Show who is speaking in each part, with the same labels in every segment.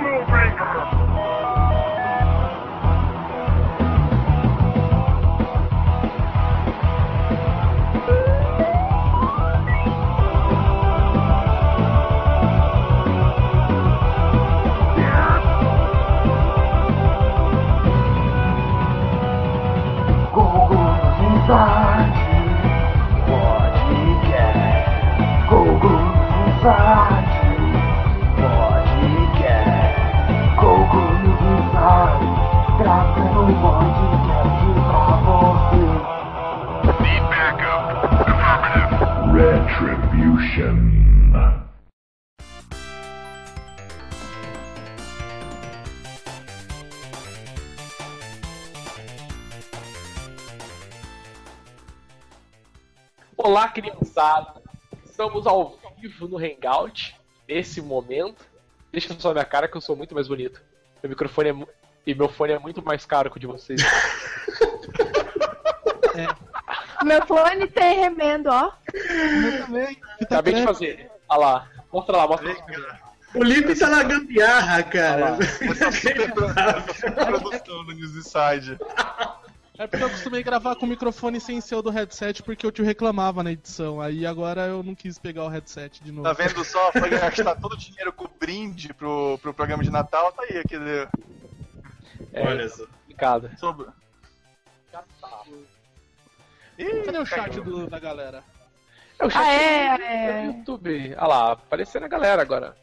Speaker 1: rule breaker. Gugu Inside Podcast. Gugu Inside Podcast. Gugu Inside trazendo um podcast pra você. Need backup. Affirmative.
Speaker 2: Retribution.
Speaker 3: Olá, criançada! Estamos ao vivo no Hangout, nesse momento. Deixa só minha cara que eu sou muito mais bonito. Meu microfone é mu- e meu fone é muito mais caro que o de vocês.
Speaker 4: Meu fone tem remendo, ó.
Speaker 3: Acabei de fazer. Olha lá. Mostra lá, mostra lá.
Speaker 5: O Lipe tá na gambiarra, cara.
Speaker 6: Você tá super produção no News Inside.
Speaker 7: É porque eu costumei gravar com o microfone sem ser o do headset porque eu te reclamava na edição. Aí agora eu não quis pegar o headset de novo.
Speaker 6: Tá vendo só? Foi gastar todo o dinheiro com o brinde pro, pro programa de Natal. Tá aí, quer dizer,
Speaker 3: É
Speaker 5: Olha só.
Speaker 3: complicado.
Speaker 6: sobre. Ih,
Speaker 7: Cadê o chat
Speaker 6: caiu.
Speaker 7: do- da galera?
Speaker 3: É o
Speaker 4: Ah,
Speaker 3: chat
Speaker 4: é,
Speaker 3: do
Speaker 4: é.
Speaker 3: YouTube. Olha lá, aparecendo a galera agora.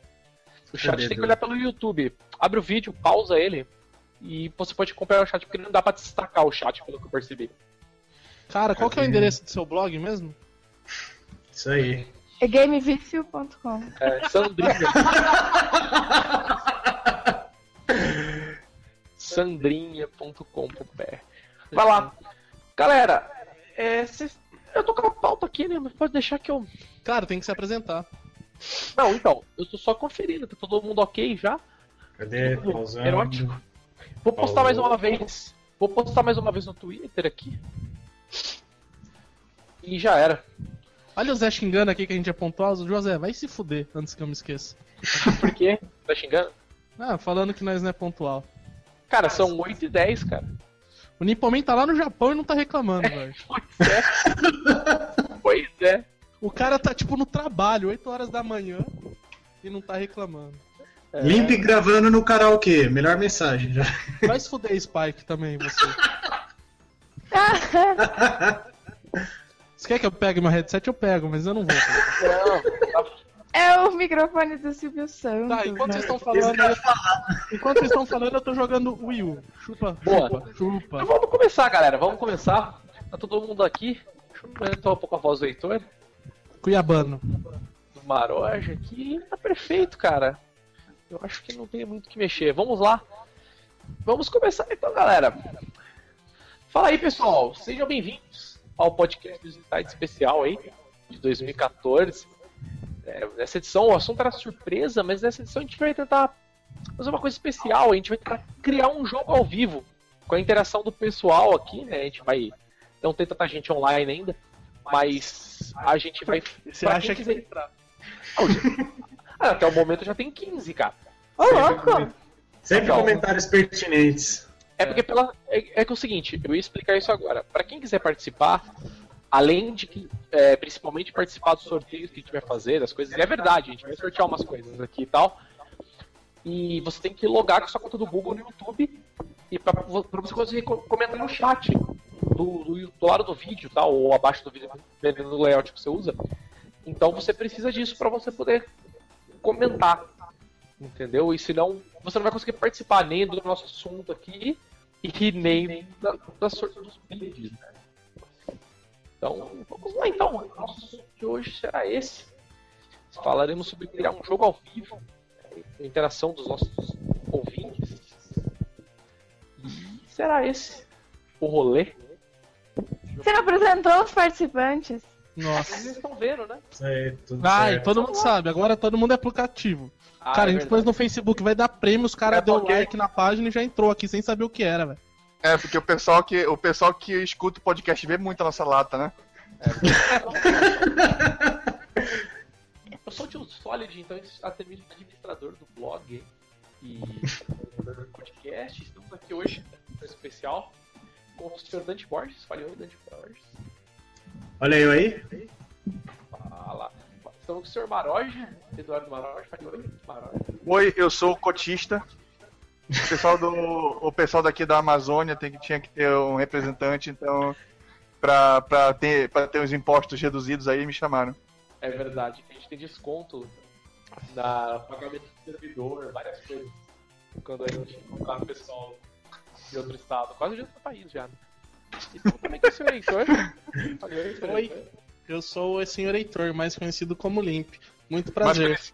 Speaker 3: O chat
Speaker 5: Cadê,
Speaker 3: tem que
Speaker 5: Edu?
Speaker 3: olhar pelo YouTube. Abre o vídeo, pausa ele. E você pode acompanhar o chat, porque não dá pra destacar o chat, pelo que eu percebi.
Speaker 7: Cara, qual que é o endereço do seu blog mesmo?
Speaker 5: Isso aí.
Speaker 4: É gamevicio.com.
Speaker 3: É, Sandrinha. Sandrinha.com.br Vai lá. Galera, é, cês- eu tô com a pauta aqui, né? Mas pode deixar que eu.
Speaker 7: Cara, tem que se apresentar.
Speaker 3: Não, então, eu tô só conferindo, tá todo mundo ok já?
Speaker 5: Cadê? Pausando.
Speaker 3: Erótico. Vou postar mais uma vez. Vou postar mais uma vez no Twitter aqui. E já era.
Speaker 7: Olha o Zé xingando aqui que a gente é pontuoso. José, vai se fuder antes que eu me esqueça.
Speaker 3: Por quê? Tá xingando?
Speaker 7: Ah, falando que nós não é pontual.
Speaker 3: Cara, são 8 e 10 cara.
Speaker 7: O Nipomen tá lá no Japão e não tá reclamando, velho.
Speaker 3: Pois é. pois é.
Speaker 7: O cara tá tipo no trabalho, 8 horas da manhã, e não tá reclamando.
Speaker 3: É.
Speaker 5: Limpe gravando no karaokê. Melhor mensagem já.
Speaker 7: Vai se fuder, Spike, também, você. Você quer que eu pegue meu headset? Eu pego, mas eu não vou.
Speaker 3: tá
Speaker 4: É o microfone do Silvio Santos.
Speaker 7: Tá, enquanto
Speaker 4: né?
Speaker 7: vocês estão
Speaker 5: Esse
Speaker 7: falando.
Speaker 5: cara
Speaker 7: Enquanto vocês estão falando, eu tô jogando Wii U. Chupa,
Speaker 3: Boa.
Speaker 7: chupa, chupa.
Speaker 3: Então vamos começar, galera. Vamos começar. Tá todo mundo aqui. Deixa eu aumentar um pouco a voz do Heitor,
Speaker 7: Cuiabano.
Speaker 3: do Maroja aqui. Tá perfeito, cara. Eu acho que não tem muito o que mexer. Vamos lá. Vamos começar então, galera. Fala aí, pessoal. Sejam bem-vindos ao podcast do Insight Especial aí, de 2014. É, nessa edição, o assunto era surpresa, mas nessa edição a gente vai tentar fazer uma coisa especial. A gente vai tentar criar um jogo ao vivo com a interação do pessoal aqui, né? A gente vai. Não tem tanta gente online ainda, mas a gente vai.
Speaker 7: Você
Speaker 3: pra
Speaker 7: acha
Speaker 3: quem
Speaker 7: que
Speaker 3: quiser entrar? Ah, hoje- Ah, até o momento já tem 15, cara.
Speaker 4: Ô, louco!
Speaker 5: Sempre
Speaker 3: Então.
Speaker 5: comentários pertinentes.
Speaker 3: É porque pela. É, é que é o seguinte, eu ia explicar isso agora. Pra quem quiser participar, além de que, é, principalmente participar dos sorteios que a gente vai fazer, das coisas, e é verdade, a gente vai sortear umas coisas aqui e tal. E você tem que logar com a sua conta do Google no YouTube e pra, pra você conseguir co- comentar no chat do, do, do lado do vídeo, tá? Ou abaixo do vídeo, dependendo do layout que você usa. Então você precisa disso pra você poder comentar. Entendeu? E senão você não vai conseguir participar nem do nosso assunto aqui e nem da, da sorte dos vídeos, né? Então, vamos lá então. O nosso assunto de hoje será esse. Falaremos sobre criar um jogo ao vivo, né, com a interação dos nossos ouvintes. E será esse o rolê?
Speaker 4: Você não apresentou os participantes?
Speaker 3: Vocês
Speaker 7: Nossa.
Speaker 3: estão vendo, né?
Speaker 5: Isso aí, tudo
Speaker 7: Vai,
Speaker 5: certo.
Speaker 7: todo mundo sabe, agora todo mundo é aplicativo.
Speaker 3: Ah,
Speaker 7: cara, a gente pôs no Facebook, vai dar prêmio, os caras
Speaker 3: É
Speaker 7: deu
Speaker 3: porque-
Speaker 7: like na página e já entrou aqui sem saber o que era, velho.
Speaker 6: É, porque o pessoal que, o pessoal que escuta o podcast vê muito a nossa lata, né?
Speaker 3: Eu sou o tio Solid, então administrador do blog. e podcast. Estamos aqui hoje no especial com o senhor Dante Borges. Fale oi, Dante Borges.
Speaker 5: Olha eu aí.
Speaker 3: Fala. Estamos com Ah, Então, o senhor Maroja, Eduardo Maroja. Fale oi, Maroja.
Speaker 6: Oi, eu sou o cotista. O pessoal, do, o pessoal daqui da Amazônia tem que, tinha que ter um representante, então, pra, pra, ter, pra ter os impostos reduzidos aí, me chamaram.
Speaker 3: É verdade, a gente tem desconto na pagamento do servidor, várias coisas. Quando a gente encontrar o pessoal de outro estado, quase de outro país já. né? Então também que o senhor Heitor. Fale oi, senhor
Speaker 7: Oi.
Speaker 3: Heitor.
Speaker 7: Eu sou o senhor Heitor, mais conhecido como Limp. Muito
Speaker 6: Mas
Speaker 7: prazer.
Speaker 6: conheci-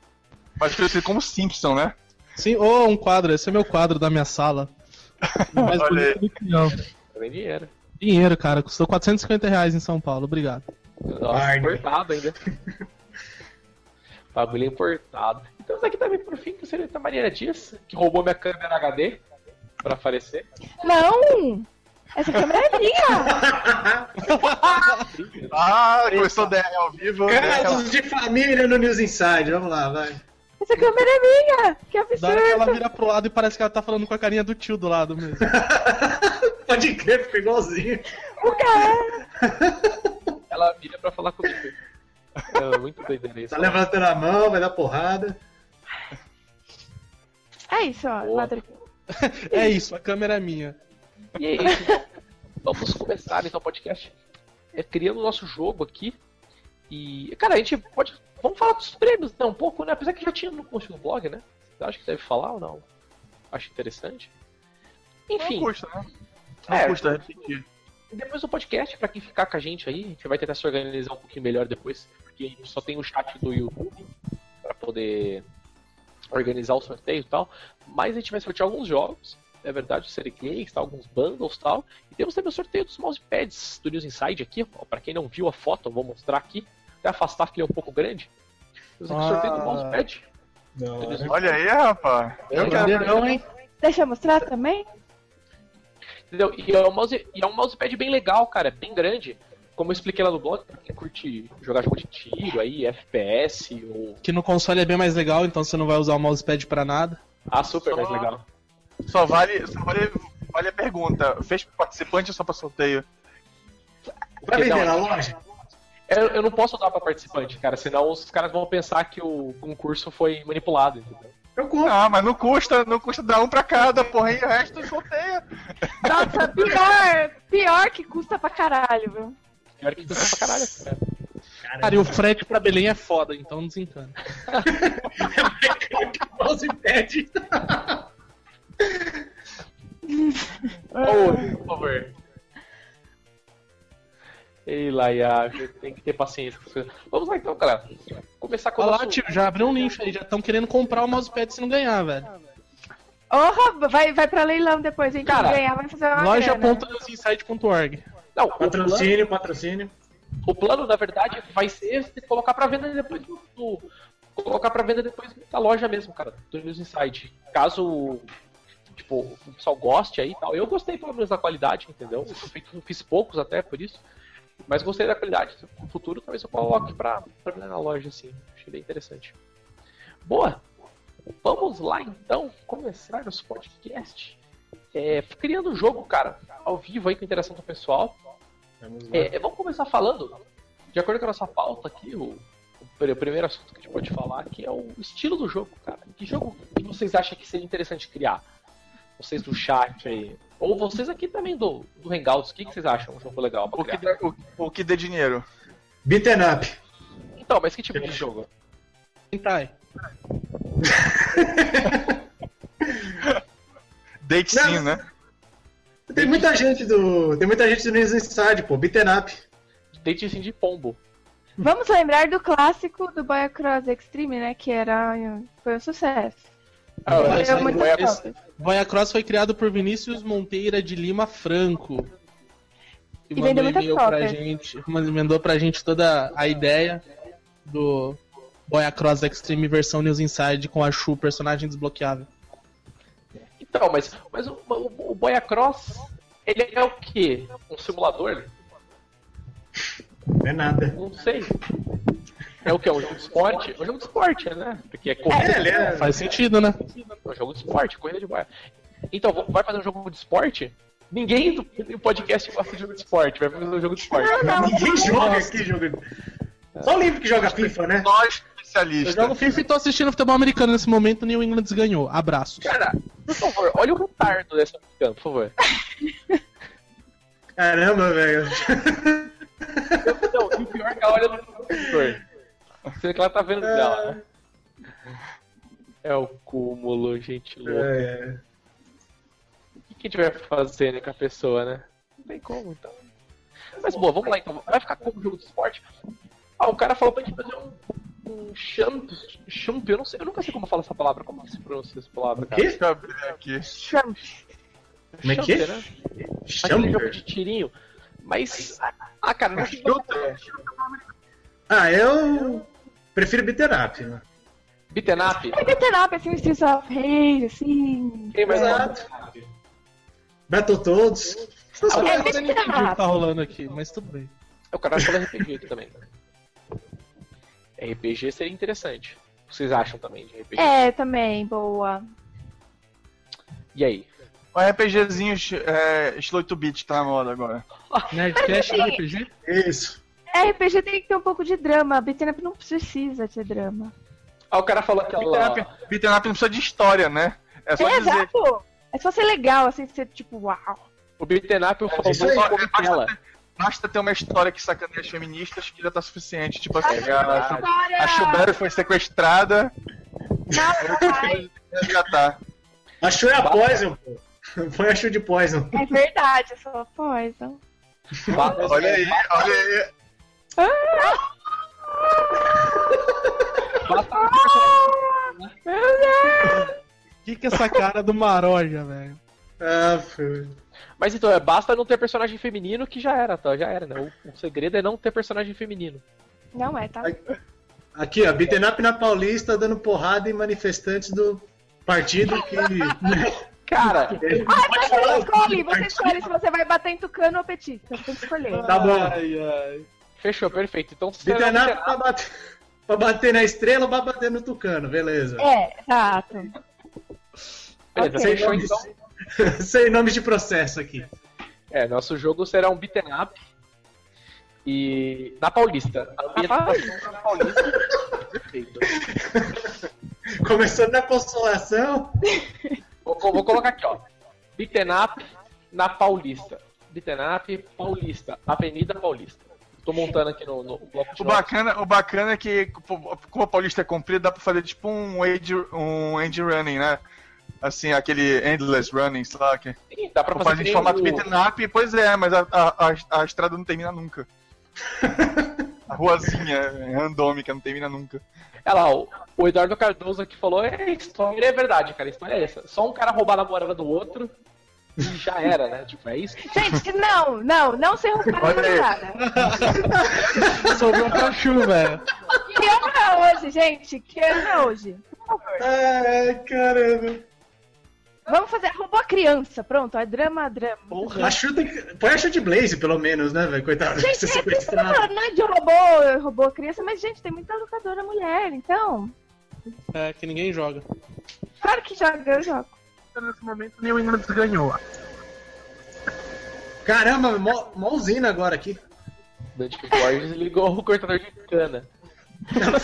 Speaker 6: Mas conhecido como Simpson, né?
Speaker 7: Sim, ô, um quadro, esse é meu quadro da minha sala. Mais
Speaker 6: Olha aí.
Speaker 7: bonito do que não.
Speaker 3: Também dinheiro.
Speaker 7: Dinheiro, cara, custou 450 reais em São Paulo, obrigado.
Speaker 3: Nossa,
Speaker 5: Barney.
Speaker 3: importado ainda. Bagulho importado. Então aqui também por fim com o senhorita Mariana Dias, que roubou minha câmera HD pra aparecer.
Speaker 4: Não! Essa câmera é minha!
Speaker 6: Ah, começou a DR ao vivo. né? Aquela-
Speaker 5: Casos de família no News Inside, vamos lá, vai.
Speaker 4: Essa câmera é minha! Que
Speaker 7: Da hora que ela
Speaker 4: absurdo!
Speaker 7: vira pro lado e parece que ela tá falando com a carinha do tio do lado mesmo.
Speaker 5: Pode crer, ficou igualzinho.
Speaker 4: O cara!
Speaker 3: Ela vira pra falar comigo. É muito doideira isso.
Speaker 5: Tá levantando a mão, vai dar porrada.
Speaker 4: É isso, ó.
Speaker 3: Boa.
Speaker 4: Ladri.
Speaker 7: É isso, a câmera é minha.
Speaker 3: E é isso, então. Vamos começar então o podcast. É, criando o nosso jogo aqui. E, cara, a gente pode. Vamos falar dos prêmios, né? Um pouco, né? Apesar que já tinha no post do blog, né? Você acha que deve falar ou não? Acho interessante. Enfim,
Speaker 6: Não custa, né? Não
Speaker 3: É.
Speaker 6: custa repetir.
Speaker 3: depois do podcast, pra quem ficar com a gente aí, a gente vai tentar se organizar um pouquinho melhor depois, porque a gente só tem o chat do YouTube pra poder organizar o sorteio e tal. Mas a gente vai sortear alguns jogos, é verdade, o Série Games, tal, alguns bundles e tal. E temos também o sorteio dos mousepads do News Inside aqui, ó. Pra quem não viu a foto, eu vou mostrar aqui. Até afastar que ele é um pouco grande. Temos aqui o sorteio do
Speaker 7: Ah.
Speaker 3: mousepad.
Speaker 6: Olha aí, rapaz. Eu quero.
Speaker 5: Não, não, hein?
Speaker 4: Deixa eu mostrar também?
Speaker 3: Entendeu? E é, um mouse, e é um mousepad bem legal, cara, bem grande. Como eu expliquei lá no blog, pra quem curte jogar jogo de tiro aí, FPS, ou.
Speaker 7: Que no console é bem mais legal, então você não vai usar o mousepad pra nada.
Speaker 3: Ah, super mais
Speaker 6: Só-
Speaker 3: legal.
Speaker 6: Só vale, só vale, vale a pergunta. Fez pro participante ou só pra sorteio?
Speaker 5: Vai
Speaker 3: Porque,
Speaker 5: vender na
Speaker 3: não,
Speaker 5: loja?
Speaker 3: eu, eu não posso dar pra participante, cara, senão os caras vão pensar que o concurso foi manipulado, entendeu?
Speaker 5: Eu compro.
Speaker 6: Ah, mas não custa, não custa dar um pra cada, porra, e o resto sorteia.
Speaker 4: Nossa, pior! Pior que custa pra caralho, viu?
Speaker 3: Pior que custa pra caralho, cara.
Speaker 7: Cara, e o frete pra Belém é foda, então não desencana.
Speaker 5: Mousepad.
Speaker 3: Ô, por favor. Ei, Laia, tem que ter paciência. com as coisas. Vamos lá então, cara. Começar com o
Speaker 7: Olha lá,
Speaker 3: nosso-
Speaker 7: tio, já abriu um nicho aí, já estão querendo comprar o mousepad se não ganhar, velho.
Speaker 4: Porra, vai, vai pra leilão depois, a gente
Speaker 3: Cara,
Speaker 4: ganhar, vai fazer uma grana.
Speaker 7: Loja.newsinside.org.
Speaker 3: Não, o plano-
Speaker 5: Patrocínio, patrocínio.
Speaker 3: O plano, na verdade, vai ser se colocar pra venda depois do, do- colocar para venda depois da loja mesmo, cara, do News Insight. Caso tipo, o pessoal goste aí e tal. Eu gostei pelo menos da qualidade, entendeu? Eu feito- fiz poucos até por isso. Mas gostei da qualidade. No futuro talvez eu coloque pra, pra vender na loja, assim. Achei bem interessante. Boa! Vamos lá então começar nosso podcast. É, criando o jogo, cara, ao vivo aí com a interação do pessoal.
Speaker 5: Vamos lá.
Speaker 3: É, vamos começar falando, de acordo com a nossa pauta aqui, o, o pr- o primeiro assunto que a gente pode falar aqui é o estilo do jogo, cara. Que jogo que vocês acham que seria interessante criar? Vocês do chat aí. Ou vocês aqui também do, do Hangouts, o que, que vocês acham um jogo legal pra
Speaker 6: O que,
Speaker 3: criar?
Speaker 6: dê- o, o que dê dinheiro.
Speaker 5: Beaten up.
Speaker 3: Então, mas que tipo de jogo?
Speaker 7: Hentai.
Speaker 6: Date
Speaker 5: Não,
Speaker 6: sim,
Speaker 5: mas-
Speaker 6: né?
Speaker 5: Tem muita gente do. Tem muita gente do News Inside, pô. Beaten up.
Speaker 3: Date assim de pombo.
Speaker 4: Vamos lembrar do clássico do Biocross Extreme, né? Que era, foi um sucesso.
Speaker 3: Ah,
Speaker 7: Olha,
Speaker 4: Valeu
Speaker 7: esse-
Speaker 4: muito
Speaker 7: é esse-
Speaker 4: a pena.
Speaker 7: Boia Cross foi criado por Vinícius Monteira de Lima Franco. Que
Speaker 4: E vendeu muitas
Speaker 7: pra
Speaker 4: cópias.
Speaker 7: gente, mas mandou pra gente toda a ideia do Boia Cross Extreme versão News Inside com a Shu, personagem desbloqueável.
Speaker 3: Então, mas, mas o, o, o Boia Cross, ele é o quê? Um simulador?
Speaker 5: Não é nada.
Speaker 3: Não sei. É o que? É um jogo de esporte? É um jogo de esporte, né? Porque é corrida.
Speaker 5: É, ele é-
Speaker 7: Faz sentido, né?
Speaker 3: É um jogo de esporte, corrida de boia. Então, vou- vai fazer um jogo de esporte? Ninguém do do podcast gosta de jogo de esporte, vai fazer um jogo de esporte.
Speaker 5: Ninguém joga aqui, joga. Só o Livre que joga FIFA, né?
Speaker 6: Nós
Speaker 7: Eu
Speaker 6: especialistas.
Speaker 7: jogo FIFA e tô assistindo futebol americano nesse momento, New England ganhou. Abraços.
Speaker 3: Cara, por favor, olha o retardo dessa campanha, por favor.
Speaker 5: Caramba, velho.
Speaker 3: Não, e o pior é que ela olha no computador. Sendo que ela tá vendo dela, né? É o cúmulo, gente louca.
Speaker 5: É,
Speaker 3: O que que a gente vai fazer né, com a pessoa, né? Não tem como, então. Mas boa, vamos lá então. Vai ficar como jogo de esporte? Ah, o cara falou pra gente fazer um, um champ, champ, eu não sei, eu nunca sei como fala essa palavra. Como que se pronuncia essa palavra, cara?
Speaker 5: Que?
Speaker 6: Deixa eu abrir aqui.
Speaker 3: Champ.
Speaker 5: Como é que é?
Speaker 3: Champ, né? Aquele jogo
Speaker 5: Chamber.
Speaker 3: de tirinho. Mas. Ah, cara, não sei
Speaker 5: Ah, eu prefiro beater up, né?
Speaker 3: Beaten up.
Speaker 4: É beaten up, assim, um Streets of Rage, assim.
Speaker 3: Quem mais fala?
Speaker 5: Exato. Battletoads. Essas
Speaker 7: Eu
Speaker 5: coisas.
Speaker 7: não entendi o que tá rolando aqui, mas tudo bem.
Speaker 3: É, O cara falou RPG aqui também. RPG seria interessante. Vocês acham também de RPG?
Speaker 4: É, também, boa.
Speaker 3: E aí?
Speaker 6: Um RPGzinho é, estilo 8-bit tá na moda agora.
Speaker 7: Nerdcast
Speaker 4: Mas, assim,
Speaker 7: RPG?
Speaker 5: é Isso.
Speaker 4: RPG tem que ter um pouco de drama, beaten up não precisa ter drama.
Speaker 3: Ah, o cara falou aquela.
Speaker 6: Beaten up, beaten up não precisa de história, né? É só
Speaker 4: É,
Speaker 6: dizer.
Speaker 4: exato! É só ser legal, assim, ser tipo, uau.
Speaker 3: O Beaten Up eu falo
Speaker 5: isso aí.
Speaker 3: só como
Speaker 6: Basta
Speaker 3: tela.
Speaker 6: Basta ter uma história que sacaneia as feministas que já tá suficiente. Tipo
Speaker 3: É,
Speaker 6: assim,
Speaker 3: verdade.
Speaker 6: a, a Schuberry foi sequestrada,
Speaker 4: Não, vai.
Speaker 6: resgatar.
Speaker 5: Achou é a Poison, pô. Foi a show de Poison.
Speaker 4: É verdade, eu sou então, poison.
Speaker 3: Ba-
Speaker 6: Olha aí, olha aí.
Speaker 3: Basta um personagem-
Speaker 7: O que, que é essa cara do Maroja, velho?
Speaker 5: Ah, foi.
Speaker 3: Mas então, é, basta não ter personagem feminino que já era, tá? Já era, né? O, o segredo é não ter personagem feminino.
Speaker 4: Não é, tá?
Speaker 5: Ai. Aqui, ó, beaten up na Paulista dando porrada em manifestantes do partido que. né,
Speaker 3: Cara,
Speaker 5: Pode
Speaker 4: Você
Speaker 5: falar,
Speaker 4: escolhe, você
Speaker 5: partido.
Speaker 4: escolhe se você vai bater em tucano ou petista. Você tem que escolher.
Speaker 5: Tá bom.
Speaker 7: Ai, ai.
Speaker 3: fechou, perfeito. Então, se
Speaker 5: Beaten
Speaker 3: não-
Speaker 5: up pra bater, pra bater na estrela ou pra bater no tucano, beleza.
Speaker 4: É, exato.
Speaker 3: Beleza,
Speaker 4: ok.
Speaker 3: fechou então.
Speaker 5: Sem nome de processo aqui.
Speaker 3: É, nosso jogo será um beaten up. E. Na Paulista. A ambientação na Paulista. Perfeito.
Speaker 5: Começando na consolação.
Speaker 3: Vou, co- vou colocar aqui, ó. Beaten up na Paulista. Beaten up Paulista. Avenida Paulista. Tô montando aqui no, no bloco de
Speaker 6: O
Speaker 3: notas.
Speaker 6: bacana, o bacana é que, pô, como a Paulista é comprida, dá pra fazer tipo um end, um end running, né? Assim, aquele endless running, sei lá. Que,
Speaker 3: Sim, dá pra
Speaker 6: pô, faz
Speaker 3: fazer que
Speaker 6: em
Speaker 3: nem
Speaker 6: formato
Speaker 3: o-
Speaker 6: beaten up, pois é, mas a, a, a, a estrada não termina nunca. a ruazinha randômica não termina nunca.
Speaker 3: Olha É lá, o, o Eduardo Cardoso aqui falou: é a história, é verdade, cara. A história é essa. Só um cara roubar a namorada do outro e já era, né? Tipo, é isso.
Speaker 4: Gente, não, não, não ser roubado
Speaker 6: Olha aí.
Speaker 4: nada.
Speaker 7: Sobrou pra Chu, É velho.
Speaker 4: Que ano é hoje, gente? Que ano é hoje?
Speaker 5: Ai, caramba.
Speaker 4: Vamos fazer. Roubou a criança, pronto. É drama, drama.
Speaker 5: A chuta, põe a chute Blaze, pelo menos, né, velho? Coitado de
Speaker 4: Gente,
Speaker 5: ser
Speaker 4: é que você tá
Speaker 5: sequestrado.
Speaker 4: falando, não é de robô, robô a criança, mas, gente, tem muita locadora mulher, então.
Speaker 7: É, que ninguém joga.
Speaker 4: Claro que joga, eu jogo.
Speaker 6: Nesse momento, New England ganhou.
Speaker 5: Caramba, mó, mó usina agora aqui.
Speaker 3: Dante Borges ligou o cortador de cana.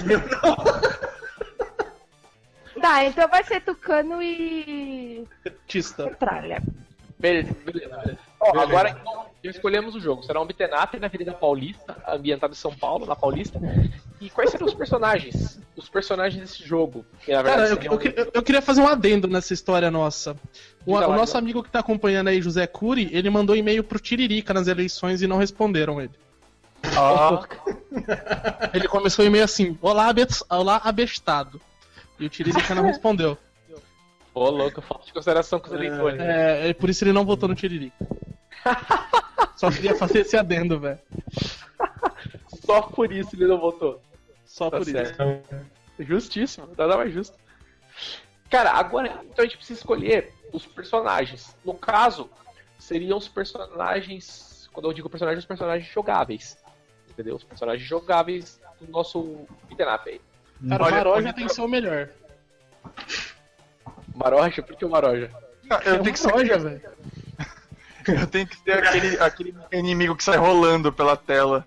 Speaker 5: Meu, não.
Speaker 4: Tá, então vai ser tucano e.
Speaker 7: Tista.
Speaker 4: tralha.
Speaker 3: Beleza, beleza. Ó,
Speaker 5: Beleza.
Speaker 3: agora então, já escolhemos o jogo. Será um beaten up na Avenida Paulista, ambientado em São Paulo, na Paulista. E quais serão os personagens? Os personagens desse jogo. Que, na
Speaker 7: Cara,
Speaker 3: verdade,
Speaker 7: eu,
Speaker 3: seriam-
Speaker 7: eu que- eu queria fazer um adendo nessa história nossa. O,
Speaker 3: Diga lá,
Speaker 7: o nosso
Speaker 3: João.
Speaker 7: amigo que tá acompanhando aí, José Cury, ele mandou e-mail pro Tiririca nas eleições e não responderam ele. Ah. Ele começou o e-mail assim: Olá, abes- Olá abestado. E o Tiririca não respondeu.
Speaker 3: Ô, louco, falta de consideração com os eleitores.
Speaker 7: É, é por isso ele não votou no Tiririca. Só queria fazer esse adendo, velho.
Speaker 3: Só por isso ele não votou.
Speaker 7: Só
Speaker 3: Tá
Speaker 7: por
Speaker 3: certo. Justíssimo, nada mais justo. Cara, agora então a gente precisa escolher os personagens. No caso, seriam os personagens. Quando eu digo personagens, os personagens jogáveis. Entendeu? Os personagens jogáveis do nosso Bitenap aí.
Speaker 7: Cara, o
Speaker 6: Olha,
Speaker 7: Maroja
Speaker 6: olha-
Speaker 7: tem que ser o melhor.
Speaker 3: Maroja? Por que o Maroja?
Speaker 6: Eu,
Speaker 7: é
Speaker 6: tenho que
Speaker 7: o
Speaker 6: ser,
Speaker 7: Maroja, velho.
Speaker 6: eu tenho que ser aquele, aquele inimigo que sai rolando pela tela.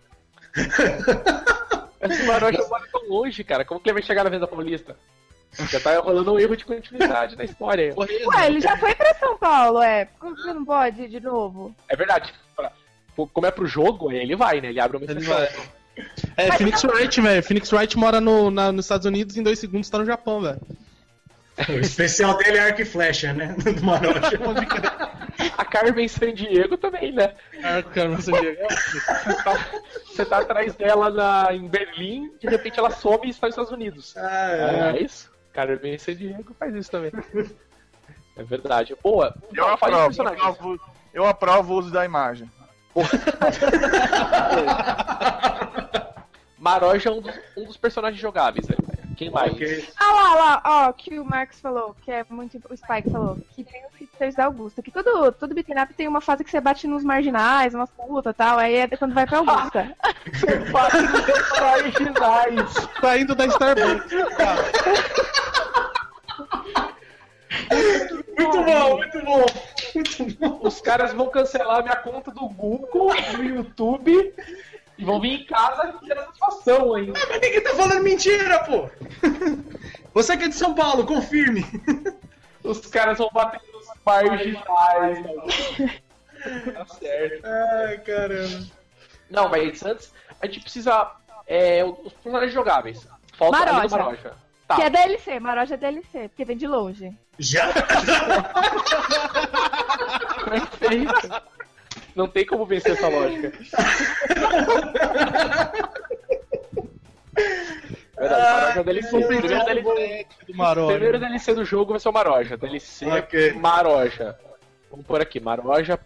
Speaker 3: Mas o Maroja mora tão longe, cara. Como que ele vai chegar na Venda Paulista? Já tá rolando um erro de continuidade na história. aí.
Speaker 7: Correndo.
Speaker 4: Ué, ele já foi pra São Paulo, é. Por que não pode ir de novo?
Speaker 3: É verdade. pra- pô, Como é pro jogo, aí ele vai, né? Ele abre uma
Speaker 7: Ele
Speaker 3: exceção.
Speaker 7: vai. É, Phoenix Wright, velho. Phoenix Wright mora no, na- nos Estados Unidos e em dois segundos tá no Japão, velho.
Speaker 5: O especial dele é arco e flecha, né? Do Maroja.
Speaker 3: A Carmen San Diego também, né?
Speaker 7: Arco, cara, não sei o que.
Speaker 3: Você tá, você tá atrás dela na, em Berlim, de repente ela some e está nos Estados Unidos.
Speaker 5: Ah,
Speaker 3: É, isso. Carmen San Diego faz isso também. É verdade. Boa.
Speaker 6: Eu
Speaker 3: Fala
Speaker 6: aprovo,
Speaker 3: de
Speaker 6: eu
Speaker 3: personagens.
Speaker 6: aprovo, eu aprovo o uso da imagem.
Speaker 3: Maroja é um dos, um dos personagens jogáveis, né? Quem mais?
Speaker 5: ok.
Speaker 4: Ah lá, lá, ó, que o Marcos falou, que é muito. O Spike falou, que tem os hipsters da Augusta. Que todo, todo beat'em up tem uma fase que você bate nos marginais, umas putas e tal. Aí é quando vai pra Augusta.
Speaker 7: Tá indo da Starbucks.
Speaker 5: Muito bom, muito bom. Muito bom.
Speaker 3: Os caras vão cancelar minha conta do Google, do YouTube, e vão vir em casa ter satisfação ainda.
Speaker 5: Mas ninguém tá falando mentira, pô. Você que é de São Paulo, confirme.
Speaker 3: Os caras vão bater nos marginais. né? tá certo.
Speaker 5: Ai, caramba.
Speaker 3: Não, mas antes, a gente precisa. É, os personagens jogáveis. Falta
Speaker 4: Maroja.
Speaker 3: além do Maroja. Tá.
Speaker 4: Que é DLC, Maroja é DLC, porque vem de longe.
Speaker 5: Já.
Speaker 3: Perfeito. Não tem como vencer essa lógica. Verdade, Maroja é o DLC.
Speaker 5: que
Speaker 3: Primeiro
Speaker 5: legal.
Speaker 3: DLC.
Speaker 7: do
Speaker 3: Primeiro
Speaker 7: Maroja.
Speaker 3: DLC do jogo vai ser o Maroja. DLC
Speaker 5: Ok.
Speaker 3: Maroja. Vamos por aqui, Maroja,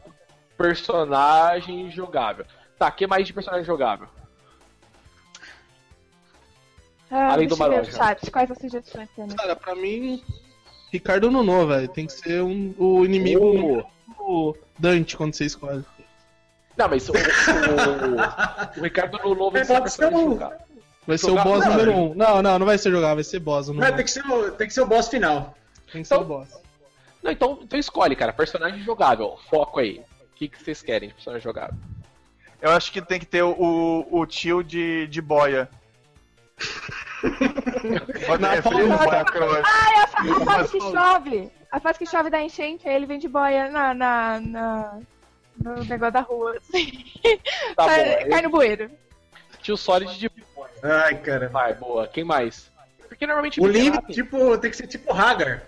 Speaker 3: personagem jogável. Tá, que mais de personagem jogável?
Speaker 4: Ah,
Speaker 3: Além do
Speaker 4: deixa eu ver
Speaker 3: Maroja.
Speaker 4: o chat, quais as sugestões temos?
Speaker 7: Cara, pra mim, Ricardo Nuno, velho. Tem que ser um, o inimigo
Speaker 3: Mimo.
Speaker 7: do Dante quando você escolhe.
Speaker 3: Não, mas o, o, o Ricardo Nuno vai ser o
Speaker 5: Pode ser
Speaker 3: personagem
Speaker 5: um-
Speaker 3: jogável.
Speaker 7: Vai ser
Speaker 3: Jogar-
Speaker 7: o boss
Speaker 5: Não,
Speaker 7: número um. Não, não, não vai ser jogar, vai ser boss. Não,
Speaker 5: Mas tem que, ser o, tem que ser o boss final.
Speaker 7: Tem que ser o boss.
Speaker 3: Não, então, então escolhe, cara. Personagem jogável. Foco aí. O que, que vocês querem de personagem jogável?
Speaker 6: Eu acho que tem que ter o, o, o tio de, de boia. Pode
Speaker 7: Na
Speaker 6: é, frio,
Speaker 7: palma.
Speaker 6: boia cross.
Speaker 4: Ah, é a
Speaker 3: tá
Speaker 4: fase, a fase que
Speaker 6: Mas-
Speaker 4: chove! A fase que chove da enchente, aí ele vem de boia na. na, na- no negócio da rua, assim.
Speaker 3: Tá bom.
Speaker 4: Sai-
Speaker 3: é
Speaker 4: cai no bueiro.
Speaker 3: Tio Solid de
Speaker 5: Ai, cara.
Speaker 3: Vai, boa. Quem mais? Porque normalmente.
Speaker 5: O
Speaker 3: beat'em
Speaker 5: Link,
Speaker 3: up-
Speaker 5: tipo, tem que ser tipo Hagar.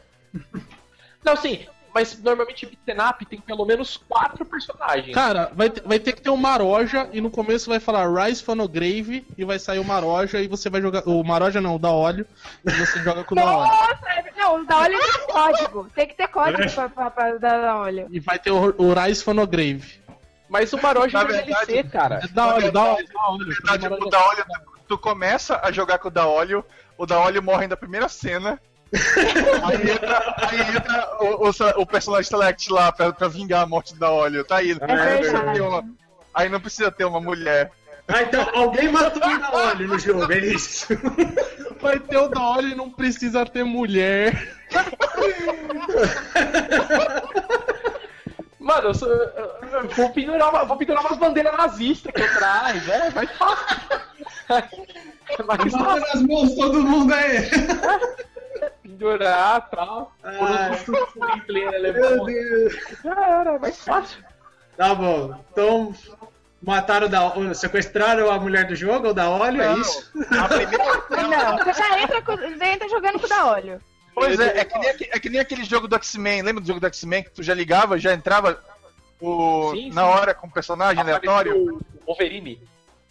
Speaker 3: Não, sim. Mas normalmente beat'em up tem pelo menos quatro personagens.
Speaker 7: Cara, vai, ter- vai ter que ter o Maroja e no começo vai falar Rise from the Grave e vai sair o Maroja e você vai jogar. O Maroja não, o da óleo. E você joga com o da óleo.
Speaker 4: Nossa, é- não, dá óleo tem código. Tem que ter
Speaker 7: É.
Speaker 4: código pra, pra, pra dar óleo.
Speaker 7: E vai ter o, o Rise from the Grave.
Speaker 3: Mas o Maroja
Speaker 6: Na
Speaker 3: é
Speaker 6: verdade-
Speaker 3: DLC, cara.
Speaker 7: É da óleo, da óleo, da óleo.
Speaker 6: Na verdade, tá, tipo, o da óleo, tu, tu começa a jogar com o da óleo, o da óleo morre na primeira cena. aí entra, aí entra o, o sa- o personagem select lá pra, pra vingar a morte do da óleo. Tá aí.
Speaker 5: É
Speaker 6: aí, não precisa
Speaker 4: verdade.
Speaker 6: ter uma, aí não precisa ter uma mulher.
Speaker 5: Ah, então alguém matou o da óleo no jogo, é isso.
Speaker 7: Vai ter o da óleo e não precisa ter mulher.
Speaker 3: Mano, eu, sou- eu- eu vou, pendurar uma, vou pendurar umas bandeiras nazistas aqui atrás, né? Vai fácil. É mais fácil
Speaker 5: nas mãos todo mundo aí.
Speaker 3: pendurar e tal.
Speaker 5: Ai.
Speaker 3: Por um em plena
Speaker 5: Ah, é. Meu
Speaker 3: alemão.
Speaker 5: Deus.
Speaker 3: Já era, é mais fácil.
Speaker 5: Tá bom. Então, mataram o da óleo. Sequestraram a mulher do jogo, ou da óleo, é isso?
Speaker 6: A primeira-
Speaker 4: Não, você já entra, com- já entra jogando com o da óleo.
Speaker 6: Pois é, é que, nem, aque- é que nem aquele jogo do X-Men. Lembra do jogo do X-Men que tu já ligava, já entrava o,
Speaker 3: Sim,
Speaker 6: na
Speaker 3: sim.
Speaker 6: hora com o personagem aleatório?
Speaker 3: Apareceu o Wolverine.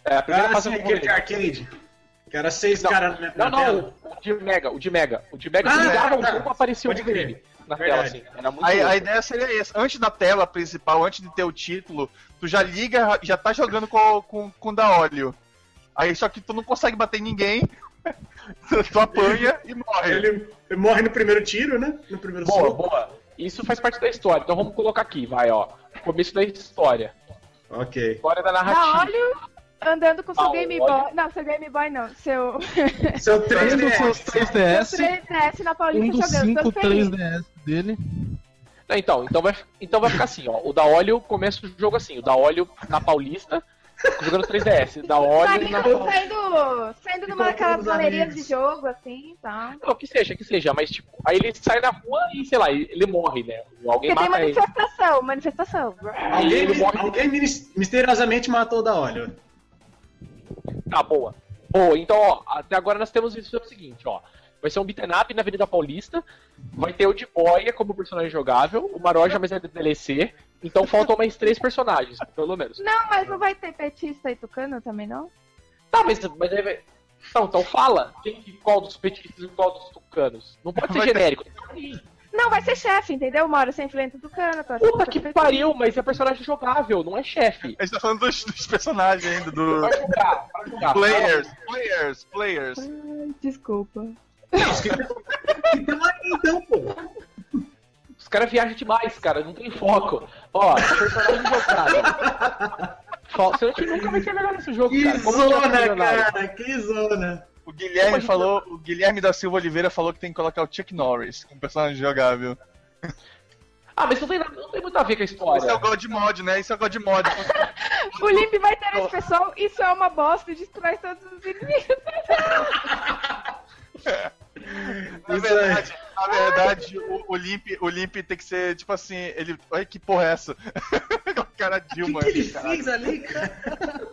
Speaker 3: É, a primeira
Speaker 5: Ah,
Speaker 3: fase
Speaker 5: sim,
Speaker 3: é com o
Speaker 5: aquele de
Speaker 3: Wolverine.
Speaker 5: arcade. Que era seis
Speaker 3: Não.
Speaker 5: caras na, na
Speaker 3: Não,
Speaker 5: tela.
Speaker 3: não, o de Mega, o de Mega. O de Mega
Speaker 5: Ah,
Speaker 3: ah, ligava
Speaker 5: é,
Speaker 3: o
Speaker 5: tá.
Speaker 3: jogo aparecia o
Speaker 5: Pode
Speaker 3: Wolverine na tela,
Speaker 5: Verdade.
Speaker 3: assim. Era muito
Speaker 6: Aí, a
Speaker 3: louco.
Speaker 6: ideia seria essa. Antes da tela principal, antes de ter o título, tu já liga, já tá jogando com, com, com o da óleo. Aí só que tu não consegue bater em ninguém, tu apanha e morre.
Speaker 5: Ele morre no primeiro tiro, né? No primeiro
Speaker 3: Boa,
Speaker 5: soco.
Speaker 3: boa. Isso faz parte da história, então vamos colocar aqui, vai, ó. Começo da história.
Speaker 5: Ok.
Speaker 3: História da
Speaker 4: Da
Speaker 3: narrativa.
Speaker 4: óleo, Andando com seu
Speaker 3: Ah,
Speaker 4: Game
Speaker 3: olha.
Speaker 4: Boy. Não, seu Game Boy não. Seu
Speaker 5: Seu
Speaker 7: Um
Speaker 5: 3
Speaker 7: dos seus
Speaker 5: ds
Speaker 7: 3DS,
Speaker 4: 3DS na
Speaker 7: um
Speaker 4: Paulista
Speaker 7: dos
Speaker 4: jogando,
Speaker 7: 5
Speaker 4: todo feliz.
Speaker 7: 3DS dele.
Speaker 3: Não, então, então vai, então vai ficar assim, ó. O da óleo começa o jogo assim, o da óleo na Paulista, jogando 3DS, o da óleo na
Speaker 4: Saindo, saindo, saindo numa
Speaker 5: colocando
Speaker 4: daquelas
Speaker 5: nos
Speaker 4: galerias de
Speaker 5: amigos.
Speaker 4: jogo, assim, tá?
Speaker 3: Não, que seja, que seja, mas tipo, aí ele sai na rua e, sei lá, ele morre, né? Alguém
Speaker 4: Porque tem
Speaker 3: mata ele.
Speaker 4: manifestação, manifestação.
Speaker 5: Alguém,
Speaker 3: Ele
Speaker 5: mis-
Speaker 3: morre.
Speaker 5: alguém mis- misteriosamente matou o da óleo.
Speaker 3: Tá, boa. Boa, então, ó, até agora nós temos isso é o seguinte, ó. Vai ser um beat'em up na Avenida Paulista, vai ter o de boia como personagem jogável, o Maroja, mas é DLC, então faltam mais três personagens, pelo menos.
Speaker 4: Não, mas não vai ter petista e tucano também, não?
Speaker 3: Tá, mas, mas aí vai... Então, então fala quem, que- qual dos petistas e qual dos tucanos. Não pode ser
Speaker 6: Vai-
Speaker 3: genérico.
Speaker 4: Não, vai ser chefe, entendeu? Uma hora você enfrenta o tucano, outra hora
Speaker 3: Puta
Speaker 4: você
Speaker 3: que
Speaker 4: enfrenta o
Speaker 3: pariu, mas é personagem jogável, não é chefe.
Speaker 6: A gente tá falando dos, dos personagens ainda, do
Speaker 3: Vai jogar, vai
Speaker 6: Ah,
Speaker 3: jogar.
Speaker 6: players, players, players.
Speaker 4: tucano. Desculpa.
Speaker 5: Então, aí, então, pô.
Speaker 3: Os caras viajam demais, cara, não tem foco. Ó, personagem jogado. Fal- Senão a gente nunca vai ser melhor nesse jogo,
Speaker 5: Que
Speaker 3: cara. Como a gente vai ser
Speaker 5: zona,
Speaker 3: milionário?
Speaker 5: cara. Que zona.
Speaker 6: O Guilherme falou, o Guilherme da Silva Oliveira falou que tem que colocar o Chuck Norris como personagem jogável.
Speaker 3: Ah, mas não tem, nada- não tem muito a ver com a
Speaker 6: Isso é o
Speaker 3: história.
Speaker 6: God Mod, né? Isso é o God Mod.
Speaker 4: O Limp vai ter esse pessoal, isso é uma bosta, destrói todos os inimigos.
Speaker 6: Na verdade, na verdade o, o Limp, o Limp tem que ser, tipo assim, ele. Olha que porra é essa? o cara
Speaker 5: O
Speaker 6: Dilma.
Speaker 5: que, que ele
Speaker 6: caralho.
Speaker 5: fez ali, cara?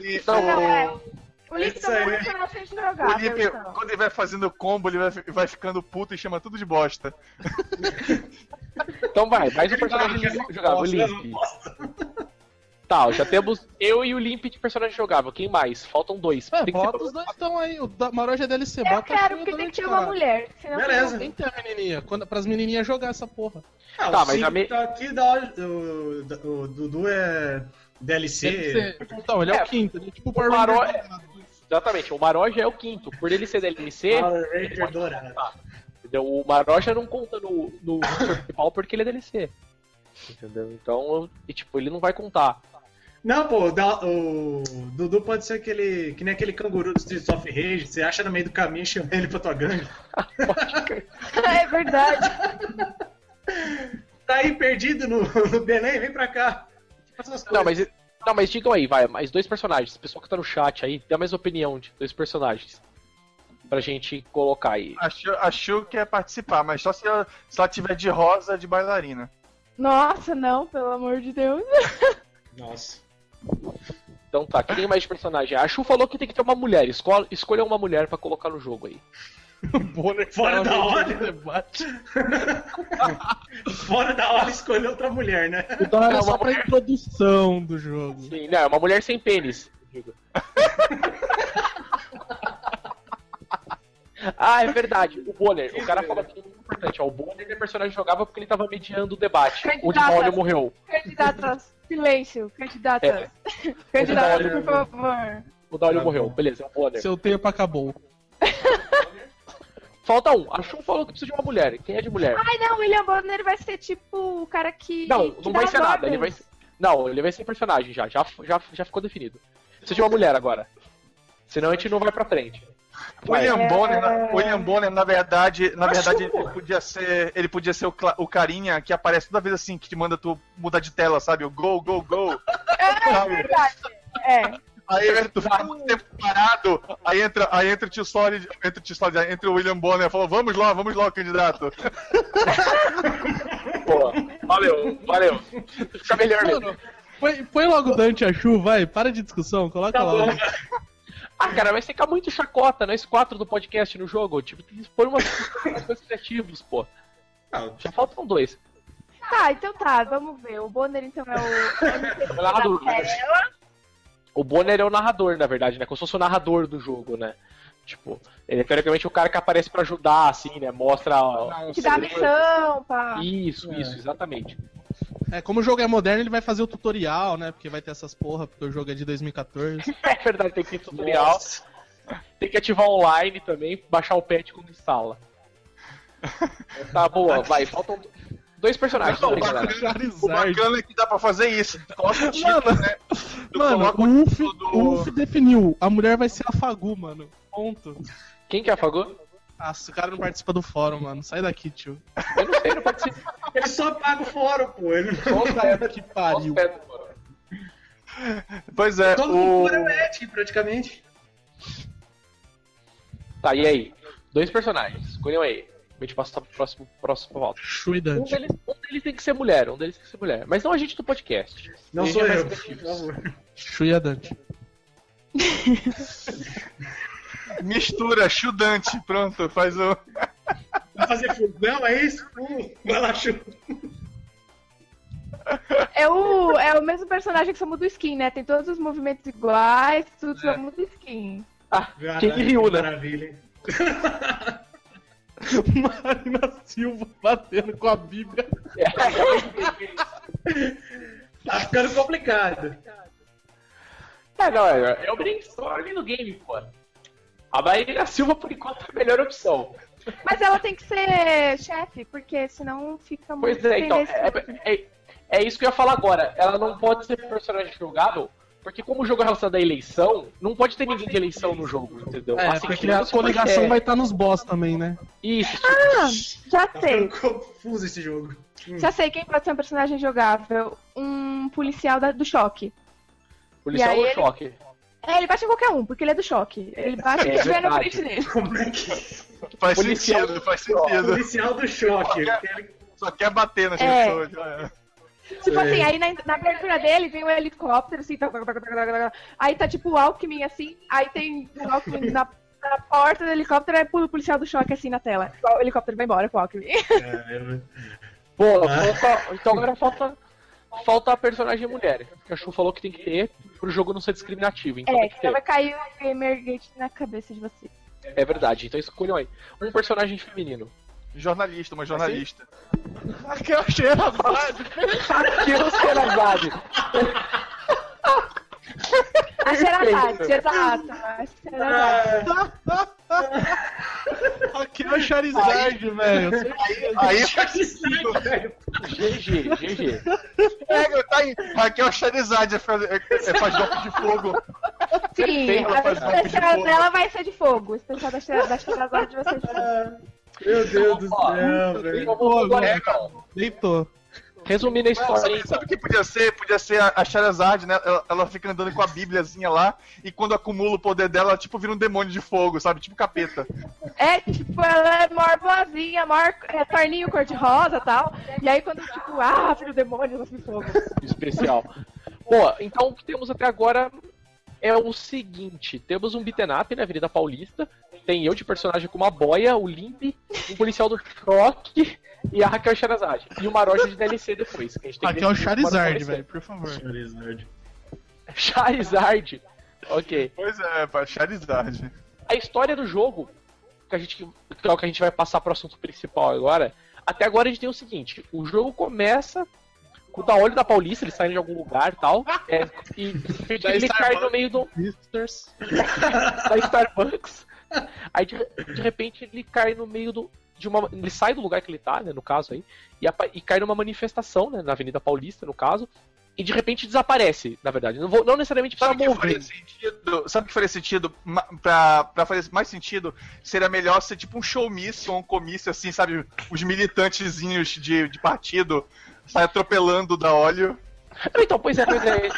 Speaker 6: E
Speaker 3: Não,
Speaker 4: Não,
Speaker 6: o-
Speaker 4: é. O Limp
Speaker 5: Isso
Speaker 4: também
Speaker 5: aí.
Speaker 4: vai ser nosso
Speaker 6: O
Speaker 4: jogável,
Speaker 6: Lipe,
Speaker 4: então.
Speaker 6: quando ele vai fazendo combo, ele vai, vai ficando puto e chama tudo de bosta.
Speaker 3: Então vai, mais
Speaker 5: tá
Speaker 3: um personagem jogável, o Limp. Tá, ó, já temos eu e o Limp de personagem jogável. Quem mais? Faltam dois.
Speaker 7: É,
Speaker 3: Tem que ser-
Speaker 7: bota os dois então aí. O da Maroja é DLC,
Speaker 4: Eu
Speaker 7: bota
Speaker 4: quero,
Speaker 7: a
Speaker 4: porque
Speaker 7: Xuxa
Speaker 4: tem que
Speaker 7: também,
Speaker 4: ter uma
Speaker 7: caralho.
Speaker 4: mulher. Senão
Speaker 5: Beleza.
Speaker 7: Tem que ter a menininha, quando, pras menininhas jogar essa porra.
Speaker 5: Ah,
Speaker 3: Tá,
Speaker 5: o
Speaker 3: mas
Speaker 5: Cid
Speaker 3: a me-
Speaker 5: tá aqui da óleo- o, da- o Dudu é DLC.
Speaker 7: DLC. Então, ele é,
Speaker 3: É,
Speaker 7: o quinto, ele é tipo o
Speaker 3: o
Speaker 7: Power
Speaker 3: Maro...
Speaker 7: Ranger.
Speaker 3: Exatamente, o Maroja é o quinto. Por ele ser DLC,
Speaker 7: Ah.
Speaker 5: Power Ah, Ranger dourado.
Speaker 3: Tá. entendeu? o Maroja não conta no, no principal porque ele é DLC. Entendeu? Então, e, tipo, ele não vai contar.
Speaker 5: Não, pô, o da- o Dudu pode ser aquele. que nem aquele canguru do Streets of Rage, você acha no meio do caminho e chama ele pra tua gangue.
Speaker 4: É verdade.
Speaker 5: Tá aí perdido no, no Belém, vem pra cá. Faça as
Speaker 3: Não,
Speaker 5: coisas.
Speaker 3: mas, não, mas digam aí, vai, mais dois personagens. O pessoal que tá no chat aí, dá mais opinião de dois personagens. Pra gente colocar aí.
Speaker 6: Achou, achou que ia participar, mas só se ela, se ela tiver de rosa de bailarina.
Speaker 4: Nossa, não, pelo amor de Deus.
Speaker 5: Nossa.
Speaker 3: Então tá, quem tem mais personagem? A Chu falou que tem que ter uma mulher. Escolha, escolha uma mulher pra colocar no jogo aí. né?
Speaker 7: Bonner,
Speaker 5: Fora da
Speaker 7: Ranger
Speaker 4: é-
Speaker 5: hora.
Speaker 7: debate.
Speaker 5: Fora da hora escolher outra mulher, né?
Speaker 7: O da hora é
Speaker 3: Não,
Speaker 7: só
Speaker 3: uma
Speaker 7: pra introdução do jogo.
Speaker 3: Sim, não, é uma mulher sem pênis. ah, é verdade. O Bonner. O cara fala que é muito importante. Ó, o Bonner é personagem jogável porque ele tava mediando o debate. Onde o Maulio morreu.
Speaker 4: Candidatas, silêncio,
Speaker 3: É.
Speaker 4: candidatas. Candidatas, por favor.
Speaker 3: O Daulio
Speaker 5: Tá
Speaker 3: morreu.
Speaker 5: bom.
Speaker 3: Beleza, é o Bonner.
Speaker 7: Seu tempo acabou.
Speaker 3: Falta um. A Chu falou que precisa de uma mulher. Quem é de mulher?
Speaker 4: Ai, não, o William Bonner vai ser tipo o cara que.
Speaker 3: Não,
Speaker 4: que
Speaker 3: não
Speaker 4: dá É
Speaker 3: vai
Speaker 4: as
Speaker 3: ser nada.
Speaker 4: ordens.
Speaker 3: Ele vai ser- Não, ele vai ser personagem já. Já, já, já ficou definido. Precisa de uma mulher agora. Senão a gente não vai pra frente. Vai.
Speaker 6: William,
Speaker 4: É.
Speaker 6: Bonner, na, William Bonner, na verdade, na
Speaker 5: Achou,
Speaker 6: verdade ele
Speaker 5: pô.
Speaker 6: podia ser, ele podia ser o, cla- o carinha que aparece toda vez assim que te manda tu mudar de tela, sabe? O go, go, go.
Speaker 4: É verdade. É.
Speaker 6: Aí tu fica muito tempo parado, aí entra, aí entra o tio Solid, entra o tio Solid, aí entra o William Bonner e falou: "Vamos lá, vamos lá, candidato".
Speaker 3: Boa. Valeu, valeu. Fica melhor mesmo.
Speaker 7: Mano, põe, põe logo o Dante a Chu, vai. Para de discussão, coloca
Speaker 5: Tá bom.
Speaker 7: logo.
Speaker 3: Ah, cara, vai ficar muito chacota nós quatro do podcast no jogo. Tipo, tem que pôr umas umas coisas criativas, pô.
Speaker 5: Não,
Speaker 3: Já faltam dois.
Speaker 4: Tá, então tá, vamos ver. O Bonner então é o.
Speaker 3: O narrador.
Speaker 4: da tela.
Speaker 3: O Bonner é o narrador, na verdade, né? Como se fosse o narrador do jogo, né? Tipo, ele é teoricamente o cara que aparece pra ajudar, assim, né? Mostra. ó,
Speaker 4: Que dá a missão, pá.
Speaker 3: Isso, isso, exatamente.
Speaker 7: É, como o jogo é moderno, ele vai fazer o tutorial, né? Porque vai ter essas porra, porque o jogo é de 2014.
Speaker 3: É verdade, tem que ter tutorial. Tem que ativar online também, baixar o patch quando instala. Tá boa, vai, faltam dois personagens.
Speaker 6: Não,
Speaker 3: né, galera?
Speaker 6: O
Speaker 7: Charizard.
Speaker 6: bacana é que dá pra fazer isso. Coloca o Chico,
Speaker 7: Mano.
Speaker 6: né? Eu
Speaker 7: Mano, um
Speaker 6: coloco
Speaker 7: o UF,
Speaker 6: título do-
Speaker 7: o UF definiu. A mulher vai ser a Fagu, mano. Ponto.
Speaker 3: Quem que afagou?
Speaker 7: Nossa, o cara não participa do fórum, mano. Sai daqui, tio.
Speaker 3: Eu não sei, não participo.
Speaker 5: Ele só paga o fórum, pô. Ele não...
Speaker 7: Puta que pariu.
Speaker 6: Pois é,
Speaker 5: Todo mundo
Speaker 6: o...
Speaker 5: fora é o Ed, praticamente.
Speaker 3: Tá, e aí? Dois personagens, escolham aí. A gente passa pro próximo, próximo voto. Um
Speaker 7: Chuidante.
Speaker 3: deles, um deles tem que ser mulher, um deles tem que ser mulher. Mas não a gente do podcast.
Speaker 5: Não
Speaker 3: Ele
Speaker 5: sou
Speaker 3: é mais
Speaker 5: eu.
Speaker 3: criativo.
Speaker 5: por favor.
Speaker 7: Chuidante.
Speaker 6: mistura, chudante, pronto, faz o...
Speaker 5: Vai fazer fusão, é isso? Hum, Vai lá, chuta.
Speaker 4: É o, é o mesmo personagem que só muda o skin, né? Tem todos os movimentos iguais,
Speaker 3: É.
Speaker 4: tudo só muda o skin.
Speaker 3: Ah, tinha que riu, né?
Speaker 5: Maravilha, hein?
Speaker 7: Marina Silva batendo com a Bíblia.
Speaker 5: Tá ficando complicado.
Speaker 3: É, não, é, é o brainstorm do game, pô. A Marina Silva, por enquanto, é a melhor opção.
Speaker 4: Mas ela tem que ser chefe, porque senão fica muito.
Speaker 3: Pois é,
Speaker 4: sem
Speaker 3: então,
Speaker 4: esse-
Speaker 3: é, é- é isso que eu ia falar agora. Ela não pode ser personagem jogável, porque como o jogo é relacionado à eleição, não pode ter ninguém de eleição no jogo, entendeu?
Speaker 7: É,
Speaker 3: Assim,
Speaker 7: porque
Speaker 3: que
Speaker 7: a
Speaker 3: isso
Speaker 7: coligação
Speaker 3: é-
Speaker 7: vai estar nos boss também, né?
Speaker 3: Isso,
Speaker 4: Ah, já
Speaker 5: Tá
Speaker 4: sei.
Speaker 5: ficando confuso esse jogo. Hum.
Speaker 4: Já sei quem pode ser um personagem jogável. Um policial da- do choque.
Speaker 3: policial
Speaker 4: E aí
Speaker 3: no
Speaker 4: ele-
Speaker 3: choque.
Speaker 4: É, ele bate em qualquer um, porque ele é do choque. Ele bate
Speaker 3: É
Speaker 4: quem tiver na
Speaker 3: verdade.
Speaker 4: frente dele.
Speaker 5: Como é que
Speaker 6: Faz
Speaker 3: Policial.
Speaker 6: sentido, faz sentido.
Speaker 5: Policial do choque.
Speaker 6: Só quer bater nas
Speaker 4: É.
Speaker 6: pessoas. já é.
Speaker 4: Tipo assim, aí na, na abertura dele vem um helicóptero, assim, toc, toc, toc, toc, toc, toc. aí tá tipo o Alckmin, assim, aí tem o Alckmin na, na porta do helicóptero, aí pula o policial do choque, assim, na tela. O helicóptero vai embora com o Alckmin.
Speaker 5: Caramba.
Speaker 3: Pô,
Speaker 5: Ah.
Speaker 3: falta- então agora falta, falta a personagem mulher. Que a Chu falou que tem que ter pro jogo não ser discriminativo. Então
Speaker 4: É,
Speaker 3: tem que
Speaker 4: que não
Speaker 3: ter.
Speaker 4: vai cair o Gamergate na cabeça de vocês.
Speaker 3: É verdade. Então escolham aí. Um personagem feminino.
Speaker 6: Jornalista, uma jornalista.
Speaker 3: Raquel Xerazade. Raquel Xerazade.
Speaker 4: A Xerazade, exato. A Xerazade.
Speaker 7: Aqui é o Charizard, velho.
Speaker 6: Aí
Speaker 3: GG, GG.
Speaker 6: pega, tá aí. Raquel Charizard é faz, é, é faz golpe de fogo.
Speaker 4: Sim,
Speaker 6: Perfeito, ela faz
Speaker 4: a
Speaker 6: golpe de
Speaker 4: especial
Speaker 6: fogo.
Speaker 4: dela vai ser de fogo. O especial da Xera- da Xerazade vai ser de fogo.
Speaker 5: É, Meu Deus do
Speaker 3: Ó,
Speaker 5: céu, velho.
Speaker 3: Vamos agora,
Speaker 7: velho.
Speaker 3: então.
Speaker 7: Deitou.
Speaker 3: Resumindo a história,
Speaker 6: Sabe,
Speaker 3: então.
Speaker 6: sabe o que podia ser? Podia ser a, a Charizard, né? Ela, ela fica andando com a bíbliazinha lá e quando acumula o poder dela, ela tipo vira um demônio de fogo, sabe? Tipo capeta.
Speaker 4: É, tipo, ela é maior boazinha, maior é, torninho cor-de-rosa e tal. E aí quando, tipo, ah, filho do demônio, ela se fogo.
Speaker 3: especial. Bom, então o que temos até agora é o seguinte: temos um beaten up na Avenida Paulista, tem eu de personagem com uma boia, o Limp, um policial do choque e a Raquel Charazade. E uma roja de DLC depois. Que a gente tem que
Speaker 7: Aqui é o
Speaker 3: decidir
Speaker 7: Charizard,
Speaker 3: quando
Speaker 7: velho, por favor.
Speaker 3: vai ser. Charizard. Ok.
Speaker 6: Pois é, pá, Charizard.
Speaker 3: A história do jogo, que, a gente, que é o que a gente vai passar pro assunto principal agora, até agora a gente tem o seguinte: o jogo começa. Com o Daolho da Paulista, eles saem de algum lugar e tal. É, e
Speaker 7: Da
Speaker 3: ele cai
Speaker 7: Starbucks.
Speaker 3: no meio do,
Speaker 7: Sisters.
Speaker 3: da Starbucks. Aí de, de repente ele cai no meio do. De uma, ele sai do lugar que ele tá, né? No caso aí, e, apa- e cai numa manifestação, né? Na Avenida Paulista, no caso, e de repente desaparece, na verdade. Não, vou, não necessariamente precisa
Speaker 6: Sabe o que faria
Speaker 3: morrer.
Speaker 6: sentido? Sabe o que faria sentido? Ma- Pra, pra fazer mais sentido, seria melhor ser tipo um showmício ou um comício, assim, sabe? Os militantezinhos de, de partido saem atropelando da óleo.
Speaker 3: Não, Então, pois é, pois é.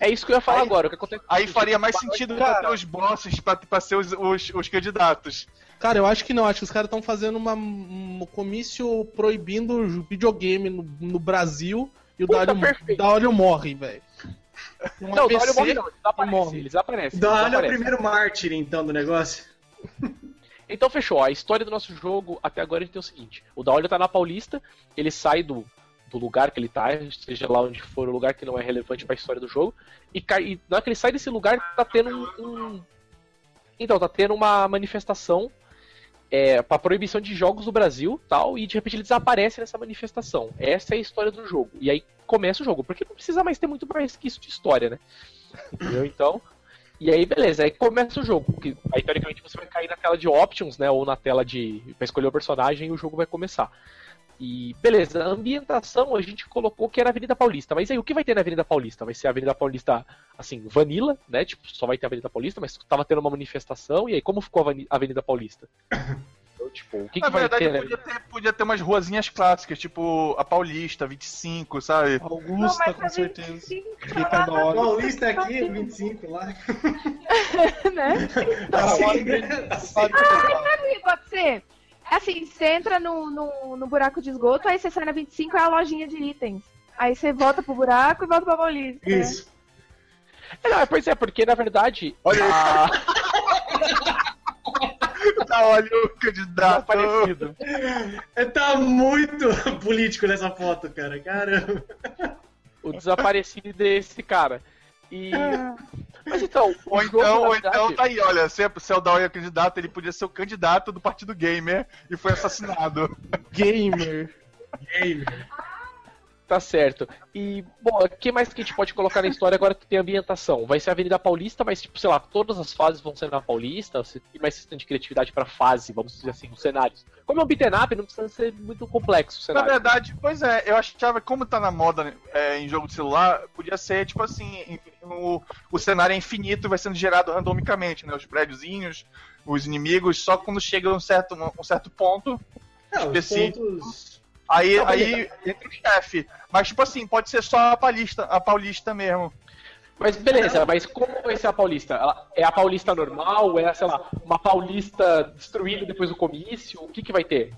Speaker 3: É isso que eu ia falar agora. O que acontece
Speaker 6: Aí faria mais sentido pra
Speaker 7: cara.
Speaker 6: ter os bosses, pra, pra ser os, os, os candidatos.
Speaker 7: Cara, eu acho que não. Acho que os caras estão fazendo uma, um comício proibindo o videogame no, no Brasil e o
Speaker 3: Puta,
Speaker 7: Dario,
Speaker 3: perfeito.
Speaker 7: Dario morre, velho. Um
Speaker 3: Não,
Speaker 7: AVC.
Speaker 3: não, ele morre, não. Ele desaparece.
Speaker 7: morre.
Speaker 3: Ele desaparece. ele
Speaker 5: Dá olha é o
Speaker 3: desaparece.
Speaker 5: primeiro mártir, então, do negócio.
Speaker 3: Então fechou. A história do nosso jogo até agora a gente tem o seguinte: o Daolio tá na Paulista, ele sai do, do lugar que ele tá, seja lá onde for o lugar que não é relevante pra história do jogo, e, cai, e na hora que ele sai desse lugar, tá tendo um. um- Então, tá tendo uma manifestação é, pra proibição de jogos do Brasil tal, e de repente ele desaparece nessa manifestação. Essa é a história do jogo. E aí começa o jogo, porque não precisa mais ter muito mais que isso de história, né? Entendeu? Então. E aí, beleza, aí começa o jogo. Que, aí, teoricamente, você vai cair na tela de options, né? Ou na tela de. pra escolher o personagem e o jogo vai começar. E beleza, a ambientação a gente colocou que era Avenida Paulista, mas aí o que vai ter na Avenida Paulista? Vai ser a Avenida Paulista, assim, vanilla, né? Tipo, só vai ter a Avenida Paulista, mas tava tendo uma manifestação, e aí como ficou a Aveni- Avenida Paulista? Então, tipo, o que,
Speaker 6: Na
Speaker 3: que vai
Speaker 6: verdade,
Speaker 3: ter? né?
Speaker 6: podia ter, podia ter umas ruazinhas clássicas, tipo a Paulista, 25, sabe?
Speaker 7: Augusta, tá com certeza. Fica da hora.
Speaker 5: Paulista aqui, 25 lá. Tá
Speaker 4: né?
Speaker 3: Tá,
Speaker 4: Sabe o que pode ser? Assim, você entra no, no, no buraco de esgoto, aí você sai na 25, é a lojinha de itens. Aí você volta pro buraco e volta pra Paulista. né?
Speaker 5: Isso.
Speaker 3: É, não, pois é, porque na verdade.
Speaker 6: Olha aí.
Speaker 3: a-
Speaker 6: Ah. Tá, olha o candidato.
Speaker 3: é Parecido.
Speaker 5: Tá muito político nessa foto, cara. Caramba.
Speaker 3: o desaparecido desse cara. E. Mas então, o
Speaker 6: Ou
Speaker 3: jogo, na
Speaker 6: então, ou
Speaker 3: verdade-
Speaker 6: então tá aí, olha, se o Celdal é candidato, ele podia ser o candidato do Partido Gamer e foi assassinado.
Speaker 7: Gamer.
Speaker 5: Gamer.
Speaker 3: Tá certo. E, bom, o que mais que a gente pode colocar na história agora que tem ambientação? Vai ser a Avenida Paulista, mas, tipo, sei lá, todas as fases vão ser na Paulista, se tem mais sistema de criatividade pra fase, vamos dizer assim, os cenários. Como é um beat'em up, não precisa ser muito complexo o
Speaker 6: Na
Speaker 3: cenário.
Speaker 6: verdade, pois é, eu achava, como tá na moda é, em jogo de celular, podia ser tipo assim: em- o, o cenário é infinito e vai sendo gerado randomicamente, né? Os prédiozinhos, os inimigos, só quando chega um certo, um certo ponto,
Speaker 5: Ah, os
Speaker 6: Específico.
Speaker 5: pontos.
Speaker 6: Aí,
Speaker 3: Não, mas-
Speaker 6: aí entra o chefe. Mas, tipo assim, pode ser só a Paulista, a Paulista mesmo.
Speaker 3: Mas beleza, mas como vai ser a Paulista? Ela- é a Paulista normal? É, sei lá, uma Paulista destruída depois do comício? O que que vai ter?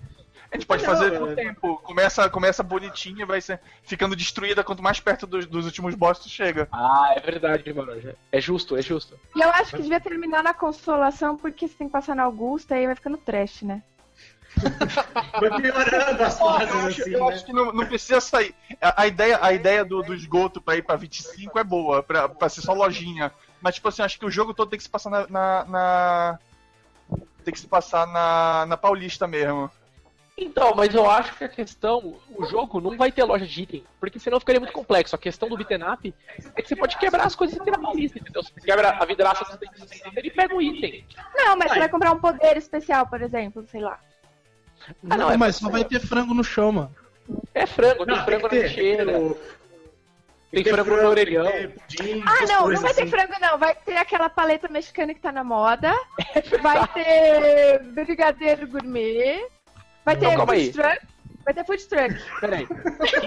Speaker 6: A gente pode
Speaker 5: Não,
Speaker 6: fazer
Speaker 5: é.
Speaker 6: por tempo. Começa, começa bonitinha, vai ser ficando destruída quanto mais perto dos, dos últimos boss tu chega.
Speaker 3: Ah, é verdade, mano. É justo, é justo.
Speaker 4: E eu acho que devia terminar na consolação, porque você tem que passar na Augusta aí vai ficando trash, né?
Speaker 5: Vai piorando as
Speaker 6: Eu
Speaker 5: fases
Speaker 6: acho,
Speaker 5: assim,
Speaker 6: eu
Speaker 5: né?
Speaker 6: acho que não, não precisa sair. A, a ideia, a ideia do, do esgoto pra ir pra 25 é boa, pra, pra ser só lojinha. Mas, tipo assim, acho que o jogo todo tem que se passar na. na- na- Tem que se passar na, na Paulista mesmo.
Speaker 3: Então, mas eu acho que a questão, o jogo não vai ter loja de item, porque senão ficaria muito complexo. A questão do beat'em up é que você pode quebrar as coisas e tirar uma lista, entendeu? Você quebra a vidraça do ele pega um item.
Speaker 4: Não, mas você vai comprar um poder especial, por exemplo, sei lá.
Speaker 3: Ah, não, é,
Speaker 7: mas só vai ter frango no chão, mano.
Speaker 3: é frango, tem
Speaker 5: Não, tem
Speaker 3: frango
Speaker 5: que
Speaker 3: na
Speaker 5: ter. Tem que
Speaker 3: lixeira,
Speaker 5: ter,
Speaker 3: tem frango no orelhão.
Speaker 5: tem que ter pudim,
Speaker 4: Ah,
Speaker 5: essas
Speaker 4: não, não
Speaker 5: coisas
Speaker 4: vai ter
Speaker 5: assim.
Speaker 4: frango, não. Vai ter aquela paleta mexicana que tá na moda. Vai ter brigadeiro gourmet. Vai ter
Speaker 3: Não, calma
Speaker 4: food
Speaker 3: aí.
Speaker 4: truck. Vai ter food truck.
Speaker 3: Peraí.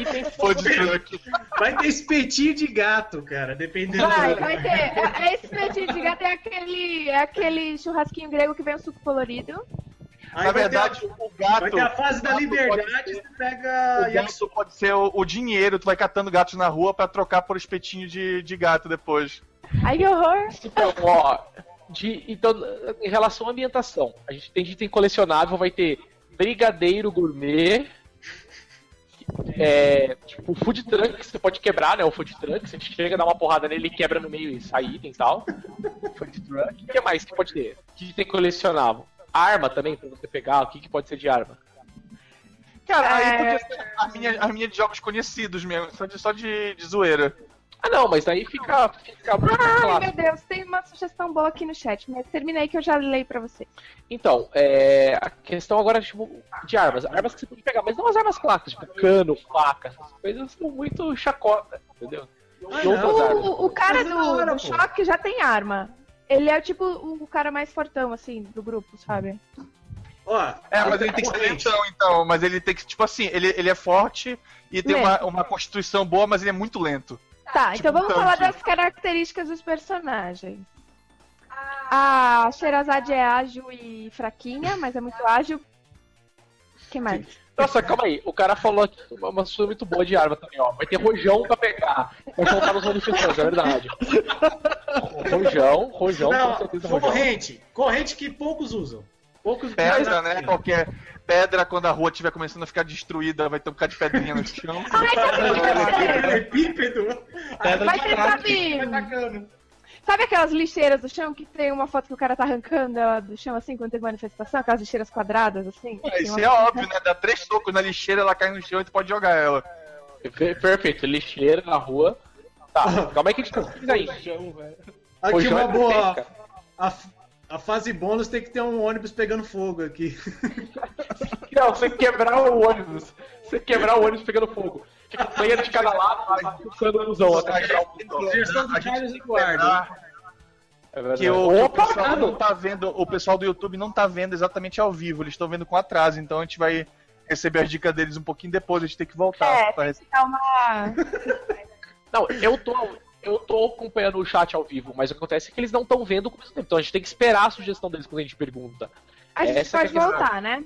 Speaker 3: Item
Speaker 6: Food truck.
Speaker 5: Vai ter espetinho de gato, cara, dependendo
Speaker 4: Vai,
Speaker 5: do-
Speaker 4: vai ter. É, é esse petinho de gato, é aquele, é aquele churrasquinho grego que vem um suco colorido.
Speaker 5: Aí
Speaker 6: Na
Speaker 5: vai ter-
Speaker 6: verdade, o
Speaker 5: vai
Speaker 6: gato.
Speaker 5: ter a fase da
Speaker 6: gato
Speaker 5: liberdade,
Speaker 6: pode
Speaker 5: você pega
Speaker 6: O gato pode ser o, o dinheiro, tu vai catando gatos na rua pra trocar por espetinho de, de gato depois.
Speaker 4: Ai, que horror.
Speaker 3: Então, ó, de- então, em relação à ambientação, a gente tem de item colecionável, vai ter brigadeiro gourmet, é, tipo, food truck, que você pode quebrar, né, o food truck, você chega, dá uma porrada nele, ele quebra no meio e sai item e tal. Food truck, o que mais que pode ter? De item colecionável? Arma também, pra você pegar, o que, que pode ser de arma?
Speaker 6: Cara,
Speaker 4: É.
Speaker 6: Então, aí podia ser a minha, a minha de jogos conhecidos mesmo, só de, só de, de zoeira.
Speaker 3: Ah não, mas daí fica, fica muito
Speaker 4: Ai,
Speaker 3: clássico.
Speaker 4: meu Deus, tem uma sugestão boa aqui no chat, mas termina aí que eu já leio pra você.
Speaker 3: Então, é, a questão agora tipo, de armas. Armas que você pode pegar, mas não as armas clássicas, tipo cano, faca, essas coisas são muito chacota, entendeu? E
Speaker 5: não.
Speaker 3: outras armas.
Speaker 4: O, o cara
Speaker 5: Mas é da
Speaker 4: do,
Speaker 5: hora,
Speaker 4: do
Speaker 5: pô.
Speaker 4: choque já tem arma. Ele é tipo o, o cara mais fortão, assim, do grupo, sabe?
Speaker 5: Ó,
Speaker 6: É, mas ele tem que ser lentão, então. Mas ele tem que, tipo assim, ele, ele é forte e tem uma, uma constituição boa, mas ele é muito lento.
Speaker 4: Tá, então vamos
Speaker 6: tanque.
Speaker 4: falar das características dos personagens. A Sherazade é ágil e fraquinha, mas é muito ágil. que mais?
Speaker 3: Nossa, calma aí. O cara falou aqui uma, uma sua muito boa de arma também, ó. Vai ter rojão pra pegar. Vai soltar nos manifestantes, é verdade. Rojão, rojão, com
Speaker 5: não,
Speaker 3: certeza rojão.
Speaker 5: corrente. Corrente que poucos usam. Poucos
Speaker 6: Pedra, né? Qualquer pedra, quando a rua estiver começando a ficar destruída, vai ter um bocado de pedrinha no chão.
Speaker 4: Ai, sabe o que eu quero saber?
Speaker 5: Bípedo.
Speaker 7: Pedra
Speaker 5: é
Speaker 4: Vai
Speaker 7: de
Speaker 4: ter,
Speaker 7: crack.
Speaker 4: sabe,
Speaker 5: Atacando.
Speaker 4: sabe aquelas lixeiras do chão que tem uma foto que o cara tá arrancando ela do chão assim quando teve manifestação? Aquelas lixeiras quadradas, assim?
Speaker 6: É,
Speaker 4: Tem
Speaker 6: Isso
Speaker 4: uma-
Speaker 6: é óbvio, né? Dá três socos na lixeira, ela cai no chão e tu pode jogar ela.
Speaker 3: Per- Perfeito, lixeira na rua. Tá, calma aí que a gente não precisa ainda.
Speaker 7: Chão, velho.
Speaker 5: Aqui
Speaker 3: Rojão
Speaker 5: uma
Speaker 3: é
Speaker 5: boa.
Speaker 3: perfeito, cara.
Speaker 5: A, A fase bônus tem que ter um ônibus pegando fogo aqui.
Speaker 3: Não, você quebrar o ônibus. Você quebrar o ônibus pegando fogo. Fica um player de cada lado, vai puxando o busão até quebrar o busão.
Speaker 5: Versão do Charles Eduardo.
Speaker 3: É verdade.
Speaker 6: Que o,
Speaker 3: Ou
Speaker 6: o pessoal
Speaker 3: apagado.
Speaker 6: não tá vendo, o pessoal do YouTube não tá vendo exatamente ao vivo, eles estão vendo com atraso, então a gente vai receber as dicas deles um pouquinho depois, a gente tem que voltar.
Speaker 4: É,
Speaker 6: pra rece-
Speaker 4: Dá uma.
Speaker 3: Não, eu tô, eu tô acompanhando o chat ao vivo, mas o que acontece é que eles não estão vendo com o mesmo tempo. Então a gente tem que esperar a sugestão deles quando a gente pergunta.
Speaker 4: A gente
Speaker 3: Essa que é
Speaker 4: pode
Speaker 3: a questão.
Speaker 4: voltar, né?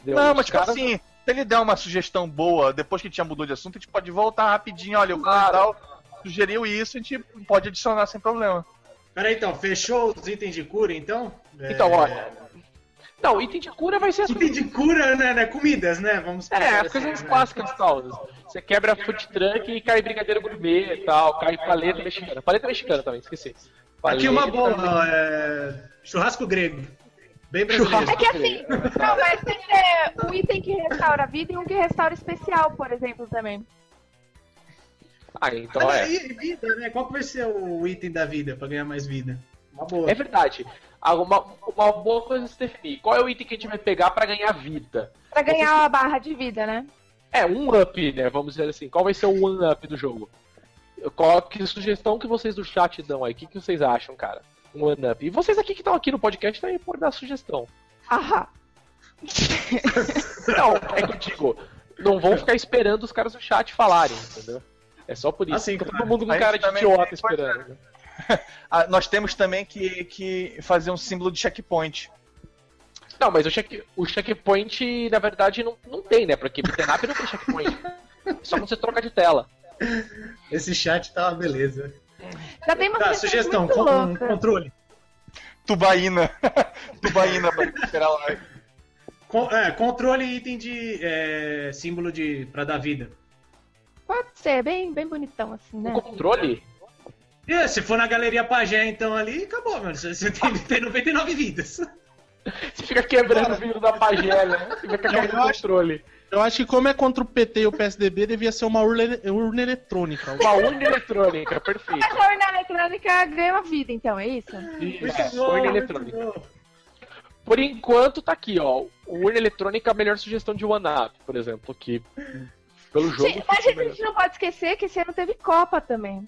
Speaker 3: entendeu?
Speaker 6: Não,
Speaker 3: Os
Speaker 6: mas tipo
Speaker 3: caras-
Speaker 6: assim, se ele der uma sugestão boa, depois que a gente já mudou de assunto, a gente pode voltar rapidinho, olha, o Carol sugeriu isso, a gente pode adicionar sem problema.
Speaker 5: Peraí, então, fechou os itens de cura, então? É,
Speaker 3: Então, olha. Não, item de cura vai ser as
Speaker 5: Item de cura, né? né, Comidas, né? Vamos
Speaker 3: É,
Speaker 5: pensar
Speaker 3: as coisas
Speaker 5: assim, né?
Speaker 3: clássicas tal. Você quebra food truck e cai brigadeiro gourmet e tal, cai paleta mexicana. Paleta mexicana também, esqueci.
Speaker 5: Aqui uma
Speaker 3: Paleta-
Speaker 5: boa. é, Churrasco grego. Bem brasileiro.
Speaker 4: É que assim, não, mas tem que ter um item que restaura a vida e um que restaura especial, por exemplo, também.
Speaker 3: Ah,
Speaker 5: Ah,
Speaker 3: então é.
Speaker 5: e vida, né? Qual que vai ser o item da vida pra ganhar mais vida? Uma boa.
Speaker 3: É verdade. Ah, Uma, uma boa coisa se definir. Qual é o item que a gente vai pegar pra ganhar vida?
Speaker 4: Pra ganhar uma barra de vida, né?
Speaker 3: É, um up, né? Vamos dizer assim. Qual vai ser o one up do jogo? Qual que sugestão que vocês do chat dão aí? O que, que vocês acham, cara? Um one up. E vocês aqui que estão aqui no podcast também podem dar sugestão.
Speaker 4: Ahá.
Speaker 3: Não, é que eu digo, não vão ficar esperando os caras do chat falarem, entendeu? É só por isso.
Speaker 5: Ah, sim,
Speaker 3: Fica
Speaker 5: claro.
Speaker 3: todo mundo com
Speaker 6: Aí
Speaker 3: cara de
Speaker 6: também
Speaker 3: idiota
Speaker 6: tem-
Speaker 3: esperando. né?
Speaker 6: Ah, nós temos também que, que fazer um símbolo de checkpoint.
Speaker 3: Não, mas o, check, o checkpoint, na verdade, não, não tem, né? Porque beat'em up não tem checkpoint. Só quando você troca de tela.
Speaker 5: Esse chat tá uma beleza.
Speaker 4: Já tem uma
Speaker 5: Tá, sugestão,
Speaker 4: muito
Speaker 5: com, um
Speaker 4: louca.
Speaker 5: controle.
Speaker 6: Tubaína. Tubaína pra esperar lá.
Speaker 5: Con- é, controle e item de é, símbolo de pra dar vida.
Speaker 4: Pode ser, bem, bem bonitão, assim, né?
Speaker 3: O controle?
Speaker 5: E É, se for na galeria pajé, então ali, acabou, mano. Você você tem, tem 99 vidas.
Speaker 3: Você fica quebrando o vidro da pagela, né? Você fica quebrando o controle.
Speaker 7: Eu acho que como é contra o PT e o PSDB, devia ser uma urna, urna eletrônica.
Speaker 3: Uma urna eletrônica,
Speaker 5: é?
Speaker 3: perfeito.
Speaker 4: Mas a urna eletrônica ganha uma vida, então, é isso?
Speaker 3: Isso,
Speaker 6: é.
Speaker 3: urna eletrônica.
Speaker 5: bom.
Speaker 3: Por enquanto tá aqui, ó. O urna eletrônica é a melhor sugestão de one up, por exemplo, que pelo jogo.
Speaker 4: Gente,
Speaker 3: fica
Speaker 4: mas a
Speaker 3: melhor.
Speaker 4: gente não pode esquecer que esse ano teve Copa também.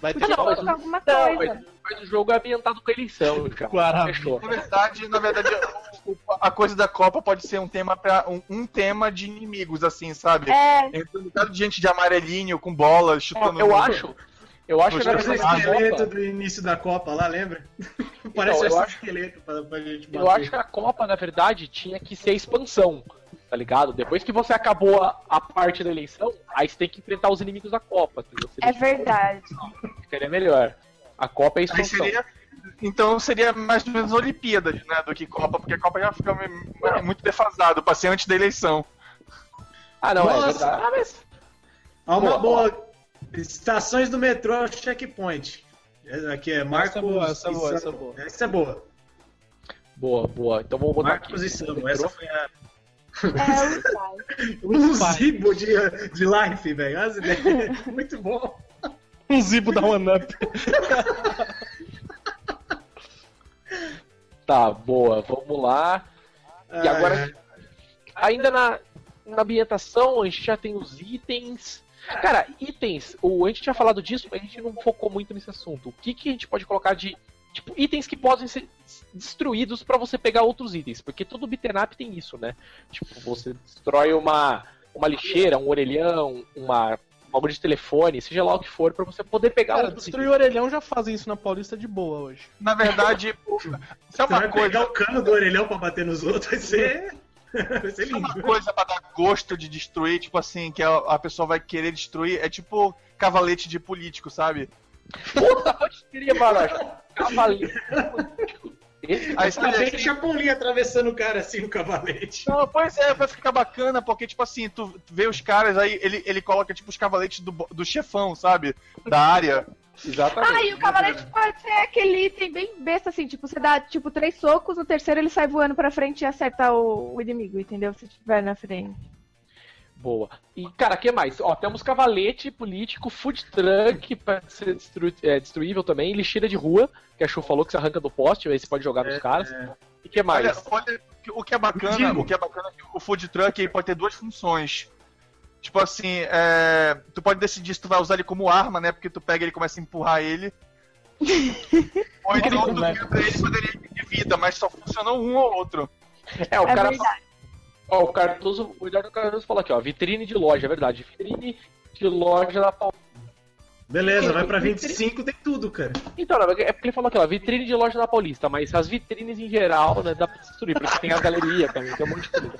Speaker 7: Vai ter
Speaker 3: Ah,
Speaker 4: Podia
Speaker 3: não, mas-
Speaker 4: colocar alguma
Speaker 3: Não,
Speaker 4: coisa.
Speaker 3: mas, mas o jogo é ambientado com eleição, cara.
Speaker 7: Guará.
Speaker 3: Fechou.
Speaker 6: Na verdade, na verdade, o- o- a coisa da Copa pode ser um tema para um, um tema de inimigos, assim, sabe?
Speaker 4: É,
Speaker 6: Entrando um bocado de gente de amarelinho, com bola, chutando.
Speaker 3: É, Eu
Speaker 6: no-
Speaker 3: acho. Eu acho que na
Speaker 6: Poxa,
Speaker 5: Aquele
Speaker 3: verdade,
Speaker 6: mas-
Speaker 3: a
Speaker 5: esqueleto
Speaker 3: Copa, Então,
Speaker 5: do início da Copa lá, lembra? Parece
Speaker 3: eu
Speaker 5: esse
Speaker 3: acho-
Speaker 5: esqueleto pra, pra gente bater.
Speaker 3: eu acho que a Copa, na verdade, tinha que ser a expansão, tá ligado? Depois que você acabou a, a parte da eleição, aí você tem que enfrentar os inimigos da Copa. entendeu? Seria-
Speaker 4: é verdade.
Speaker 3: Seria melhor. A Copa é a
Speaker 6: Aí
Speaker 3: expansão.
Speaker 6: seria, então seria mais ou menos Olimpíadas, né? Do que Copa, porque a Copa já fica me- é muito defasado, passei antes da eleição.
Speaker 3: Ah, não, é
Speaker 5: Nossa.
Speaker 3: verdade. Ah, mas-
Speaker 5: Há uma
Speaker 3: Pô,
Speaker 5: boa. Estações do metrô checkpoint. Essa Aqui é Marcos.
Speaker 7: é boa, essa é
Speaker 5: e
Speaker 7: boa,
Speaker 5: Samu.
Speaker 7: essa é boa.
Speaker 5: Essa é boa.
Speaker 3: Boa, boa. Então vamos botar
Speaker 5: Marcos
Speaker 3: aqui.
Speaker 5: e Samu. Essa foi a.
Speaker 4: É o pai.
Speaker 5: Um zibo de, de life, velho. Olha as ideias. Muito bom.
Speaker 7: um zibo da One Up.
Speaker 3: Tá, boa. Vamos lá. E
Speaker 5: Ah, é.
Speaker 3: agora, ainda na, na ambientação, a gente já tem os itens. Cara, itens, o, a gente tinha falado disso, mas a gente não focou muito nesse assunto. O que, que a gente pode colocar de. Tipo, itens que podem ser destruídos pra você pegar outros itens. Porque todo beat'em up tem isso, né? Tipo, você destrói uma, uma lixeira, um orelhão, uma, um bagulho de telefone, seja lá o que for, pra você poder pegar
Speaker 7: Cara,
Speaker 3: outros
Speaker 7: destruir o orelhão já fazem isso na Paulista de boa hoje.
Speaker 6: Na verdade, se é
Speaker 5: Você
Speaker 6: uma
Speaker 5: vai pegar
Speaker 6: coisa,
Speaker 5: o cano do orelhão pra bater nos outros, vai ser. vai ser
Speaker 6: se é uma
Speaker 5: lindo.
Speaker 6: coisa pra dar gosto de destruir, tipo assim, que a, a pessoa vai querer destruir, é tipo cavalete de político, sabe?
Speaker 3: Puta, pode ter, mano. Cavaleiro. Esse-
Speaker 6: Aí assim,
Speaker 5: Tá
Speaker 6: você
Speaker 5: bem que Chapolin atravessando o cara assim no cavalete.
Speaker 6: Não, pois é, vai ficar bacana, porque, tipo assim, tu tu vê os caras aí, ele, ele coloca, tipo, os cavaletes do, bo- do chefão, sabe? Da área.
Speaker 3: Exatamente.
Speaker 4: Ah, e o cavalete pode ser é aquele item bem besta, assim, tipo, você dá, tipo, três socos, no terceiro ele sai voando pra frente e acerta o, o inimigo, entendeu? Se tiver na frente.
Speaker 3: Boa. E, cara, o que mais? Ó, temos cavalete político, food truck pra ser destru- é, destruível também, lixeira de rua, que a Chu falou que se arranca do poste, aí você pode jogar nos caras. E o que mais?
Speaker 6: Olha, olha o que é bacana,
Speaker 5: Digo.
Speaker 6: o que é bacana é que o food truck ele pode ter duas funções. Tipo assim, é, tu pode decidir se tu vai usar ele como arma, né? Porque tu pega ele e começa a empurrar ele. ou então tu vira pra ele quando ele de vida, mas só funciona um ou outro.
Speaker 3: é, o
Speaker 4: É
Speaker 3: cara.
Speaker 4: verdade.
Speaker 3: Ó, o Cardoso, o Eduardo Cardoso falou aqui, ó, vitrine de loja, é verdade. Vitrine de loja da Paulista.
Speaker 5: Beleza, vai pra 25, tem tudo, cara.
Speaker 3: Então, não, é porque ele falou aqui, ó, vitrine de loja da Paulista, mas as vitrines em geral, né, dá pra destruir, porque tem a galeria também, tem um monte de coisa.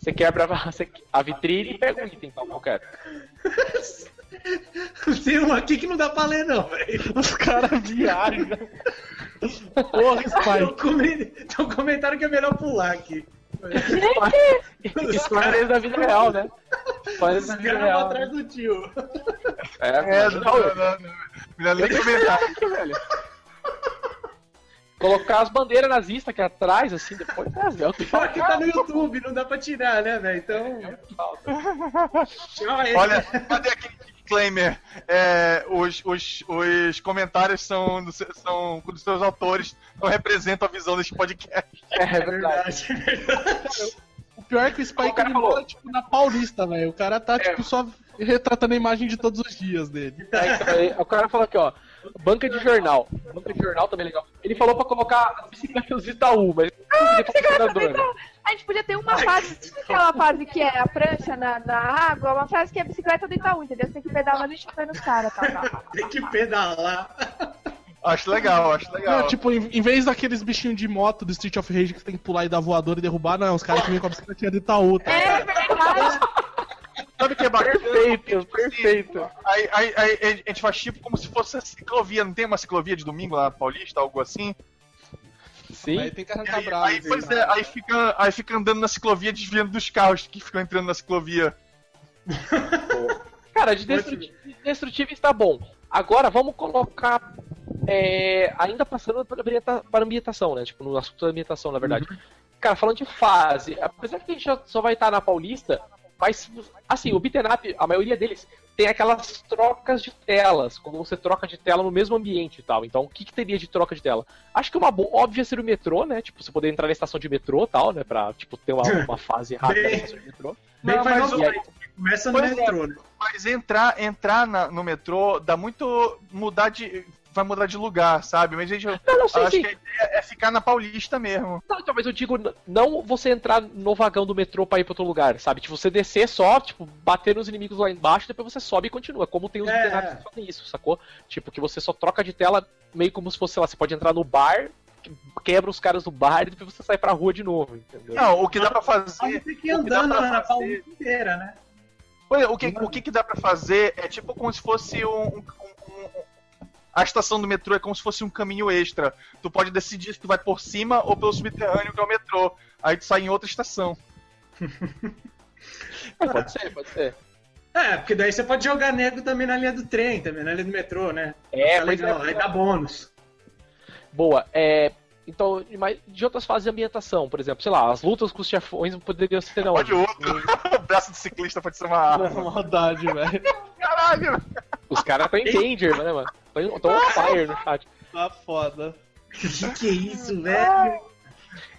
Speaker 3: Você quebra a- você- a vitrine e pega um item tal, qualquer.
Speaker 5: Tem um aqui que não dá pra ler, não, velho.
Speaker 7: Os caras viaram. né? Porra, Spike.
Speaker 5: Tem um comentário que é melhor pular aqui. Os caras
Speaker 3: Histórias da vida real, né? Histórias
Speaker 5: os
Speaker 3: da
Speaker 5: caras
Speaker 3: vida
Speaker 5: vão
Speaker 3: real.
Speaker 5: atrás do tio.
Speaker 3: É,
Speaker 6: não, não, não, não. Melhor nem comentar.
Speaker 3: Colocar as bandeiras nazistas aqui atrás, assim, depois. É, é o que
Speaker 5: Pior que tá no YouTube, não dá pra tirar, né, velho? Então. Tchau, é aí.
Speaker 6: Olha, cadê aquele disclaimer? É, os, os, os comentários são, do se- são dos seus autores, não representam a visão deste podcast.
Speaker 3: é
Speaker 5: É
Speaker 3: verdade.
Speaker 5: verdade, é verdade.
Speaker 7: O pior é que o Spike
Speaker 3: O cara
Speaker 7: ele
Speaker 3: falou.
Speaker 7: mora, tipo, na Paulista, velho. O cara tá, tipo, só retratando a imagem de todos os dias dele.
Speaker 3: É, então, aí, o cara falou aqui, ó. Banca de jornal. Banca de jornal também é legal. Ele falou pra colocar as bicicletas de Itaú, mas ele
Speaker 4: Você quer
Speaker 3: patrocinador,
Speaker 4: aproveitar?
Speaker 3: né?
Speaker 4: A gente podia ter uma fase, sabe aquela fase que é a prancha na, na água, uma fase que é a bicicleta do Itaú, entendeu? Você tem que pedalar e chutar nos tá, caras, tal, tal, tal.
Speaker 5: Tem que pedalar.
Speaker 6: Acho legal, acho legal.
Speaker 7: Não, tipo, em, em vez daqueles bichinhos de moto do Street of Rage que você tem que pular e dar voador e derrubar, não, os caras que vêm com a bicicletinha de Itaú, tá?
Speaker 4: É verdade.
Speaker 6: Sabe o que é bacana?
Speaker 3: Perfeito,
Speaker 6: Tipo assim,
Speaker 3: perfeito.
Speaker 6: Aí, aí- aí a gente faz tipo como se fosse a ciclovia, não tem uma ciclovia de domingo lá na Paulista, algo assim?
Speaker 7: Aí
Speaker 3: Sim.
Speaker 7: tem que arrancar
Speaker 6: Aí,
Speaker 7: brasa.
Speaker 6: aí,
Speaker 5: né?
Speaker 6: pois é, aí fica, aí fica andando na ciclovia, desviando dos carros que ficam entrando na ciclovia.
Speaker 3: Cara, de destrutivo, destrutivo está bom. Agora vamos colocar. é, ainda passando para ambienta- para ambientação, né? Tipo, no assunto da ambientação, na verdade.
Speaker 6: Uhum.
Speaker 3: Cara, falando de fase, apesar que a gente já só vai estar na Paulista, mas, assim, o beat'em up, a maioria deles tem aquelas trocas de telas, quando você troca de tela no mesmo ambiente e tal. Então, o que, que teria de troca de tela? Acho que uma boa, óbvia seria o metrô, né? Tipo, você poder entrar na estação de metrô e tal, né? Pra, tipo, ter uma, uma fase rápida na estação de metrô.
Speaker 5: Bem
Speaker 6: Não,
Speaker 5: faz
Speaker 6: mas
Speaker 5: o
Speaker 3: E aí,
Speaker 5: Começa no
Speaker 6: Pois é.
Speaker 5: metrô, né?
Speaker 6: Mas entrar, entrar na- no metrô dá muito. mudar de. vai mudar de lugar, sabe? Mas gente, eu
Speaker 3: não, não sei
Speaker 6: acho
Speaker 3: se.
Speaker 6: que a ideia é ficar na Paulista mesmo.
Speaker 3: Não, então, mas eu digo, n- não você entrar no vagão do metrô pra ir pra outro lugar, sabe? Tipo, você descer só, tipo, bater nos inimigos lá embaixo, depois você sobe e continua. Como tem os
Speaker 5: É.
Speaker 3: internet que fazem isso, sacou? Tipo, que você só troca de tela meio como se fosse, sei lá, você pode entrar no bar, que- quebra os caras do bar e depois você sai pra rua de novo, entendeu?
Speaker 6: Não, o que dá pra
Speaker 5: Só
Speaker 6: fazer.
Speaker 5: tem que ir
Speaker 6: o que dá
Speaker 5: andando
Speaker 6: pra
Speaker 5: na
Speaker 6: fazer-
Speaker 5: Paulista inteira, né?
Speaker 6: Pois é, O que, o que, que dá pra fazer é tipo como se fosse um. um- um- um- a estação do metrô é como se fosse um caminho extra. Tu pode decidir se tu vai por cima ou pelo subterrâneo, que é o metrô. Aí tu sai em outra estação.
Speaker 3: Mas pode ser, pode ser.
Speaker 5: É, porque daí você pode jogar nego também na linha do trem, também na linha do metrô, né?
Speaker 3: É,
Speaker 5: tá
Speaker 3: pois
Speaker 5: legal,
Speaker 3: é.
Speaker 5: aí dá bônus.
Speaker 3: Boa, é. Então, de mais- de outras fases de ambientação, por exemplo, sei lá, as lutas com os chefões poderiam ser não.
Speaker 6: Pode outro. o braço do ciclista pode ser uma arma.
Speaker 7: Não, maldade, velho.
Speaker 6: Caralho!
Speaker 3: Os caras estão em danger, né, mano? Estão on fire no chat.
Speaker 7: Tá foda.
Speaker 5: Que que é
Speaker 3: Ah,
Speaker 5: isso, velho?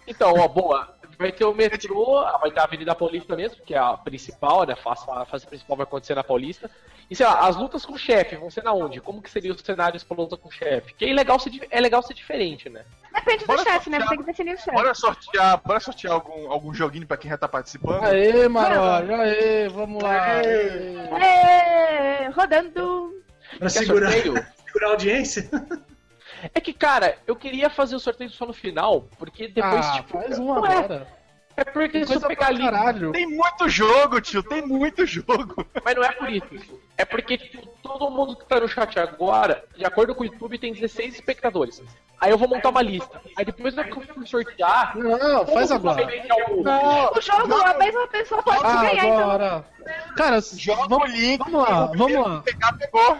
Speaker 3: Então, ó, boa. Vai ter o metrô, vai ter a Avenida Paulista mesmo, que é a principal, né? A fase, a fase principal vai acontecer na Paulista. E sei lá, as lutas com o chefe vão ser na onde? Como que seriam os cenários pra luta com o chefe? Que é legal ser, di- é legal ser diferente, né?
Speaker 4: Depende do
Speaker 6: Bora
Speaker 4: chefe, né?
Speaker 6: sortear.
Speaker 4: Você tem que definir o chefe.
Speaker 6: Bora sortear, bora sortear algum, algum joguinho pra quem já tá participando?
Speaker 7: Aê, Maroja, aê, vamos lá.
Speaker 5: Aê.
Speaker 4: Ê, É, rodando.
Speaker 5: Pra
Speaker 3: ah, Quer
Speaker 5: segurar,
Speaker 3: é sorteio?
Speaker 5: segurar a audiência?
Speaker 3: É que, cara, eu queria fazer o sorteio só no final, porque depois,
Speaker 7: ah,
Speaker 3: tipo.
Speaker 7: faz um
Speaker 3: ué,
Speaker 7: agora.
Speaker 3: É porque se
Speaker 7: Coisa
Speaker 3: eu
Speaker 7: pra
Speaker 3: pegar ali.
Speaker 7: caralho.
Speaker 6: Tem muito jogo, tio, tem muito jogo.
Speaker 3: Mas não é por isso. É porque tipo, todo mundo que tá no chat agora, de acordo com o YouTube, tem 16 espectadores. Aí eu vou montar uma lista. Aí depois na hora que eu for sortear.
Speaker 7: Não, faz agora.
Speaker 6: Não,
Speaker 4: O jogo, a mesma pessoa pode
Speaker 7: Ah,
Speaker 4: ganhar, então.
Speaker 7: agora. Cara, s-
Speaker 6: joga o
Speaker 7: vamos,
Speaker 6: link.
Speaker 7: vamos lá, vamos lá.
Speaker 6: Pegar, pegou.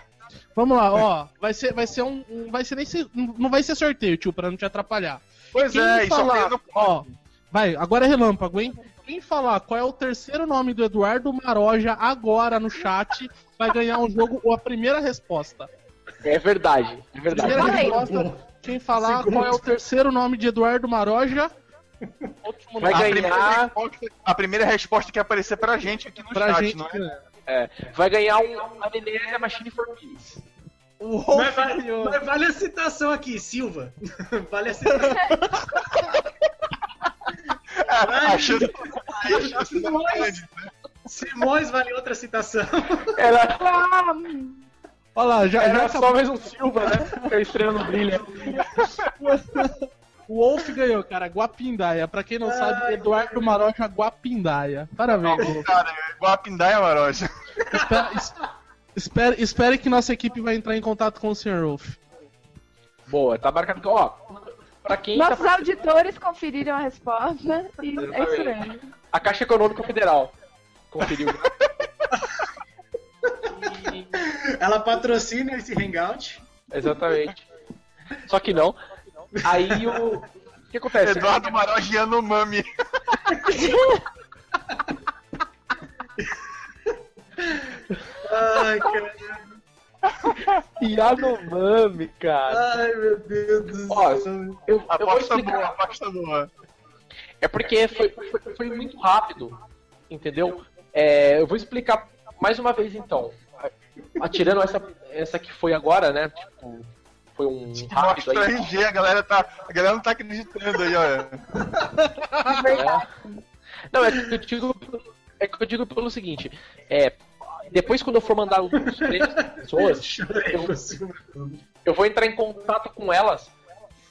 Speaker 7: vamos lá, ó. Vai ser, vai ser um, um- vai ser nem ser, não vai ser sorteio, tio, pra não te atrapalhar.
Speaker 6: Pois
Speaker 7: Quem
Speaker 6: é, isso
Speaker 7: falar,
Speaker 6: aí não-
Speaker 7: ó, vai, agora é relâmpago, hein? alguém falar qual é o terceiro nome do Eduardo Maroja agora no chat, vai ganhar um jogo ou a primeira resposta.
Speaker 3: É verdade, é
Speaker 7: Primeira
Speaker 3: verdade.
Speaker 4: Olha aí.
Speaker 7: resposta, quem falar
Speaker 5: Segundo.
Speaker 7: qual é o terceiro nome de Eduardo Maroja, último
Speaker 3: Vai
Speaker 7: nome.
Speaker 6: A primeira,
Speaker 3: ganhar,
Speaker 6: resposta, a primeira resposta que aparecer pra gente aqui no
Speaker 7: Pra
Speaker 6: chat,
Speaker 7: gente.
Speaker 6: não é?
Speaker 7: ganhar.
Speaker 3: vai ganhar um Amnésia Machine for Peace.
Speaker 7: Uou,
Speaker 5: Mas vale,
Speaker 7: senhor.
Speaker 5: mas vale a citação aqui, Silva. Vale a citação.
Speaker 6: A chance, a chance da grande.
Speaker 5: Simões vale outra citação.
Speaker 3: Era,
Speaker 4: Ah, hum.
Speaker 7: Olha lá, já, já
Speaker 3: era
Speaker 7: acabou.
Speaker 3: só mais um Silva, né? Que a estrela não brilha.
Speaker 7: O Wolf ganhou, cara. Guapindaia. Pra quem não sabe, Eduardo Maroja Guapindaia. Parabéns, Wolf.
Speaker 6: Cara, é igual a pindaia, Maroja.
Speaker 7: Espera- es- Espere, espere que nossa equipe vai entrar em contato com o Sr. Wolf.
Speaker 3: Boa, tá marcado. que- Ó, pra quem tá
Speaker 4: Nossos auditores conferiram a resposta e é isso mesmo.
Speaker 3: A Caixa Econômica Federal conferiu. E-
Speaker 5: Ela patrocina esse hangout.
Speaker 3: Exatamente. Só que não. Aí o. O que acontece?
Speaker 6: Eduardo Maroja e Yanomami.
Speaker 5: Ai, cara.
Speaker 3: Yanomami, cara.
Speaker 5: Ai, meu Deus do céu.
Speaker 3: Ó, Eu, eu vou
Speaker 6: Aposta boa,
Speaker 3: explicar.
Speaker 6: aposta boa.
Speaker 3: É porque foi, foi, foi muito rápido, entendeu? É, eu vou explicar mais uma vez então. Atirando essa, essa que foi agora, né? Tipo, foi um rápido
Speaker 6: Mostra o
Speaker 3: aí.
Speaker 6: RG, a galera, tá, a galera não tá acreditando aí, olha.
Speaker 3: né? Não, é que eu digo, é que eu digo pelo seguinte, é, depois quando eu for mandar os prêmios para pessoas,
Speaker 5: Chorei
Speaker 3: eu-
Speaker 5: com o Silva todo.
Speaker 3: eu vou entrar em contato com elas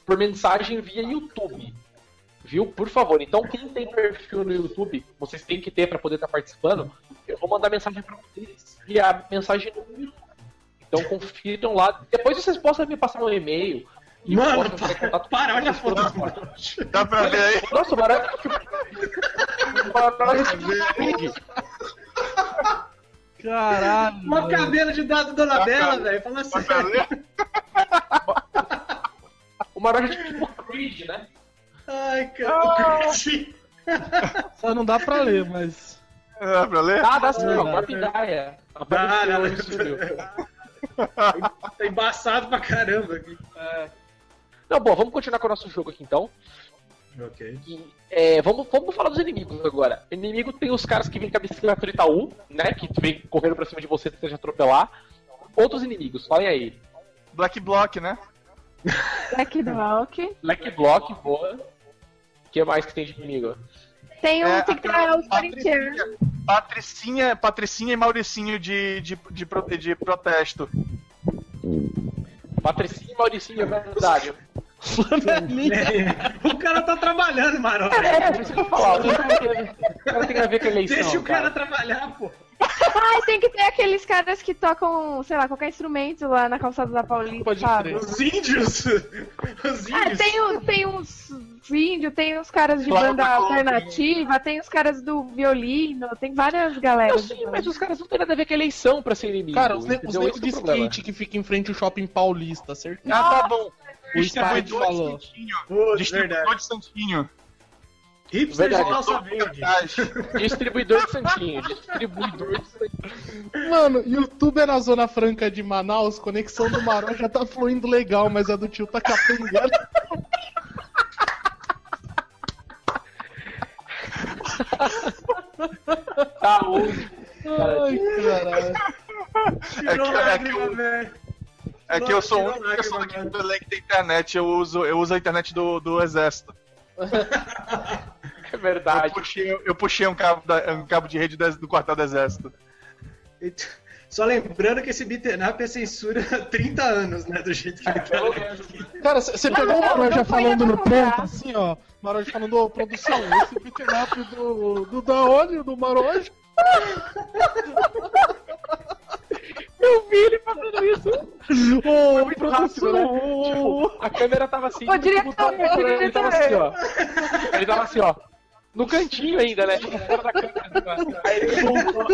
Speaker 3: por mensagem via YouTube. Viu? Por favor. Então, quem tem perfil no YouTube, vocês têm que ter para poder estar participando. Eu vou mandar mensagem para vocês via mensagem no YouTube. Então, confiram lá. Depois vocês possam me passar um e-mail. e eu
Speaker 5: Mano,
Speaker 3: posso entrar em
Speaker 5: para,
Speaker 3: contato com
Speaker 5: para, olha a
Speaker 3: vocês por
Speaker 5: foto do
Speaker 3: lá.
Speaker 5: Maroja.
Speaker 6: Dá pra ver aí?
Speaker 3: Nossa, o é tipo Barão. o Barão é
Speaker 7: Caralho.
Speaker 5: Olha o cabelo de dado Dona
Speaker 6: Tá,
Speaker 5: Bela,
Speaker 6: cara.
Speaker 5: velho. Fala
Speaker 6: Dá
Speaker 5: assim.
Speaker 6: pra ver?
Speaker 3: O Barão é tipo Creed, né?
Speaker 5: Ai,
Speaker 3: Ah!
Speaker 5: cara.
Speaker 7: Só não dá pra ler, mas.
Speaker 6: Dá pra ler?
Speaker 3: Ah, dá sim, ó.
Speaker 7: Verdade.
Speaker 3: Guapidaia.
Speaker 5: Dá, né?
Speaker 3: Apareceu, subiu.
Speaker 5: Tá embaçado pra caramba aqui.
Speaker 3: Não, bom, vamos continuar com o nosso jogo aqui então.
Speaker 5: Ok.
Speaker 3: E, é, vamos, vamos falar dos inimigos agora. Inimigo tem os caras que vêm com a bicicleta do Itaú, né? Que vem correndo pra cima de você tentando te atropelar. Outros inimigos, falem aí.
Speaker 6: Black Block, né?
Speaker 4: Black Dog.
Speaker 3: Black Block, boa. O que mais que tem de inimigo?
Speaker 4: Tem um
Speaker 6: É,
Speaker 4: tem que
Speaker 6: aquela
Speaker 4: trazer os corintianos.
Speaker 6: Patricinha, Patricinha, Patricinha e Mauricinho de, de, de, prote- de protesto.
Speaker 3: Patricinho e Mauricinho, é verdade.
Speaker 5: o cara tá trabalhando, Maroja.
Speaker 3: É, por isso que eu falar. O que tem a ver- o cara tem a ver com a eleição?
Speaker 5: Deixa o
Speaker 3: cara.
Speaker 5: cara trabalhar, pô.
Speaker 4: Ah, tem que ter aqueles caras que tocam, sei lá, qualquer instrumento lá na calçada da Paulista,
Speaker 7: Pode
Speaker 4: sabe?
Speaker 7: crer.
Speaker 5: Os índios. Os
Speaker 4: Ah,
Speaker 5: índios.
Speaker 4: tem, o- tem uns índios, tem uns caras de
Speaker 6: Claro,
Speaker 4: banda
Speaker 6: tá louco.
Speaker 4: alternativa, tem os caras do violino, tem várias galera.
Speaker 3: Eu sei, É, mas os caras não tem nada a ver com a eleição pra ser inimigo.
Speaker 7: Cara, os, ne os
Speaker 3: entendeu?
Speaker 7: negros
Speaker 3: Esse
Speaker 7: de
Speaker 3: é o problema.
Speaker 7: skate que fica em frente ao shopping paulista, certo?
Speaker 6: Ah, tá bom.
Speaker 7: O Spide
Speaker 6: Distribuidor
Speaker 7: falou.
Speaker 6: de Santinho.
Speaker 5: Pô,
Speaker 6: Distribuidor de Santinho.
Speaker 5: Hipster de
Speaker 3: Verdade.
Speaker 5: calça verde.
Speaker 6: Cartaz.
Speaker 7: tipo,
Speaker 3: Distribuidor de Santinho. Distribuidor de Santinho.
Speaker 7: Mano, YouTube é na Zona Franca de Manaus, conexão do Maroja tá fluindo legal, mas a do tio tá capengando.
Speaker 3: Tá hoje.
Speaker 7: Ai, caralho.
Speaker 5: Tirou
Speaker 6: É que- é
Speaker 5: lágrima,
Speaker 6: que o-
Speaker 5: velho.
Speaker 6: É que eu sou o único
Speaker 5: Lágrima,
Speaker 6: pessoa daqui
Speaker 5: mano.
Speaker 6: do Belém que tem internet. Eu uso, eu uso a internet do, do exército.
Speaker 3: É
Speaker 6: Eu
Speaker 3: verdade.
Speaker 6: puxei, eu puxei um, cabo da- um cabo de rede do, do quartel do exército.
Speaker 5: Só lembrando que esse beaten up é censura há 30 anos, né? Do jeito que ele tá.
Speaker 7: Cara, você
Speaker 4: Não,
Speaker 7: pegou o
Speaker 4: não,
Speaker 7: Maroja
Speaker 4: não foi
Speaker 7: falando no
Speaker 4: eu comprar.
Speaker 7: ponto, assim, ó. Maroja falando, ô, produção, esse beat'em up do, do Daone, do Maroja.
Speaker 3: Eu vi ele fazendo isso.
Speaker 7: Ô,
Speaker 3: muito
Speaker 7: produção,
Speaker 3: rápido, né?
Speaker 7: ô, ô,
Speaker 3: Tipo, a câmera tava assim.
Speaker 4: Ô, diretor,
Speaker 3: tipo, tava procurando,
Speaker 4: ô,
Speaker 3: ele tava assim, ó. Ele tava assim, ó. No cantinho ainda, né? Tipo, fora da câmera. assim, Aí ele voltou.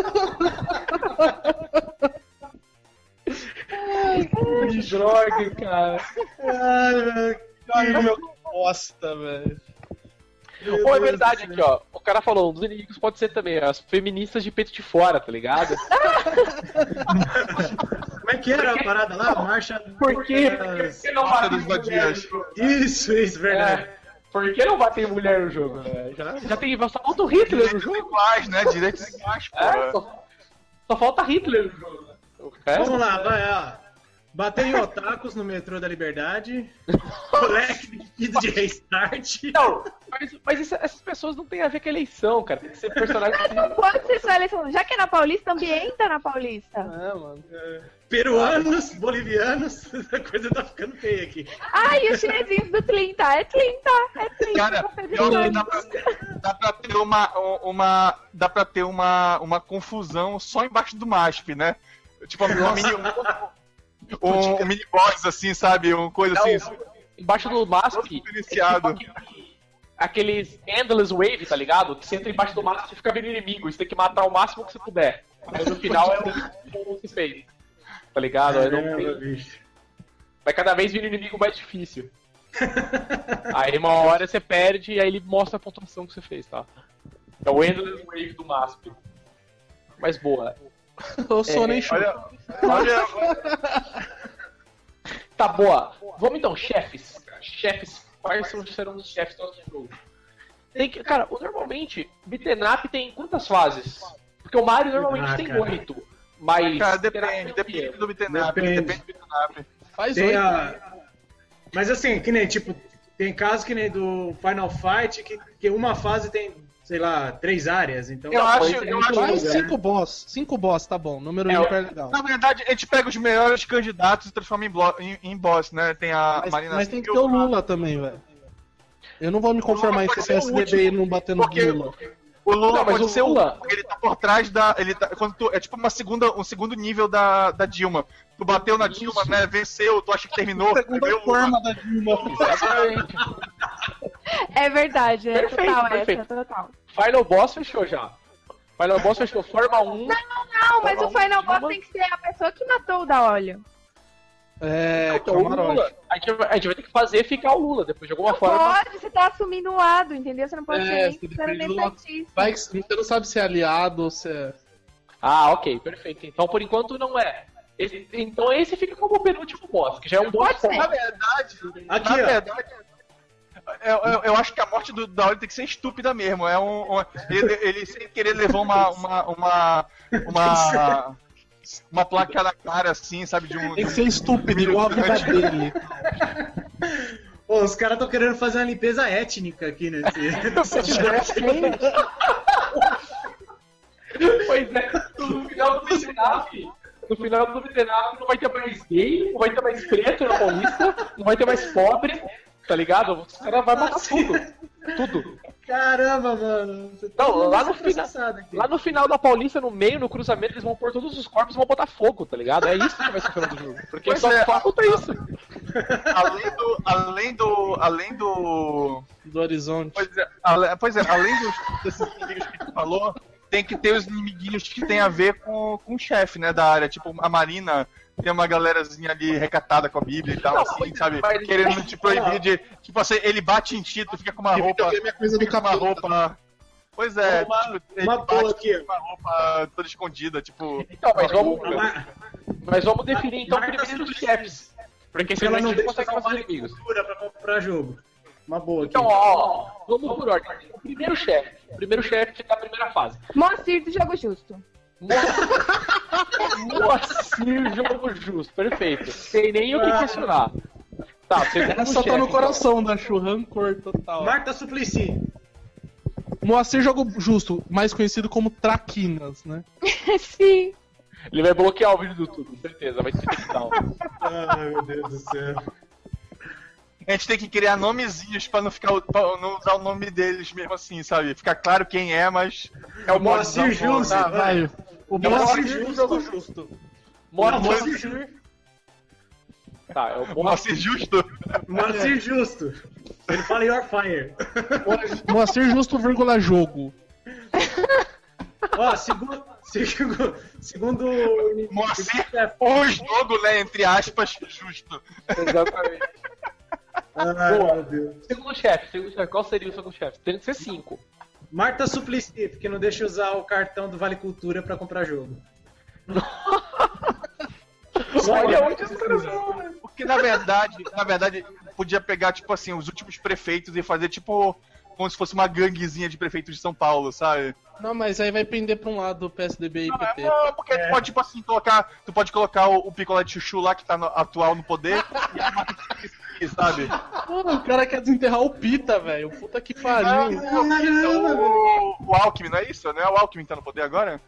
Speaker 3: Que droga, cara.
Speaker 5: Ai, Ah, meu-
Speaker 7: Ai, meu bosta, velho.
Speaker 5: Meu
Speaker 3: Ou é
Speaker 5: Deus
Speaker 3: verdade
Speaker 5: do
Speaker 3: aqui, ó. O cara falou, um dos inimigos pode ser também as feministas de peito de fora, tá ligado?
Speaker 5: Como é que era a parada lá? Marcha.
Speaker 3: Por quê?
Speaker 5: das-
Speaker 3: Porque não
Speaker 6: Mata
Speaker 3: batem
Speaker 6: dos
Speaker 3: em mulher no
Speaker 6: vadias.
Speaker 3: jogo.
Speaker 5: Isso, isso, verdade.
Speaker 3: É. Por que não batem em mulher no jogo? né? Já, já tem. Só falta o Hitler no
Speaker 6: Direitos
Speaker 3: jogo.
Speaker 6: iguais, né? Direitos iguais, pô.
Speaker 3: É, só, só falta Hitler no jogo. né? O resto-
Speaker 5: Vamos lá, vai, ó. Bater em otakus no metrô da Liberdade. Moleque de pedido de restart.
Speaker 3: Não, mas, mas isso- essas pessoas não têm a ver com a eleição, cara. Tem que ser personagem.
Speaker 4: Quando vocês falam isso, já que é na Paulista, ambienta na Paulista.
Speaker 3: Não, mano.
Speaker 5: Peruanos, bolivianos, a coisa tá ficando feia aqui.
Speaker 4: Ai, os chinesinhos do Tlinta, é Tlinta, é Tlinta.
Speaker 6: Cara,
Speaker 4: café de
Speaker 6: pior que
Speaker 4: dois.
Speaker 6: dá pra, dá pra ter uma, uma. Dá pra ter uma, uma confusão só embaixo do MASP, né? Tipo, uma mini, um, um mini boss, assim, sabe? Uma coisa assim.
Speaker 3: Não, embaixo do MASP.
Speaker 6: Todo diferenciado.
Speaker 3: é tipo aquele- Aqueles Endless Wave, tá ligado? Que você entra embaixo do MASP e fica vendo inimigo. Você tem que matar o máximo que você puder. Mas no final é o que se fez. Tá ligado? Aí não tem-
Speaker 5: Caramba, bicho.
Speaker 3: Vai cada vez vindo inimigo mais difícil. Aí uma hora você perde e aí ele mostra a pontuação que você fez, tá? É o Endless Wave do MASP. Mas boa. né?
Speaker 7: Eu sou nem chupa.
Speaker 6: Olha, olha,
Speaker 3: Tá boa. Vamos então, chefes. Chefes. Quais são- serão os chefes do nosso jogo? Tem que, cara, o- normalmente, beat'em up tem quantas fases? Porque o Mario normalmente
Speaker 5: Ah,
Speaker 3: tem
Speaker 5: cara.
Speaker 3: oito. Mas.
Speaker 6: Ah, Cara,
Speaker 3: terapia
Speaker 6: depende,
Speaker 3: é o quê?
Speaker 6: depende do Bitenap,
Speaker 5: Depende.
Speaker 6: depende do Bitenap.
Speaker 7: Faz
Speaker 5: Tem
Speaker 7: oito.
Speaker 5: a... Mas assim, que nem, tipo, tem caso que nem do Final Fight, que, que uma fase tem, sei lá, três áreas, então...
Speaker 6: Eu acho,
Speaker 3: mas
Speaker 6: eu
Speaker 3: tem
Speaker 6: acho.
Speaker 7: Mais
Speaker 5: né?
Speaker 7: cinco boss. Cinco boss, tá bom. Número
Speaker 3: É,
Speaker 7: um
Speaker 3: eu-
Speaker 7: é legal.
Speaker 6: Na verdade, a gente pega os melhores candidatos e transforma em, blo- em- em boss, né? Tem a
Speaker 7: Mas,
Speaker 6: Marina
Speaker 7: mas tem que ter o
Speaker 6: Silva,
Speaker 7: Lula também, velho. Eu não vou me conformar em
Speaker 6: pode
Speaker 7: ser
Speaker 6: ser o
Speaker 7: SBB e não bater no
Speaker 6: Porque-
Speaker 7: Lula.
Speaker 6: O Lula
Speaker 3: Não, mas
Speaker 6: pode
Speaker 3: o seu Lula.
Speaker 6: Porque ele tá por trás da. Ele tá, quando tu- é tipo uma segunda, um segundo nível da, da Dilma. Tu bateu na Dilma, né? Venceu, tu acha que terminou.
Speaker 7: Segunda
Speaker 6: aí vem o Lula.
Speaker 7: forma da Dilma.
Speaker 3: Exatamente.
Speaker 4: É verdade, é
Speaker 3: Perfeito,
Speaker 4: total
Speaker 3: perfeito.
Speaker 4: essa, total.
Speaker 3: Final Boss fechou já. Final Boss fechou. Forma 1.
Speaker 4: Não, mas o
Speaker 3: Toma um
Speaker 4: Final
Speaker 3: de uma.
Speaker 4: Boss tem que ser a pessoa que matou o da óleo.
Speaker 7: É,
Speaker 3: Então, o
Speaker 7: camarote.
Speaker 3: Lula. A gente, vai, a gente vai ter que fazer ficar o Lula depois, de alguma forma.
Speaker 4: Pode, você tá assumindo um lado, entendeu? Você não pode
Speaker 7: É,
Speaker 4: ser
Speaker 7: você
Speaker 4: nem
Speaker 7: depende
Speaker 4: necessariamente
Speaker 7: do lado.
Speaker 4: artista.
Speaker 7: Vai que você não sabe se é aliado ou se é.
Speaker 3: Ah, ok, perfeito. Então, por enquanto, não é. Esse- então, esse fica como o penúltimo boss, que já é um boss.
Speaker 4: Pode ser.
Speaker 6: Na verdade,
Speaker 5: Aqui,
Speaker 6: na
Speaker 5: ó.
Speaker 6: verdade. Eu, eu- eu acho que a morte do Daoli tem que ser estúpida mesmo. É um, um- ele, ele sem querer levou uma uma, uma uma uma placa na cara assim, sabe de um.
Speaker 7: Tem que ser estúpido, igual a vida dele.
Speaker 5: Pô, os caras estão querendo fazer uma limpeza étnica aqui nesse...
Speaker 3: Pois é, no final do Bitenaf, no final do Bitenaf não vai ter mais gay, não vai ter mais preto na Paulista, não vai ter mais pobre, tá ligado? Os caras vão matar tudo. Tudo.
Speaker 5: Caramba, mano. você tá
Speaker 3: Não, Então, lá
Speaker 5: sendo
Speaker 3: no final-
Speaker 5: processado aqui.
Speaker 3: Lá no final da Paulista, no meio, no cruzamento, eles vão pôr todos os corpos e vão botar fogo, tá ligado? É isso que vai ser o final do jogo. Porque
Speaker 6: Pois
Speaker 3: só
Speaker 6: é.
Speaker 3: falta isso.
Speaker 6: Além do, além do, além do
Speaker 7: Do horizonte.
Speaker 6: Pois é, ale- pois é, além dos, desses inimigos que tu falou, tem que ter os inimiguinhos que tem a ver com, com o chefe, né, da área. Tipo, a Marina tem uma galerazinha ali recatada com a Bíblia e tal,
Speaker 3: Não,
Speaker 6: assim,
Speaker 3: pois é,
Speaker 6: sabe?
Speaker 3: mas-
Speaker 6: Querendo te proibir de. Tipo assim, ele bate em ti, tu fica com uma
Speaker 7: E
Speaker 6: roupa.
Speaker 7: videogame é coisa do
Speaker 6: Fica com uma
Speaker 7: capeta.
Speaker 6: roupa. Pois é,
Speaker 5: Uma-
Speaker 6: tipo, ele
Speaker 5: uma boa
Speaker 6: bate
Speaker 5: aqui, ó.
Speaker 6: com uma roupa toda escondida, tipo.
Speaker 3: Então, mas vamos,
Speaker 5: A Mar-
Speaker 3: mas vamos definir então
Speaker 5: Marca
Speaker 3: primeiro os
Speaker 5: tudo.
Speaker 3: chefes. Porque senão a
Speaker 5: Ela não
Speaker 3: gente não consegue
Speaker 5: deixa salvar
Speaker 3: fazer
Speaker 5: de
Speaker 3: inimigos.
Speaker 5: cultura pra comprar jogo. Uma boa aqui.
Speaker 3: Então, ó, vamos por ordem. O primeiro chefe. O primeiro chefe da primeira fase.
Speaker 4: Moacir do Jogo Justo.
Speaker 3: Moacir, assim jogo justo, perfeito. Sem nem o que questionar. Tá, segundo
Speaker 7: Essa Ah. tá
Speaker 3: chefe,
Speaker 7: no coração da Chu, rancor total.
Speaker 5: Marta Suplicy.
Speaker 7: Moacir Jogo Justo, mais conhecido como Traquinas, né?
Speaker 4: Sim.
Speaker 3: então. Ele vai bloquear o vídeo do YouTube, com certeza, vai ser digital.
Speaker 5: Ai, meu Deus do céu.
Speaker 6: A gente tem que criar nomezinhos pra não ficar o- pra não usar o nome deles mesmo assim, sabe? Ficar claro quem é, mas. É o
Speaker 5: Moacir
Speaker 6: modo da bola,
Speaker 5: Justo.
Speaker 6: tá?
Speaker 7: Ah, vai. O
Speaker 6: É o
Speaker 7: Moacir
Speaker 6: Moacir
Speaker 7: Justo.
Speaker 6: Jogo
Speaker 7: Justo.
Speaker 5: Não,
Speaker 3: Moacir,
Speaker 7: assim-
Speaker 5: Moacir Ju-
Speaker 3: tá, é o Moacir.
Speaker 6: Moacir Justo.
Speaker 5: Moacir Justo. Ele fala Your Fire.
Speaker 7: Moacir Justo, vírgula jogo.
Speaker 5: Ó, segundo. Segundo. Segundo. é
Speaker 6: Moacir, o jogo, né? Entre aspas, justo.
Speaker 3: Exatamente.
Speaker 5: Ai,
Speaker 3: Boa.
Speaker 5: meu Deus.
Speaker 3: Segundo chefe, segundo chefe, qual seria o segundo chefe? Tem que ser cinco.
Speaker 5: Marta Suplicy, porque não deixa usar o cartão do Vale Cultura pra comprar jogo. Só
Speaker 3: Olha
Speaker 5: uma-
Speaker 3: onde os caras vão, né?
Speaker 6: Porque na verdade, na verdade, podia pegar, tipo assim, os últimos prefeitos e fazer, tipo, como se fosse uma ganguezinha de prefeitos de São Paulo, sabe?
Speaker 7: Não, mas aí vai pender pra um lado o PSDB e PT.
Speaker 6: Não, porque
Speaker 5: É.
Speaker 6: tu pode, tipo assim, colocar. Tu pode colocar o, o picolé de chuchu lá que tá no- atual no poder e a Marta Suplicy, sabe?
Speaker 7: Porra, o cara quer desenterrar o Pita, velho. Puta que pariu.
Speaker 6: Então, o, o Alckmin, não é isso? Não é o Alckmin que tá no poder agora?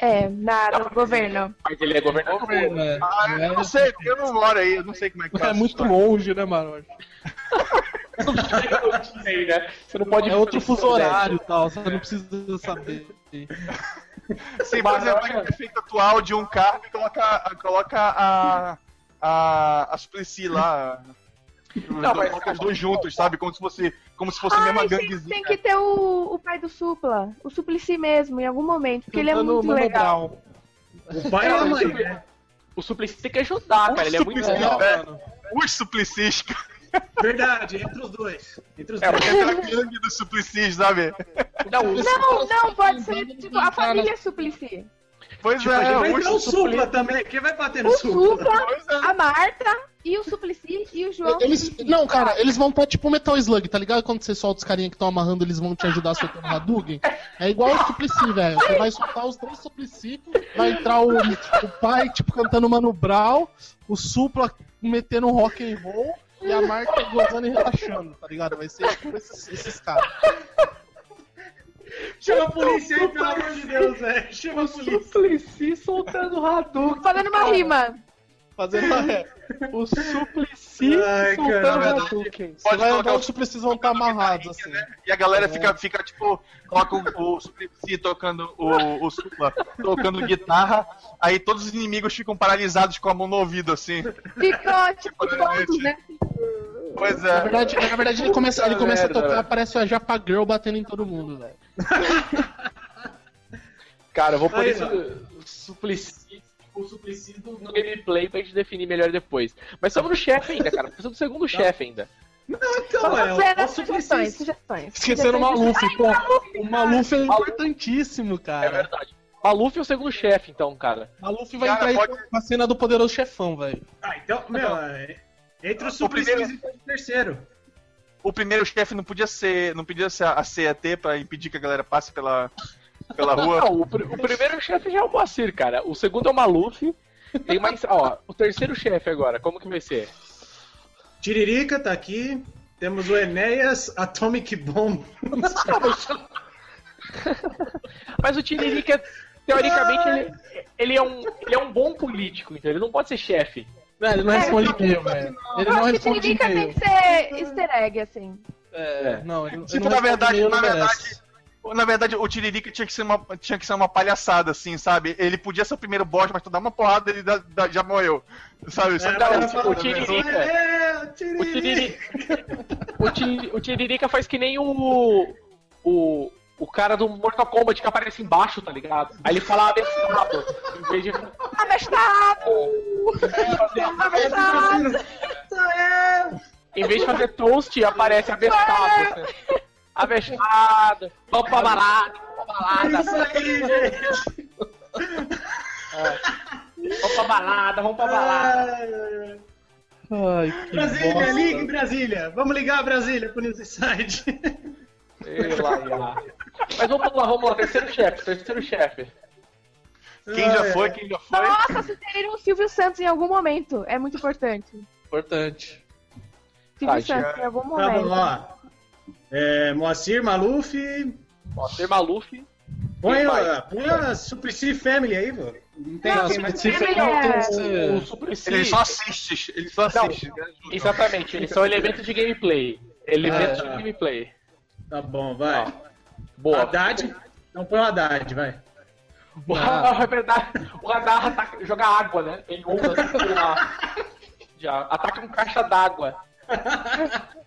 Speaker 4: É, na, no governo.
Speaker 3: Mas ele é governador.
Speaker 7: É,
Speaker 6: Ah, eu não sei, eu não moro aí, eu não sei como é que tá.
Speaker 7: é
Speaker 6: essa
Speaker 7: muito
Speaker 6: história.
Speaker 7: longe, né, Maroja?
Speaker 3: né? Você não pode né?
Speaker 7: É outro fuso horário e tal, você não precisa saber.
Speaker 6: Sim, por exemplo, pega o prefeito atual de um cargo e coloca, coloca a. a. a Suplicy lá.
Speaker 3: Não, mas-
Speaker 6: Coloca os dois juntos, sabe? Como se fosse, como se fosse a mesma
Speaker 4: Ai, gente,
Speaker 6: ganguezinha.
Speaker 4: tem que ter o, o pai do Supla, o Suplicy mesmo, em algum momento, porque ele é
Speaker 7: Juntando o
Speaker 4: muito
Speaker 7: Mano
Speaker 4: legal.
Speaker 7: Brown.
Speaker 5: O pai
Speaker 3: É,
Speaker 5: da mãe,
Speaker 3: mano.
Speaker 5: né?
Speaker 3: O Suplicy tem que ajudar,
Speaker 6: O
Speaker 3: cara. Ele é muito
Speaker 6: Suplicy,
Speaker 3: legal.
Speaker 6: né?
Speaker 7: É, mano.
Speaker 6: Os Suplicis, cara.
Speaker 5: Verdade, entre os dois. Entre os
Speaker 3: É,
Speaker 5: dois.
Speaker 6: É aquela gangue dos Suplicis, sabe?
Speaker 3: Não, o-
Speaker 4: Não, não, pode ser tipo a família Suplicy.
Speaker 6: Pois
Speaker 3: Tipo,
Speaker 6: é,
Speaker 3: ele vai
Speaker 5: Mas
Speaker 6: os
Speaker 5: é o Supla
Speaker 6: Suplicy.
Speaker 5: também. Quem vai bater no
Speaker 4: O
Speaker 5: Supla?
Speaker 4: Supla,
Speaker 6: Pois é.
Speaker 4: a Marta e o Suplicy e o João.
Speaker 7: Eles, não, cara, eles vão estar tipo Metal Slug, tá ligado? Quando você solta os carinha que estão amarrando, eles vão te ajudar soltando o Hadouken. É igual o Suplicy, velho. Você vai soltar os três Suplicy, vai entrar o, o pai, tipo, cantando Mano Brown, o Supla metendo um rock and roll e a Marta gozando e relaxando, tá ligado? Vai ser tipo esses, esses caras.
Speaker 5: Chama a polícia aí, pelo amor de Deus, velho. Chama a polícia.
Speaker 3: Suplicy soltando o Hadouken.
Speaker 4: Fazendo uma rima.
Speaker 7: Fazendo uma ré.
Speaker 3: O Suplicy
Speaker 5: Ai, cara,
Speaker 3: soltando
Speaker 6: na
Speaker 3: o
Speaker 6: verdade,
Speaker 3: Hadouken.
Speaker 7: Você
Speaker 6: Pode
Speaker 7: vai
Speaker 6: colocar
Speaker 7: andar,
Speaker 6: o né?
Speaker 7: os Suplicy vão estar amarrados, assim.
Speaker 6: E a galera fica, fica tipo, coloca o, o Suplicy tocando o, o Supla, tocando guitarra, aí todos os inimigos ficam paralisados com a mão no ouvido, assim.
Speaker 4: Ficou tipo todos, né?
Speaker 6: Pois
Speaker 7: Na
Speaker 6: é.
Speaker 7: verdade, na verdade ele começa, ele começa a
Speaker 3: merda,
Speaker 7: tocar,
Speaker 3: velho.
Speaker 7: parece a Japa Girl batendo em todo mundo, velho.
Speaker 3: Cara, eu vou por
Speaker 5: Aí,
Speaker 3: isso.
Speaker 7: né?
Speaker 3: o Suplicy. O Suplicy do- no gameplay pra gente definir melhor depois. Mas estamos no chefe ainda, cara. Precisamos do segundo chefe ainda.
Speaker 5: Então, é
Speaker 4: Sugestões,
Speaker 5: o- o
Speaker 4: sugestões,
Speaker 5: Suplicy.
Speaker 4: sugestões.
Speaker 7: Esquecendo o Maluf,
Speaker 4: Sugestões.
Speaker 7: pô. O Maluf é importantíssimo,
Speaker 3: É
Speaker 7: cara.
Speaker 3: verdade. Maluf é o segundo chefe, então, cara.
Speaker 7: O Maluf vai
Speaker 6: Cara,
Speaker 7: entrar
Speaker 6: pode-
Speaker 7: aí na cena do poderoso chefão, velho.
Speaker 5: Ah, então, meu, é- entre o Suplicy
Speaker 6: primeiro-
Speaker 5: e o terceiro.
Speaker 6: O primeiro chefe não podia ser. Não podia ser a CET pra impedir que a galera passe pela, pela rua.
Speaker 3: Não, o, pr- o primeiro chefe já é o Moacir, cara. O segundo é o Maluf. Tem mais. Ó, o terceiro chefe agora, como que vai ser?
Speaker 5: Tiririca tá aqui. Temos o Enéas Atomic Bomb.
Speaker 3: Mas o Tiririca, teoricamente, ele, ele é um, ele é um bom político, então ele não pode ser chefe.
Speaker 7: Velho, ele não
Speaker 4: É,
Speaker 7: responde e-mail, velho. Ele
Speaker 4: Eu
Speaker 7: não
Speaker 4: acho que
Speaker 7: responde
Speaker 4: Tiririca tem
Speaker 7: e-mail.
Speaker 4: que ser easter egg, assim.
Speaker 7: É, não, ele, ele
Speaker 6: Tipo,
Speaker 7: não
Speaker 6: na
Speaker 7: responde
Speaker 6: verdade,
Speaker 7: e-mail,
Speaker 6: na
Speaker 7: não
Speaker 6: verdade.
Speaker 7: merece.
Speaker 6: Na verdade, o Tiririca tinha que, ser uma, tinha que ser uma palhaçada, assim, sabe? Ele podia ser o primeiro boss, mas tu dá uma porrada, ele dá- dá- já morreu. Sabe? Só
Speaker 5: É,
Speaker 6: que dá
Speaker 5: mas
Speaker 6: um-
Speaker 5: eu falo,
Speaker 3: o Tiririca.
Speaker 5: É, o
Speaker 3: O
Speaker 5: Tiririca.
Speaker 3: Tiririca, o Ti- o Tiririca faz que nem o, o. O cara do Mortal Kombat que aparece embaixo, tá ligado? Aí ele fala amestrado. Em vez de.
Speaker 4: Avestado! Avestado!
Speaker 3: Em vez de fazer toast, aparece avestado. Assim. Avestado, vamos pra balada, vamos pra balada,
Speaker 5: Isso aí, gente.
Speaker 3: vamos pra balada, vamos pra balada.
Speaker 5: Ai,
Speaker 7: Ai, que
Speaker 5: Brasília,
Speaker 7: bosta.
Speaker 5: liga em Brasília. Vamos ligar a Brasília pro News Inside.
Speaker 3: Sei lá, sei lá. Mas vamos lá, vamos lá, terceiro chefe, terceiro chefe.
Speaker 6: Quem já
Speaker 5: Ai,
Speaker 6: foi,
Speaker 5: ai.
Speaker 6: quem já foi.
Speaker 4: Nossa, sugeriram o Silvio Santos em algum momento. É muito importante.
Speaker 7: Importante.
Speaker 4: Silvio
Speaker 3: Tá,
Speaker 4: Santos em algum
Speaker 5: Tá bom,
Speaker 4: momento.
Speaker 5: ó. É, Moacir, Maluf.
Speaker 3: Ó, ter Maluf.
Speaker 5: Põe,
Speaker 3: Quem
Speaker 5: a, põe a Suplicy Family aí, pô. Não tem
Speaker 7: Não,
Speaker 5: quem
Speaker 7: se
Speaker 5: mais.
Speaker 7: você
Speaker 4: Family
Speaker 7: não tem
Speaker 4: é-
Speaker 7: que ser-
Speaker 3: O Suplicy.
Speaker 6: Ele só assiste, ele só
Speaker 3: Não,
Speaker 6: assiste. né?
Speaker 3: Exatamente, eles são elementos de gameplay. Elementos
Speaker 5: Ah,
Speaker 3: de
Speaker 5: tá.
Speaker 3: gameplay.
Speaker 5: Tá bom, vai.
Speaker 6: Ah,
Speaker 3: Boa.
Speaker 5: Haddad. Então põe o Haddad, vai.
Speaker 3: O
Speaker 7: Ah,
Speaker 3: radar, é verdade. O radar ataca- joga água, né? Ele usa assim, uma- já, ataca um caixa d'água.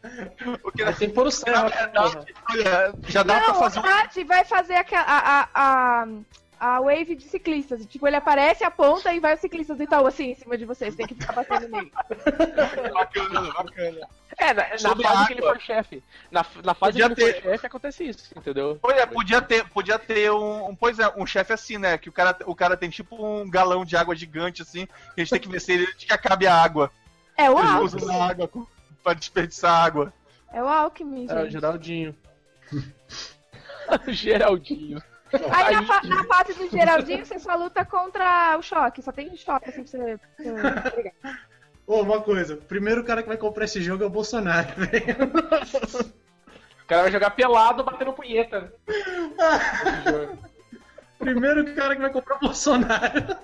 Speaker 6: O que
Speaker 7: Mas tem que pôr o
Speaker 6: Na
Speaker 7: Serra,
Speaker 6: verdade, olha, já dá pra
Speaker 4: Não, o
Speaker 6: fazer um.
Speaker 4: Haddad vai fazer aquela, a, a, a, a wave de ciclistas. Tipo, ele aparece, aponta e vai os ciclistas do Itaú assim em cima de vocês. Tem que ficar batendo nele.
Speaker 6: Bacana, bacana.
Speaker 3: É, na, na
Speaker 6: Sobre
Speaker 3: fase
Speaker 6: água.
Speaker 3: que ele for chefe. Na, na fase
Speaker 6: Podia
Speaker 3: que ele for chefe acontece isso, entendeu?
Speaker 6: Olha, é, podia ter, podia ter um, um- pois é, um chefe assim, né? Que o cara, o cara tem tipo um galão de água gigante assim, que a gente tem que ver se ele antes que acabe a água.
Speaker 4: É o
Speaker 6: Eles
Speaker 4: Alckmin.
Speaker 6: usam a água com- pra desperdiçar água.
Speaker 4: É o Alckmin,
Speaker 7: Era o
Speaker 4: gente.
Speaker 7: Geraldinho.
Speaker 3: Geraldinho.
Speaker 4: Aí na, fa- na fase do Geraldinho, você só luta contra o choque. Só tem choque, assim, pra você... pra você brigar.
Speaker 5: Ô, uma coisa, o primeiro cara que vai comprar esse jogo é o Bolsonaro, velho.
Speaker 3: O cara vai jogar pelado batendo punheta.
Speaker 5: Primeiro cara que vai comprar o Bolsonaro.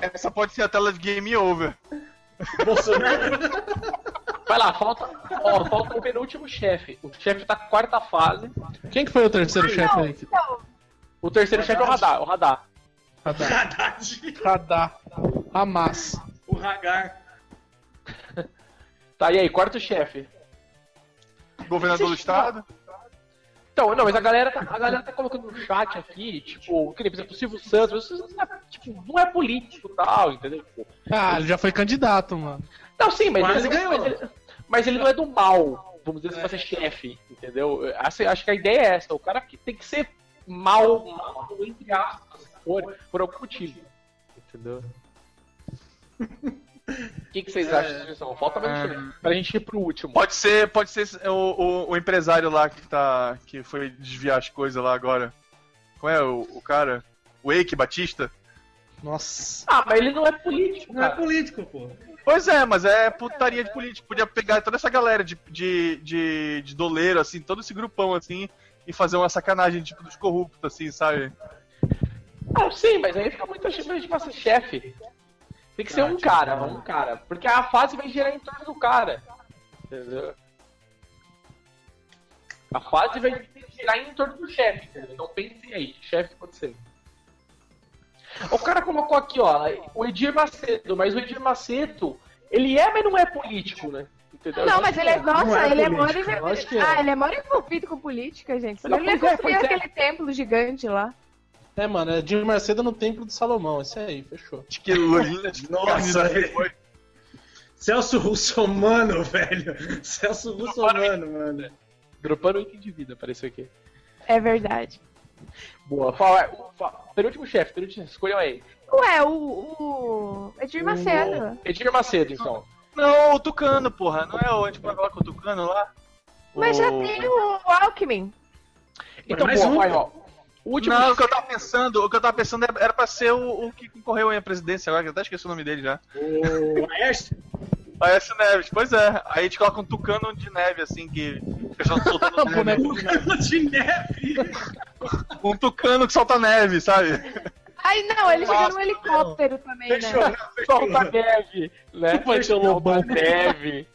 Speaker 6: Essa pode ser a tela de game over.
Speaker 5: Bolsonaro? é
Speaker 3: Vai lá, falta, ó, falta o penúltimo chefe. O chefe tá na quarta fase.
Speaker 7: Quem que foi o terceiro chefe aí? que-
Speaker 4: Então,
Speaker 3: O terceiro chefe é o radar, o radar.
Speaker 7: Radar.
Speaker 5: Haddad.
Speaker 7: Radar. Hamas.
Speaker 5: O Hagar.
Speaker 3: Tá, e aí, quarto chefe.
Speaker 6: Governador do estado.
Speaker 3: Então, não, mas a galera, tá, a galera tá colocando no chat aqui, tipo, que nem, por exemplo, o Silvio Santos, mas o Silvio Santos não é, tipo, não é político e tal, entendeu? Tipo,
Speaker 7: Ah, ele já foi candidato, mano.
Speaker 3: Não, sim, mas,
Speaker 5: Quase
Speaker 3: ele, não-
Speaker 5: ganhou. É.
Speaker 3: mas, ele, mas ele não é do mal, vamos dizer, assim, pra ser chefe, entendeu? Acho, acho que a ideia é essa, o cara que tem que ser mal, mal entre aspas, por, por algum motivo, entendeu? O que, que vocês acham dessa sugestão? Falta
Speaker 5: Ah.
Speaker 3: mais um chefe, pra gente ir pro último.
Speaker 6: Pode ser, pode ser esse- o, o- o empresário lá que tá, que foi desviar as coisas lá agora. Qual é o, o cara? O Eike Batista?
Speaker 7: Nossa.
Speaker 3: Ah, mas ele não é político,
Speaker 5: Não é
Speaker 3: cara.
Speaker 5: político, pô.
Speaker 6: Pois é, mas é putaria de político. Podia pegar toda essa galera de, de, de, de doleiro, assim, todo esse grupão, assim, e fazer uma sacanagem, tipo, dos corruptos, assim, sabe?
Speaker 3: Ah, sim, mas aí fica muito chefe de massa chefe. Tem que ser um cara, um cara. Porque a fase vai girar em torno do cara. Entendeu? A fase vai girar em torno do chefe. entendeu? Então pense aí, que chefe pode ser. O cara colocou aqui, ó, o Edir Macedo, mas o Edir Macedo, ele é, mas não é político, né? Entendeu?
Speaker 4: Não, mas ele é. Nossa,
Speaker 5: Não é
Speaker 4: ele é
Speaker 5: político,
Speaker 4: mora
Speaker 3: lógico que
Speaker 4: envolvido.
Speaker 3: é.
Speaker 4: Ah, ele é mora envolvido com política, gente.
Speaker 3: Não,
Speaker 4: Ele ia
Speaker 3: pois é,
Speaker 4: construir
Speaker 3: pois é.
Speaker 4: aquele templo gigante lá.
Speaker 7: É, mano, é Dinho Macedo no Templo de Salomão. Esse aí, fechou.
Speaker 6: Acho que Lulinha de
Speaker 5: Nossa,
Speaker 6: carne
Speaker 5: velho.
Speaker 6: foi.
Speaker 5: Celso Russomano, velho. Celso Russomano, mano.
Speaker 3: Dropando item de vida, apareceu aqui.
Speaker 4: É verdade.
Speaker 3: Boa. Fala, fala, penúltimo chefe, penúltimo chefe, escolham aí.
Speaker 4: Ué, o. o... Edir Macedo.
Speaker 3: Edir Macedo, então.
Speaker 6: Não, o Tucano, porra. Não é o a gente pode falar com o Tucano lá?
Speaker 4: Mas já
Speaker 6: O-
Speaker 4: tem o Alckmin.
Speaker 3: Então,
Speaker 5: mais
Speaker 3: boa,
Speaker 5: um,
Speaker 3: vai,
Speaker 5: cara.
Speaker 3: ó. O último
Speaker 6: não, o tipo que eu tava pensando, o que eu tava pensando é, era- era pra ser o, o que concorreu aí à presidência agora, que eu até esqueci o nome dele já.
Speaker 5: O Aércio.
Speaker 6: Aécio Neves, pois é. Aí a gente coloca um tucano de neve, assim, que o pessoal soltando neve.
Speaker 7: Boneco.
Speaker 5: Tucano de neve.
Speaker 6: Um tucano que solta neve, sabe?
Speaker 4: Ai, não, ele chega no
Speaker 6: Nossa,
Speaker 4: helicóptero também, né?
Speaker 5: Fechou,
Speaker 3: é.
Speaker 5: não,
Speaker 3: Solta
Speaker 5: fechou.
Speaker 3: neve, né?
Speaker 7: Vai ter o Lobão.
Speaker 3: Solta neve.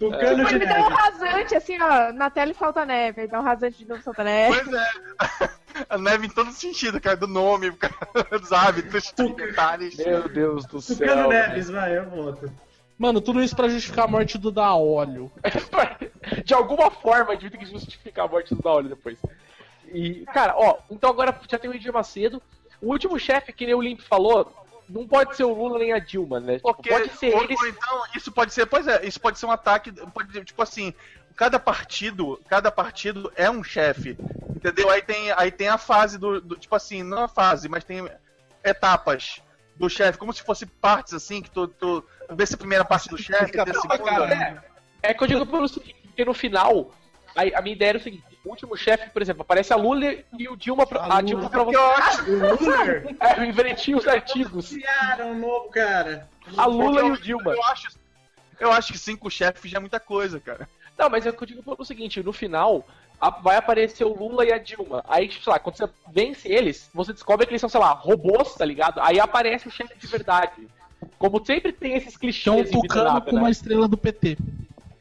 Speaker 5: Tucano de
Speaker 4: Ele dá um
Speaker 5: neve.
Speaker 4: rasante, assim, ó, na tela e falta neve. Aí dá um rasante de novo, falta neve.
Speaker 6: Pois é. A neve em todo sentido, cara, do nome, cara, dos hábitos, dos detalhes.
Speaker 3: Meu Deus do céu.
Speaker 5: Tucano Neves, vai, eu volto.
Speaker 7: Mano, tudo isso pra justificar a morte do Daolio.
Speaker 3: De alguma forma, a gente vai ter que justificar a morte do Daolio depois. E, cara, ó, então agora já tem o Edir Macedo. O último chefe, que nem o Limp falou, não pode ser o Lula nem a Dilma, né? Tipo,
Speaker 6: Porque,
Speaker 3: pode ser
Speaker 6: ou,
Speaker 3: eles.
Speaker 6: ou então, isso pode ser, pois é, isso pode ser um ataque, pode, tipo assim, cada partido, cada partido é um chefe, entendeu? Aí tem, aí tem a fase do, do- tipo assim, não a fase, mas tem etapas do chefe, como se fosse partes, assim, que tu, tu vê se a primeira parte do chefe, tem a segunda...
Speaker 3: É que eu digo pelo seguinte, porque no final, a, a minha ideia era o seguinte: o último chefe, por exemplo, aparece a Lula e o Dilma, pra, a,
Speaker 7: A
Speaker 3: Dilma
Speaker 7: Lula.
Speaker 3: pra
Speaker 6: Que
Speaker 3: você.
Speaker 6: ótimo!
Speaker 5: O Lunar
Speaker 3: É, eu inverti os artigos.
Speaker 5: anunciaram um novo, cara.
Speaker 3: A Lula e
Speaker 6: eu,
Speaker 3: o Dilma.
Speaker 6: Eu acho, eu acho que cinco chefes já é muita coisa, cara.
Speaker 3: Não, mas é o que eu digo pelo seguinte, no final a- vai aparecer o Lula e a Dilma. Aí, tipo, sei lá, quando você vence eles, você descobre que eles são, sei lá, robôs, tá ligado? Aí aparece o chefe de verdade. Como sempre tem esses
Speaker 7: Que é um
Speaker 3: clichês em
Speaker 7: tucano
Speaker 3: Bitnap,
Speaker 7: com
Speaker 3: né?
Speaker 7: uma estrela do PT.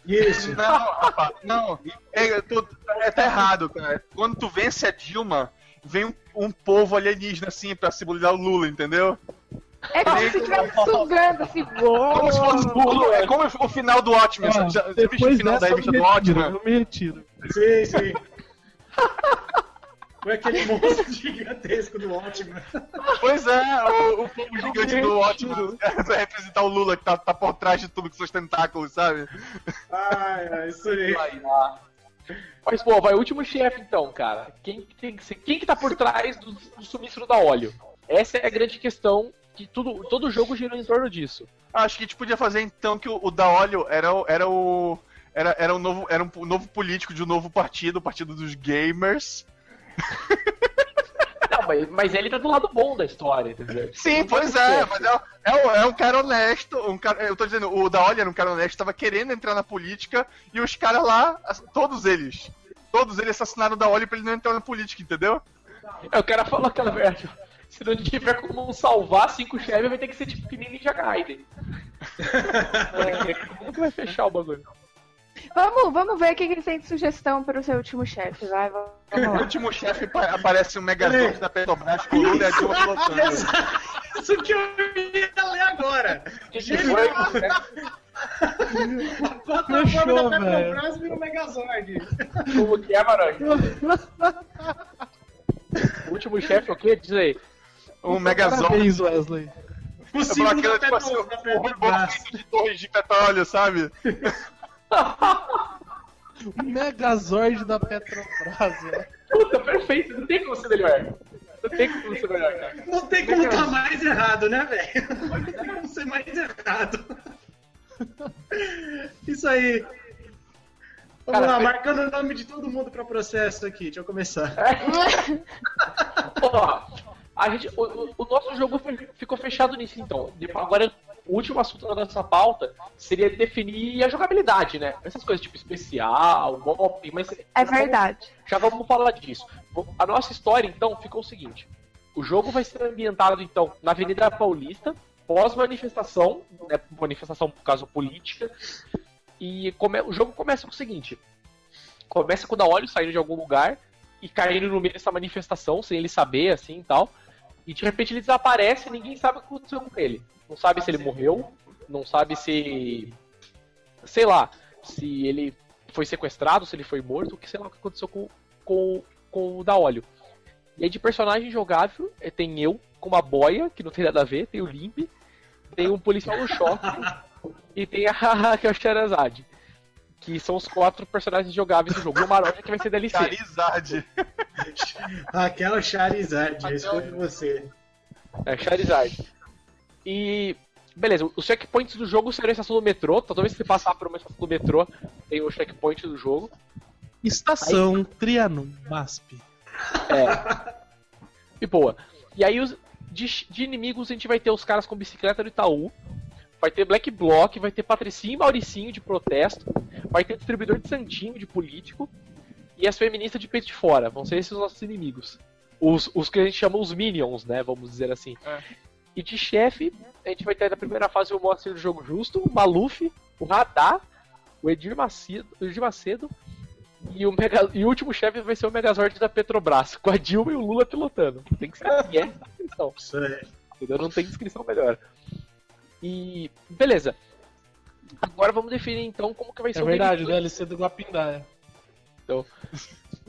Speaker 5: Isso.
Speaker 6: Não, rapaz, não. É, tu- é, tá errado, cara. Quando tu vence a Dilma, vem um, um povo alienígena assim pra simular o Lula, entendeu?
Speaker 4: É como se estivesse sugando, assim,
Speaker 6: Como se fosse o
Speaker 4: gol.
Speaker 6: Lula, é como o final do Watchmen.
Speaker 7: Ó,
Speaker 6: sabe? já, já viste o final da
Speaker 7: dessa eu
Speaker 6: revista
Speaker 7: me
Speaker 6: do
Speaker 7: retiro,
Speaker 6: Watchmen?
Speaker 7: Eu me retiro.
Speaker 5: Sim, sim. Foi aquele monstro gigantesco do Watchman.
Speaker 6: Pois é, o, o povo gigante do ótimo vai representar o Lula que tá, tá por trás de tudo com seus tentáculos, sabe?
Speaker 5: Ai, ai, isso aí.
Speaker 3: Vai lá. Mas, pô, vai, último chefe então, cara. Quem que tem que ser- quem que tá por trás do, do sinistro da óleo? Essa é a grande questão que tudo, todo jogo gira em torno disso.
Speaker 6: Acho que a gente podia fazer então que o, o da óleo era, o- era o. Era, era, um novo, era um po- novo político de um novo partido, o partido dos gamers.
Speaker 3: Não, mas, mas ele tá do lado bom da história, entendeu?
Speaker 6: Sim, pois é, mas é, é, um- é um cara honesto. Um cara, eu tô dizendo, o da Olha era um cara honesto, tava querendo entrar na política, e os caras lá, ass- todos eles, todos eles assassinaram o da Olha pra ele não entrar na política, entendeu?
Speaker 3: É, o cara falou aquela verdade. Se não tiver como salvar cinco chefes, vai ter que ser tipo que nem Ninja Gaiden. É, Como que vai fechar o bagulho?
Speaker 4: Vamos, vamos ver o que que ele tem de sugestão para o seu último chefe. Vai, vamos
Speaker 6: O
Speaker 4: lá.
Speaker 6: último chefe pa- aparece um Megazord da Petrobras, coluna de uma
Speaker 5: Isso, isso que eu ia ler agora. A plataforma
Speaker 2: Fechou,
Speaker 5: da
Speaker 2: velho.
Speaker 5: Petrobras vira o
Speaker 3: É
Speaker 5: Megazord.
Speaker 3: Como que é, Maranhão? O último chefe é o quê? Diz aí.
Speaker 6: Um Megazord.
Speaker 2: Parabéns, Wesley.
Speaker 5: O
Speaker 6: É por
Speaker 5: símbolo
Speaker 6: aquela,
Speaker 5: da
Speaker 6: tipo assim,
Speaker 5: Petro- da
Speaker 6: um robô
Speaker 5: Petrobras. né?
Speaker 6: feito de torres de petróleo, sabe?
Speaker 2: O Megazord da Petrobras, né? velho.
Speaker 3: Puta, perfeito. Não tem como ser melhor. Não tem como ser melhor, cara.
Speaker 5: Não tem como tá mais errado, né, velho? Não tem como ser mais errado. Isso aí. Vamos
Speaker 3: Cara,
Speaker 5: lá,
Speaker 3: foi-
Speaker 5: marcando o nome de todo mundo pra processo aqui. Deixa eu começar.
Speaker 3: Ó, É. a gente, o, o- o nosso jogo fe- ficou fechado nisso, então. De- Agora, o último assunto da nossa pauta seria definir a jogabilidade, né? Essas coisas tipo especial, golpe, mas.
Speaker 4: É verdade.
Speaker 3: Já vamos falar disso. Vo- A nossa história, então, ficou o seguinte: o jogo vai ser ambientado, então, na Avenida Paulista, pós-manifestação, né, manifestação, por causa política, e come- o jogo começa com o seguinte: começa com o Daolio saindo de algum lugar e caindo no meio dessa manifestação, sem ele saber, assim e tal, e de repente ele desaparece e ninguém sabe o que aconteceu com ele. Não sabe se ele morreu, não sabe se. sei lá, se ele foi sequestrado, se ele foi morto, que sei lá o que aconteceu com, com, com o da óleo. E aí de personagem jogável, eh, tem eu com uma boia, que não tem nada a ver, tem o Limp, tem um policial no choque e tem a que é o Sherazade. Que são os quatro personagens jogáveis do jogo. E o Maroja que vai ser DLC.
Speaker 6: Charizard.
Speaker 5: Raquel Charizard, eu escolho você.
Speaker 3: É, Charizard. E. Beleza, os checkpoints do jogo serão a estação do metrô. Então, toda vez que você passar por uma estação do metrô, tem o checkpoint do jogo.
Speaker 2: Estação Trianon, MASP.
Speaker 3: E boa. E aí, os, de, de inimigos, a gente vai ter os caras com bicicleta do Itaú. Vai ter Black Block, vai ter Patricinho e Mauricinho de protesto. Vai ter distribuidor de Santinho de político. E as feministas de peito de fora. Vão ser esses os nossos inimigos. Os, os que a gente chama os Minions, né? Vamos dizer assim. E de chefe, a gente vai ter na primeira fase o Moacir do Jogo Justo, o Maluf, o Radar, o Edir Macedo, o Edir Macedo e o, Mega- e o último chefe vai ser o Megazord da Petrobras, com a Dilma e o Lula pilotando. Tem que ser assim, é a descrição,
Speaker 5: Isso aí.
Speaker 3: entendeu? Não tem descrição melhor. E. Beleza. Agora vamos definir então como que vai ser
Speaker 2: É
Speaker 3: o
Speaker 2: verdade, o
Speaker 3: gameplay
Speaker 2: DLC do é. Guapindaia.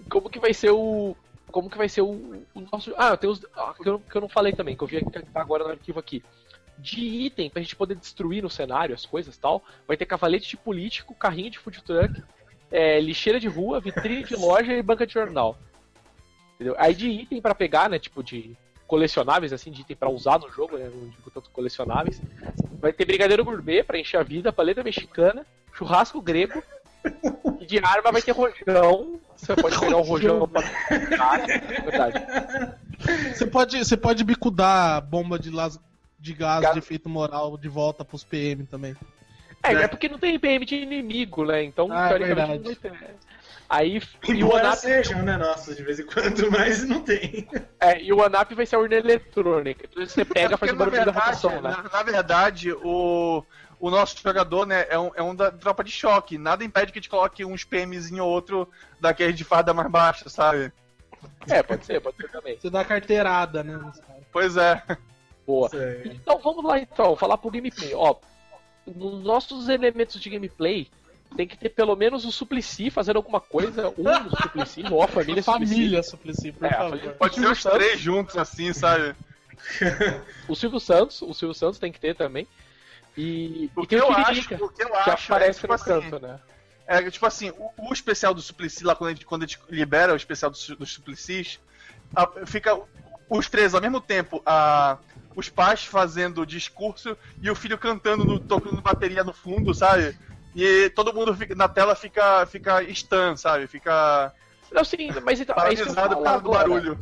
Speaker 3: como que vai ser o. Como que vai ser o, o nosso. Ah, tem os. ah, que, eu, que eu não falei também, que eu vi aqui, que tá agora no arquivo aqui. De item, pra gente poder destruir no cenário as coisas e tal, vai ter cavalete de político, carrinho de food truck, é, lixeira de rua, vitrine de loja e banca de jornal. Entendeu? Aí de item pra pegar, né? Tipo de colecionáveis, assim, de item pra usar no jogo, né? Não digo tanto colecionáveis. Vai ter brigadeiro gourmet pra encher a vida, paleta mexicana, churrasco grego, e de arma vai ter rojão. Você pode pegar um rojão pra. Ah, é verdade.
Speaker 2: Você pode, você pode bicudar a bomba de, las- de gás
Speaker 3: Gás.
Speaker 2: de efeito moral de volta pros PM também.
Speaker 3: É, é porque não tem PM de inimigo, né? Então,
Speaker 2: Ah, é
Speaker 3: teoricamente, não vai ter. Aí, e o,
Speaker 5: Embora
Speaker 3: ANAP,
Speaker 5: sejam, né, nossos, de vez em quando, mas não tem.
Speaker 3: é, e o ANAP vai ser a urna eletrônica. Então você pega,
Speaker 6: É porque,
Speaker 3: faz o
Speaker 6: na
Speaker 3: barulho da
Speaker 6: verdade,
Speaker 3: rotação, né?
Speaker 6: na, na verdade, o, o nosso jogador né, é, um, é um da tropa de choque. Nada impede que a gente coloque uns PMzinho ou outro daqueles de farda mais baixa, sabe?
Speaker 3: É, pode ser, pode ser também.
Speaker 2: Você dá carteirada, né? nos caras.
Speaker 6: Pois é.
Speaker 3: Boa.
Speaker 5: Isso aí.
Speaker 3: Então vamos lá então, falar pro gameplay. Ó, nos nossos elementos de gameplay, Tem que ter pelo menos o Suplicy fazendo alguma coisa, um do Suplicy, ou a família Suplicy.
Speaker 7: Família Suplicy, por
Speaker 3: É, a
Speaker 7: favor.
Speaker 3: família-
Speaker 6: Pode ser os
Speaker 3: Santos.
Speaker 6: três juntos, assim, sabe?
Speaker 3: O Silvio Santos, o Silvio Santos tem que ter também. E,
Speaker 6: O
Speaker 3: e
Speaker 6: que
Speaker 3: tem o
Speaker 6: eu
Speaker 3: Tiririca,
Speaker 6: acho, o que eu
Speaker 3: que
Speaker 6: acho é,
Speaker 3: aparece
Speaker 6: tipo
Speaker 3: no
Speaker 6: assim,
Speaker 3: canto, né?
Speaker 6: É, tipo assim, o, o especial do Suplicy lá, quando a gente, quando a gente libera o especial dos do Suplicy, a- fica os três ao mesmo tempo, a- os pais fazendo discurso e o filho cantando, no, tocando bateria no fundo, sabe? E todo mundo fica- na tela fica, fica stun, sabe? Fica
Speaker 3: Não, sim, mas então, é isso que eu
Speaker 6: paralisado
Speaker 3: ia
Speaker 6: por
Speaker 3: falar
Speaker 6: causa do
Speaker 3: agora.
Speaker 6: barulho.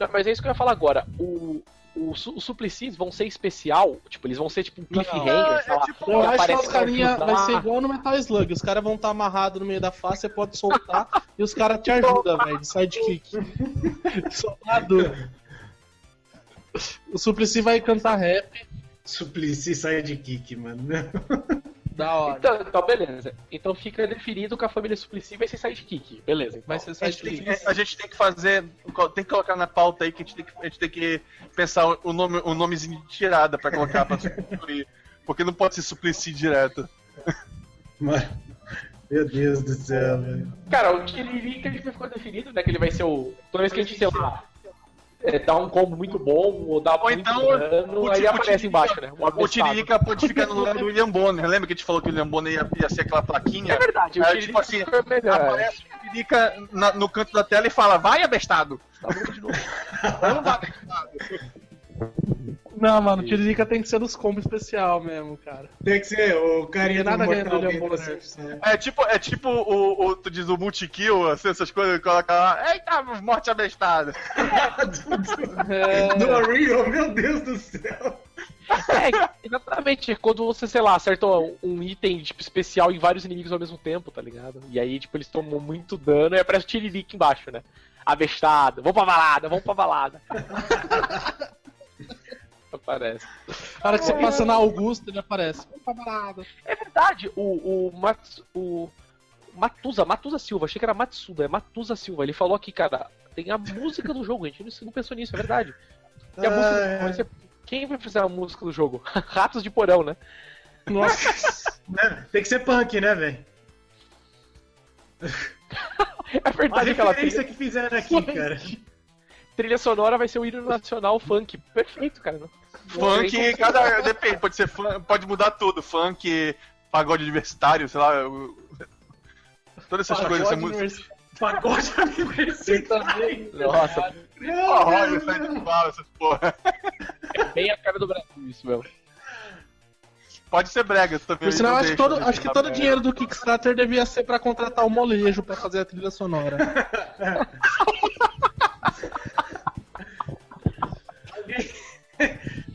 Speaker 3: Não, mas é isso que eu ia falar agora. O, o, Su- os Suplicy vão ser especial, tipo, eles vão ser tipo um
Speaker 6: Não,
Speaker 3: cliffhanger,
Speaker 6: é
Speaker 3: sei lá.
Speaker 6: tipo-
Speaker 7: Eu acho que
Speaker 3: aparece Ah,
Speaker 7: os um carinha
Speaker 3: pra
Speaker 7: vai ser
Speaker 3: ajudar.
Speaker 7: igual no Metal Slug. Os caras vão estar amarrados no meio da face, você pode soltar e os caras te ajudam, velho. de Sidekick. Soldado. O Suplicy vai cantar rap.
Speaker 5: Suplicy saia de kick, mano.
Speaker 7: Da hora.
Speaker 3: Então, então, beleza. Então fica definido que a família Suplicy vai ser sidekick. Beleza. então.
Speaker 7: vai ser
Speaker 6: A gente, tem,
Speaker 7: sidekick.
Speaker 6: que- a gente tem que fazer, tem que colocar na pauta aí que a gente tem que, a gente tem que pensar o nome, o nomezinho de tirada pra colocar pra suplir, porque não pode ser Suplicy direto.
Speaker 5: Mano. Meu Deus do céu, velho.
Speaker 3: Cara, o Tiririca já ficou definido, né? Que ele vai ser o. Toda vez que a gente, sei lá, é, dá um combo muito bom ou dá
Speaker 6: Ou
Speaker 3: muito
Speaker 6: então,
Speaker 3: dano,
Speaker 6: o
Speaker 3: aí
Speaker 6: Ti- o
Speaker 3: aparece
Speaker 6: Tiririca-
Speaker 3: embaixo, né?
Speaker 6: O Tiririca pode ficar no lugar do William Bonner. Lembra que a gente falou que o William Bonner ia, ia ser aquela plaquinha?
Speaker 3: É verdade, o
Speaker 6: Aí, tipo
Speaker 3: Tiririca
Speaker 6: assim,
Speaker 3: ficou melhor. é.
Speaker 6: Aparece o Tiririca na- no canto da tela e fala, vai abestado! Não vai abestado.
Speaker 7: Não, mano, o Tiririca tem que ser dos combos especial mesmo, cara.
Speaker 5: Tem que ser o carinha
Speaker 7: Nada
Speaker 5: do
Speaker 7: ganha do
Speaker 5: Mortal
Speaker 7: William
Speaker 5: Kombat.
Speaker 7: Bonner.
Speaker 5: assim,
Speaker 6: É tipo, é tipo o, o- tu diz o multikill, assim, essas coisas, coloca lá, eita, morte abestada.
Speaker 5: Do,
Speaker 7: É,
Speaker 5: do Unreal, meu Deus do céu.
Speaker 3: É, exatamente. é Quando você, sei lá, acertou um item tipo, especial em vários inimigos ao mesmo tempo, tá ligado? E aí, tipo, eles tomam muito dano e aparece o Tiririca embaixo, né? Avestado, vamos pra balada, vamos pra balada. aparece.
Speaker 7: na hora que você passa na Augusta, ele aparece. Opa, balada.
Speaker 3: É verdade, o, o, Mats, o Matusa, Matusa Silva, achei que era Matsuda, é Matusa Silva. Ele falou aqui, cara, tem a música do jogo, a gente não- não pensou nisso, é verdade. Tem a música do-
Speaker 5: Ah, é.
Speaker 3: vai ser- Quem vai fazer a música do jogo? Ratos de Porão, né?
Speaker 7: Nossa.
Speaker 5: Né? Tem que ser punk, né, velho?
Speaker 3: É
Speaker 5: A
Speaker 3: verdade que ela tem.
Speaker 5: referência que fizeram aqui, cara.
Speaker 3: trilha sonora vai ser o hino nacional funk. Perfeito, cara.
Speaker 6: Funk, cada. Depende, pode ser fun- pode mudar tudo. Funk, pagode universitário, sei lá. o- Todas essas coisas, essa música.
Speaker 5: Pagode universitário.
Speaker 3: Nossa,
Speaker 5: Não,
Speaker 6: Pagode,
Speaker 5: não, não.
Speaker 6: festival, essas porra.
Speaker 3: é bem a cara do Brasil isso, meu.
Speaker 6: Pode ser bregas também.
Speaker 7: Por sinal,
Speaker 6: não
Speaker 7: acho que
Speaker 6: deixa,
Speaker 7: todo,
Speaker 6: deixa
Speaker 7: acho que
Speaker 6: na
Speaker 7: todo o
Speaker 6: brega.
Speaker 7: dinheiro do Kickstarter devia ser pra contratar o molejo pra fazer a trilha sonora.
Speaker 5: Alguém-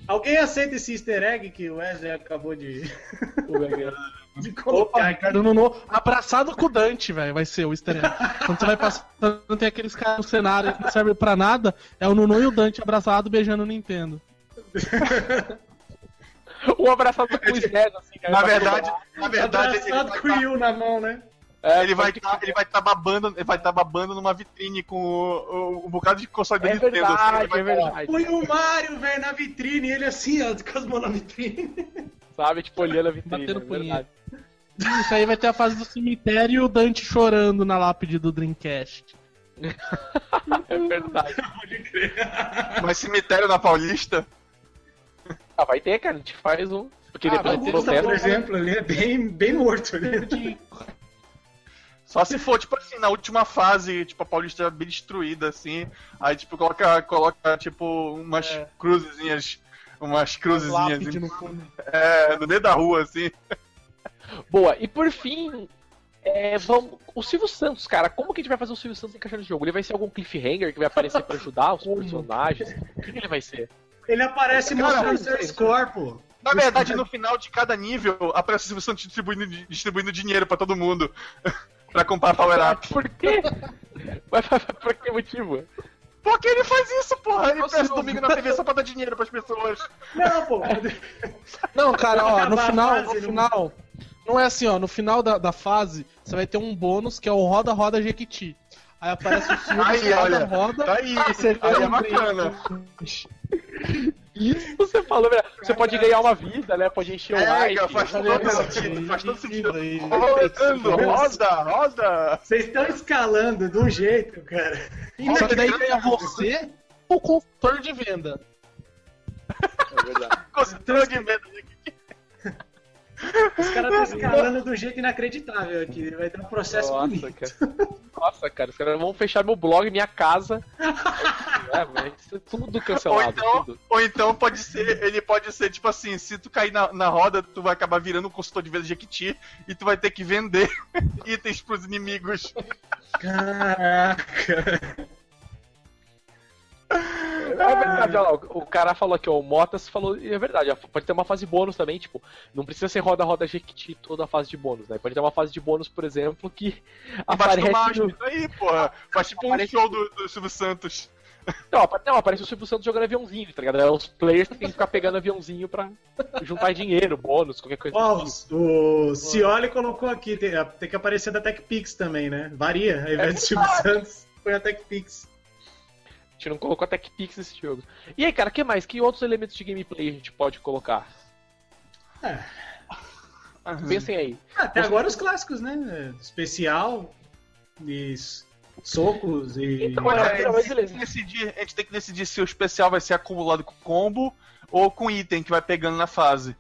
Speaker 5: Alguém aceita esse easter egg que o Wesley acabou de, de
Speaker 7: Opa,
Speaker 5: colocar?
Speaker 7: Ricardo Nuno, abraçado com o Dante, velho, vai ser o easter egg. Quando você vai passando, tem aqueles caras no cenário que não serve pra nada, é o Nuno e o Dante abraçado beijando o Nintendo.
Speaker 3: Um abraçado com o Snez, assim, cara.
Speaker 6: É, tipo, Na verdade, na verdade, ele tá
Speaker 5: Abraçado com o
Speaker 6: vai
Speaker 5: Will na mão, né?
Speaker 3: É,
Speaker 6: estar ele vai tá babando, ele vai tá babando numa vitrine com o, o- um bocado de console da
Speaker 3: É
Speaker 6: Nintendo. assim, ele
Speaker 3: verdade,
Speaker 6: vai
Speaker 3: é
Speaker 6: falar,
Speaker 3: verdade.
Speaker 5: Põe o Mario, velho, na vitrine, ele assim, ó, com as mãos na vitrine.
Speaker 6: tá-
Speaker 3: Sabe, tipo, olhando a vitrine.
Speaker 7: Batendo
Speaker 3: é
Speaker 7: punheta.
Speaker 3: verdade.
Speaker 7: Isso aí vai ter a fase do cemitério e o Dante chorando na lápide do Dreamcast.
Speaker 3: É verdade.
Speaker 5: Pode crer.
Speaker 6: Mas cemitério na Paulista?
Speaker 3: Ah, vai ter, cara, a gente faz um. Porque
Speaker 7: Ah,
Speaker 3: depois
Speaker 7: vai
Speaker 3: do
Speaker 7: ter,
Speaker 5: Por
Speaker 3: processo.
Speaker 5: exemplo, ele é bem, bem morto. Né?
Speaker 6: Só se for, tipo assim, na última fase, tipo, a Paulista bem destruída, assim. Aí, tipo, coloca, coloca tipo, umas cruzezinhas. Umas cruzezinhas.
Speaker 7: Lápide
Speaker 6: em-
Speaker 7: no fundo.
Speaker 6: É, no meio da rua, assim.
Speaker 3: Boa, e por fim, é, vamos... o Silvio Santos, cara, como que a gente vai fazer o Silvio Santos encaixar no jogo? Ele vai ser algum cliffhanger que vai aparecer pra ajudar os personagens? O que que ele vai ser?
Speaker 5: Ele aparece
Speaker 6: Cara,
Speaker 5: mostrando
Speaker 6: não
Speaker 5: seu
Speaker 3: sei.
Speaker 5: score, pô.
Speaker 6: Na verdade, no final de cada nível, aparece o Silvio Santos distribuindo, distribuindo dinheiro pra todo mundo. pra comprar Power Up.
Speaker 3: Por quê? Mas por que motivo?
Speaker 6: Por que ele faz isso, porra? Ele
Speaker 7: Nossa,
Speaker 6: passa
Speaker 7: eu-
Speaker 6: domingo na TV só pra dar dinheiro pras pessoas.
Speaker 5: Não, pô.
Speaker 7: Não, cara, ó, no
Speaker 5: Acabar a
Speaker 7: final,
Speaker 5: fase,
Speaker 7: no
Speaker 5: não-
Speaker 7: final. Não é assim, ó. No final da, da fase, você vai ter um bônus que é o Roda Roda Jequiti. Aí aparece o Silvio,
Speaker 6: Aí,
Speaker 7: você
Speaker 6: olha.
Speaker 7: roda, roda.
Speaker 6: Tá aí,
Speaker 7: Você
Speaker 6: aí
Speaker 7: vê
Speaker 6: é
Speaker 7: um
Speaker 6: bacana.
Speaker 3: Você falou, velho, você pode ganhar uma vida, né? Pode encher um
Speaker 6: É,
Speaker 3: like.
Speaker 6: cara, faz todo sentido, faz todo sentido. Roda, roda, roda!
Speaker 5: Vocês estão escalando de um jeito, cara.
Speaker 2: Só que daí ganha você o consultor de venda.
Speaker 3: É verdade.
Speaker 6: Construa de medo aqui.
Speaker 5: Os caras estão escalando de um jeito inacreditável aqui. Vai ter um processo
Speaker 3: Nossa,
Speaker 5: bonito.
Speaker 3: cara. Nossa, cara, os caras vão fechar meu blog, minha casa. É, velho, isso é tudo
Speaker 6: Ou
Speaker 3: cancelado.
Speaker 6: então,
Speaker 3: tudo.
Speaker 6: ou então pode ser, ele pode ser tipo assim, se tu cair na, na roda, tu vai acabar virando um consultor de venda de Jequiti e tu vai ter que vender itens pros inimigos.
Speaker 5: Caraca.
Speaker 3: É verdade, olha lá, o o cara falou aqui, ó, o Motas falou, e é verdade, ó, pode ter uma fase bônus também, tipo, não precisa ser roda-roda Jequiti toda a fase de bônus, né? Pode ter uma fase de bônus, por exemplo, que
Speaker 6: Embaixo do
Speaker 3: aparece
Speaker 6: mastro.
Speaker 3: no...
Speaker 6: Isso aí, porra. Faz tipo um
Speaker 3: Aparece-
Speaker 6: show do, do Silvio Santos.
Speaker 3: Não, apa- não, aparece o Silvio Santos jogando aviãozinho, tá ligado? É os players que tem que ficar pegando aviãozinho pra juntar dinheiro, bônus, qualquer coisa. assim,
Speaker 5: Ó, o o Cioli colocou aqui, tem, ah, tem que aparecer da TechPix também, né? Varia, ao invés do Silvio Santos, foi a TechPix.
Speaker 3: A gente não colocou até que pix nesse jogo. E aí, cara, o que mais? Que outros elementos de gameplay a gente pode colocar?
Speaker 5: É.
Speaker 6: Uhum.
Speaker 5: Hum.
Speaker 3: Pensem aí.
Speaker 5: Até agora os clássicos, né? Especial, e s- socos e...
Speaker 3: Então, olha,
Speaker 6: É,
Speaker 3: mas
Speaker 6: a, gente tem
Speaker 3: beleza.
Speaker 6: que decidir, a gente tem que decidir se o especial vai ser acumulado com combo ou com item que vai pegando na fase.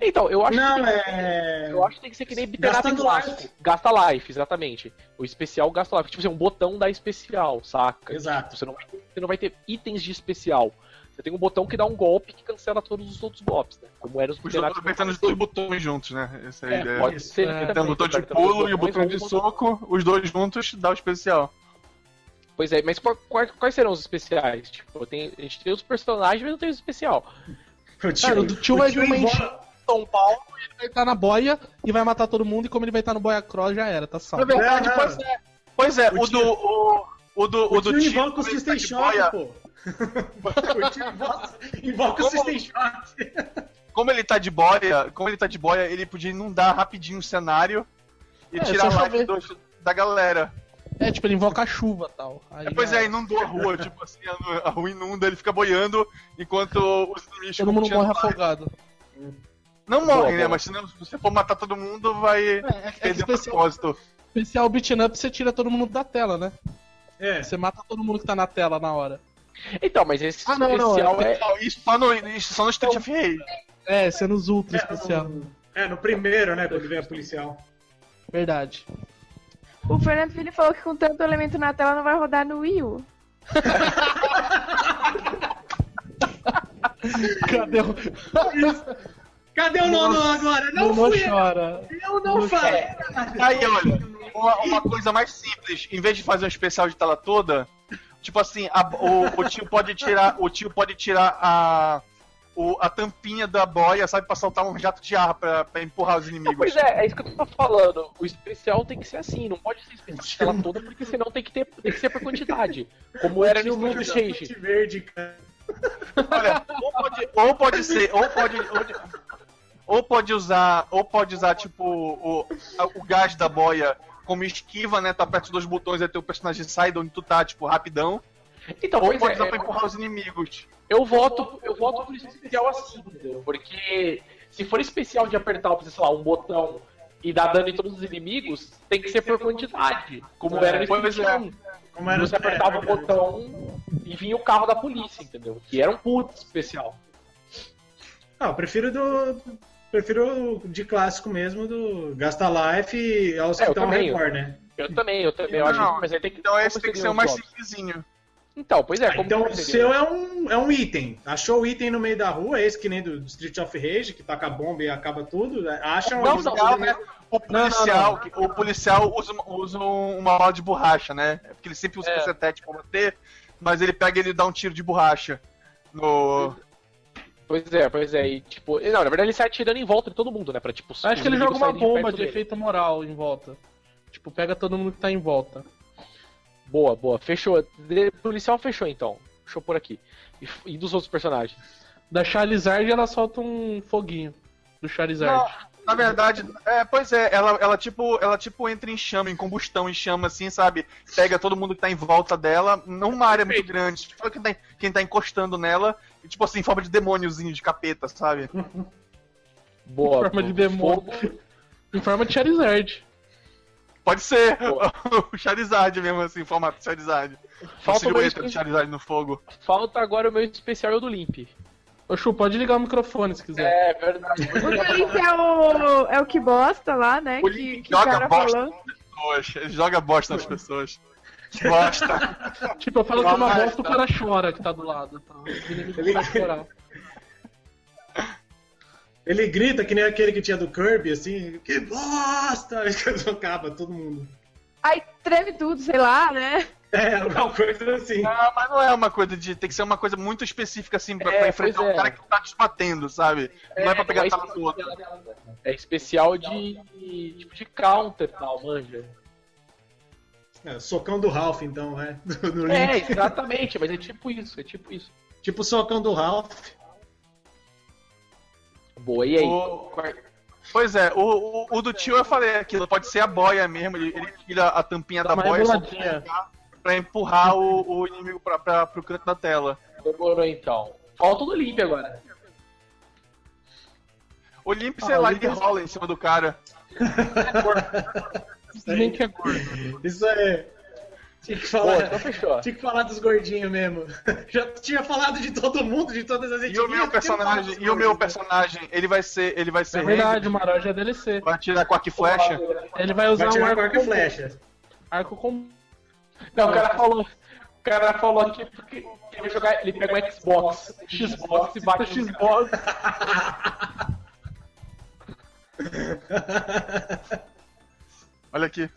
Speaker 3: Então, eu acho que
Speaker 5: Não,
Speaker 3: tem que-
Speaker 5: é...
Speaker 3: Eu acho que tem que ser que nem beat'em up
Speaker 5: Gastando
Speaker 3: clássico.
Speaker 5: life.
Speaker 3: Gasta life, exatamente. O especial gasta life. Tipo assim, um botão dá especial, saca?
Speaker 5: Exato.
Speaker 3: Você não, vai, você não vai ter itens de especial. Você tem um botão que dá um golpe que cancela todos os outros golpes, né? Como era os
Speaker 6: Os
Speaker 3: beat'em
Speaker 6: jogos
Speaker 3: up
Speaker 6: apertando os dois botões juntos, né? Essa é a ideia.
Speaker 3: Pode ser.
Speaker 5: É,
Speaker 6: Tem o botão de
Speaker 3: Apertando os
Speaker 6: pulo e o
Speaker 3: botões,
Speaker 6: botão de
Speaker 3: ou um
Speaker 6: soco, os dois juntos dá o especial.
Speaker 3: Pois é, mas qual- quais, quais serão os especiais? Tipo, tem- a gente tem os personagens, mas não tem os especial.
Speaker 5: O
Speaker 2: Cara, o do tio vai vir uma
Speaker 5: embora-
Speaker 2: enchente em São Paulo, ele vai estar na boia e vai matar todo mundo, e como ele vai estar no boia cross, já era, tá
Speaker 3: É
Speaker 2: salvo.
Speaker 5: Não, não.
Speaker 6: Pois é,
Speaker 5: O
Speaker 6: o,
Speaker 5: tio-
Speaker 6: do. O, o do.
Speaker 5: O,
Speaker 6: O, do
Speaker 5: tio invoca o
Speaker 6: quando ele tá
Speaker 5: System
Speaker 6: de
Speaker 5: Shock,
Speaker 6: boia-
Speaker 5: pô. o tio invoca, invoca
Speaker 6: Como-
Speaker 5: o System
Speaker 3: assim?
Speaker 5: Shock.
Speaker 6: Como ele tá de boia, como ele tá de boia, ele podia inundar rapidinho o cenário e
Speaker 2: É,
Speaker 6: tirar
Speaker 2: só
Speaker 6: a live do- da galera.
Speaker 2: É, tipo, ele invoca a chuva e tal. Aí,
Speaker 6: Pois
Speaker 2: já
Speaker 6: é,
Speaker 2: era.
Speaker 6: inundou a rua, tipo assim, a, a rua inunda, ele fica boiando enquanto os inimigos
Speaker 2: todo mundo
Speaker 6: ficam
Speaker 2: morre
Speaker 6: tirando-
Speaker 2: afogado.
Speaker 6: Não
Speaker 3: Boa,
Speaker 6: morre, né?
Speaker 3: boa.
Speaker 6: Mas senão, se você for matar todo mundo, vai
Speaker 2: É, é que
Speaker 6: perder o
Speaker 2: especial,
Speaker 6: propósito.
Speaker 2: especial beat'em up, você tira todo mundo da tela, né?
Speaker 5: É,
Speaker 2: Você mata todo mundo que tá na tela na hora.
Speaker 3: Então, mas esse
Speaker 2: Ah, não, não,
Speaker 3: especial é.
Speaker 6: Não, Isso só no, isso só no Street of Rage.
Speaker 2: É, sendo os ultra
Speaker 5: é,
Speaker 2: especial.
Speaker 5: no, é, no primeiro, né, quando vem a policial.
Speaker 2: Verdade.
Speaker 4: O Fernando Filho falou que com tanto elemento na tela não vai rodar no Wii U.
Speaker 2: Cadê o.
Speaker 5: Cadê o nono agora? Não
Speaker 2: Não
Speaker 5: fui
Speaker 2: chora.
Speaker 5: eu, eu não falei.
Speaker 6: Aí, olha, uma, uma coisa mais simples, em vez de fazer um especial de tela toda, tipo assim, a- o, o tio pode tirar, o tio pode tirar a o- a tampinha da boia, sabe, pra soltar um jato de ar pra, pra empurrar os
Speaker 3: Não,
Speaker 6: inimigos.
Speaker 3: pois é, é isso que eu tô falando. O especial tem que ser assim, não pode ser especial de tela toda, porque senão tem que, ter, tem que ser por quantidade. Como era
Speaker 6: um
Speaker 5: Tinha
Speaker 3: no
Speaker 5: o mundo
Speaker 3: Street
Speaker 5: da
Speaker 3: Change.
Speaker 5: Ponte verde, cara.
Speaker 6: Olha, ou pode, ou pode ser, ou pode, ou, de- ou pode usar, ou pode usar tipo o, o gás da boia como esquiva, né? Tá perto dos botões, aí teu personagem sai de onde tu tá, tipo, rapidão.
Speaker 3: Então,
Speaker 6: Ou
Speaker 3: pois
Speaker 6: pode usar
Speaker 3: é,
Speaker 6: pra empurrar os inimigos.
Speaker 3: eu voto, eu voto por especial assim, entendeu? porque se for especial de apertar, sei lá, um botão e dar dano em todos os inimigos, tem que ser por quantidade, como era no
Speaker 6: Pois é.
Speaker 3: Street
Speaker 5: Como era
Speaker 3: Você apertava o botão e vinha o carro da polícia, entendeu? Que era um puto especial.
Speaker 5: Ah, eu prefiro do. Prefiro o de clássico mesmo, do Gasta Life e aos
Speaker 3: É,
Speaker 5: que
Speaker 3: eu
Speaker 5: estão
Speaker 3: também,
Speaker 5: record, né?
Speaker 3: Eu também, eu também, eu acho
Speaker 6: Não,
Speaker 3: que, mas aí tem que
Speaker 6: Então esse
Speaker 3: como
Speaker 6: tem que ser o
Speaker 3: seriam os
Speaker 6: mais Ah,
Speaker 3: jogos?
Speaker 6: simplesinho.
Speaker 3: Então, pois é, como
Speaker 5: Então o
Speaker 3: seria?
Speaker 5: seu é um, é um item. Achou o item no meio da rua, esse que nem do Street of Rage, que taca a bomba e acaba tudo. né? Acha um
Speaker 3: Não,
Speaker 5: item.
Speaker 6: Legal, né? O policial, que- o policial usa, uma- usa um- uma bala de borracha, né? É Porque ele sempre usa
Speaker 3: É.
Speaker 6: é. cacetete pra bater, mas ele pega e ele dá um tiro de borracha. No...
Speaker 3: Pois é, pois é, e tipo, não, na verdade ele sai atirando em volta de todo mundo, né, pra tipo... os
Speaker 2: Acho que ele joga
Speaker 3: inimigos
Speaker 2: uma
Speaker 3: saírem de
Speaker 2: bomba
Speaker 3: perto
Speaker 2: de
Speaker 3: dele.
Speaker 2: efeito moral em volta. Tipo, pega todo mundo que tá em volta.
Speaker 3: Boa, boa, fechou, De- policial fechou então, fechou por aqui. E, f- e dos outros personagens?
Speaker 2: Da Charizard ela solta um foguinho. Do Charizard.
Speaker 6: Na verdade, é, pois é, ela, ela tipo, ela tipo entra em chama, em combustão, em chama, assim, sabe? Pega todo mundo que tá em volta dela, numa área muito grande, só quem tá, quem tá encostando nela, e, tipo assim, em forma de demôniozinho, de capeta, sabe?
Speaker 3: Boa.
Speaker 2: Em forma de
Speaker 3: pô.
Speaker 2: demônio.
Speaker 3: um Fogo.
Speaker 2: Em forma de Charizard.
Speaker 6: Pode ser o Charizard mesmo, assim, formato de Charizard.
Speaker 3: Falta
Speaker 6: Falta
Speaker 3: uma
Speaker 6: silhueta de
Speaker 3: esquina.
Speaker 6: Charizard no fogo.
Speaker 3: Falta agora o meu especial do Limp.
Speaker 2: Ô, Chu, pode ligar o microfone se quiser.
Speaker 3: É, verdade.
Speaker 4: O Felipe é o, é o que bosta lá, né?
Speaker 6: O
Speaker 4: Que,
Speaker 6: Link
Speaker 4: que o
Speaker 6: joga
Speaker 4: cara
Speaker 6: bosta
Speaker 4: falou.
Speaker 6: nas pessoas. Ele joga bosta nas pessoas. Bosta.
Speaker 2: Tipo, eu falo que é uma
Speaker 6: Ah,
Speaker 2: bosta, o
Speaker 6: tá.
Speaker 2: cara chora que tá do lado. Tá? O inimigo vai chorar.
Speaker 5: Ele grita que nem aquele que tinha do Kirby, assim, que bosta! E acaba todo mundo.
Speaker 4: Aí treme tudo, sei lá, né?
Speaker 5: É, alguma coisa assim.
Speaker 6: Não, mas não é uma coisa de. Tem que ser uma coisa muito específica, assim, pra,
Speaker 3: É,
Speaker 6: pra enfrentar
Speaker 3: pois é.
Speaker 6: um cara que tá te batendo, sabe? Não é pra pegar
Speaker 3: é
Speaker 6: a tela do outro.
Speaker 3: É especial de. tipo de counter e tal, manja.
Speaker 5: É, socão do Ralph, então, né? Do, do
Speaker 3: É,
Speaker 5: Link.
Speaker 3: exatamente, mas é tipo isso, é tipo isso.
Speaker 5: Tipo o socão do Ralph.
Speaker 3: Boa, e aí?
Speaker 6: O- Pois é, o, o, o do tio eu falei aquilo, pode ser a boia mesmo, ele, ele tira a tampinha da
Speaker 2: Dá uma
Speaker 6: boia só
Speaker 2: reboladinha.
Speaker 6: pra empurrar o, o inimigo pra, pra, pro canto da tela.
Speaker 3: Demorou então. Falta o do Limp agora.
Speaker 6: O Limp, sei lá, ele rola em cima do cara.
Speaker 2: Link é gordo.
Speaker 5: Isso é. Tinha que
Speaker 3: Boa,
Speaker 5: falar.
Speaker 3: então fechou.
Speaker 5: Tinha que falar dos gordinhos mesmo. Já tinha falado de todo mundo, de todas as
Speaker 6: E o meu
Speaker 5: por que não fala dos
Speaker 6: personagem, e o meu
Speaker 5: gordos?
Speaker 6: personagem, ele vai ser, ele vai ser
Speaker 2: É
Speaker 6: range,
Speaker 2: verdade, o Maroja é DLC.
Speaker 6: vai tirar com a flecha.
Speaker 2: Ele vai
Speaker 5: Vai
Speaker 2: usar um
Speaker 6: é
Speaker 5: tirar
Speaker 2: arco,
Speaker 5: arco e flecha.
Speaker 2: arco com.
Speaker 3: Não, o cara falou. O cara falou aqui porque ele vai jogar. Ele pega um Xbox. Xbox e bate no Xbox.
Speaker 6: Olha aqui.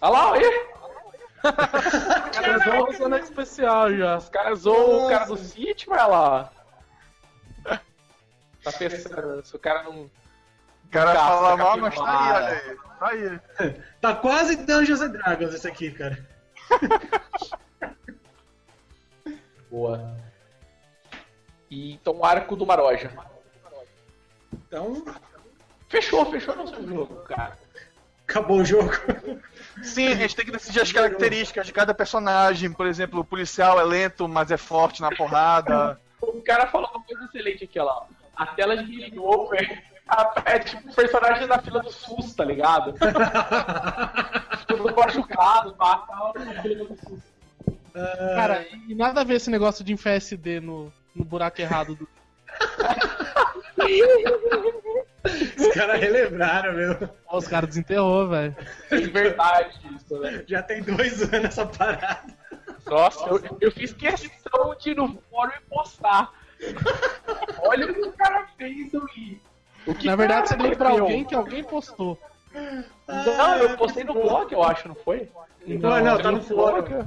Speaker 3: Olha lá, olha.
Speaker 2: O cara usou o Zona especial já.
Speaker 3: Os caras zoam o cara do sítio, olha lá. Tá pensando, se o cara não.
Speaker 6: O cara
Speaker 3: Caça,
Speaker 6: fala mal,
Speaker 3: capivara.
Speaker 6: mas tá aí, olha aí. Tá aí.
Speaker 5: Tá quase Dungeons and Dragons esse aqui, cara.
Speaker 3: Boa. E então o arco do Maroja.
Speaker 5: Então,
Speaker 3: Fechou, fechou nosso jogo, cara.
Speaker 5: acabou o jogo.
Speaker 6: Sim, a gente tem que decidir as características de cada personagem. Por exemplo, o policial é lento, mas é forte na porrada.
Speaker 3: O cara falou uma coisa excelente aqui, ó lá. A tela de Healing Over a- é tipo o personagem da fila do SUS, tá ligado? Tudo machucado, passa na fila do SUS.
Speaker 2: Cara, e nada a ver esse negócio de um enfiar SD no, no buraco errado do.
Speaker 5: Os caras relebraram, meu.
Speaker 2: Ó, os caras desenterrou, velho.
Speaker 3: É verdade isso, né?
Speaker 5: Já tem dois anos essa parada.
Speaker 3: Nossa, eu, eu fiz questão de ir no fórum e postar. Olha o que o cara fez, eu li. O que
Speaker 2: Na verdade, você
Speaker 3: cara
Speaker 2: deu pra
Speaker 3: meteu?
Speaker 2: alguém que alguém postou.
Speaker 3: Não, eu postei no blog, eu acho, não foi?
Speaker 5: Não, não, tá no fórum.
Speaker 3: cara.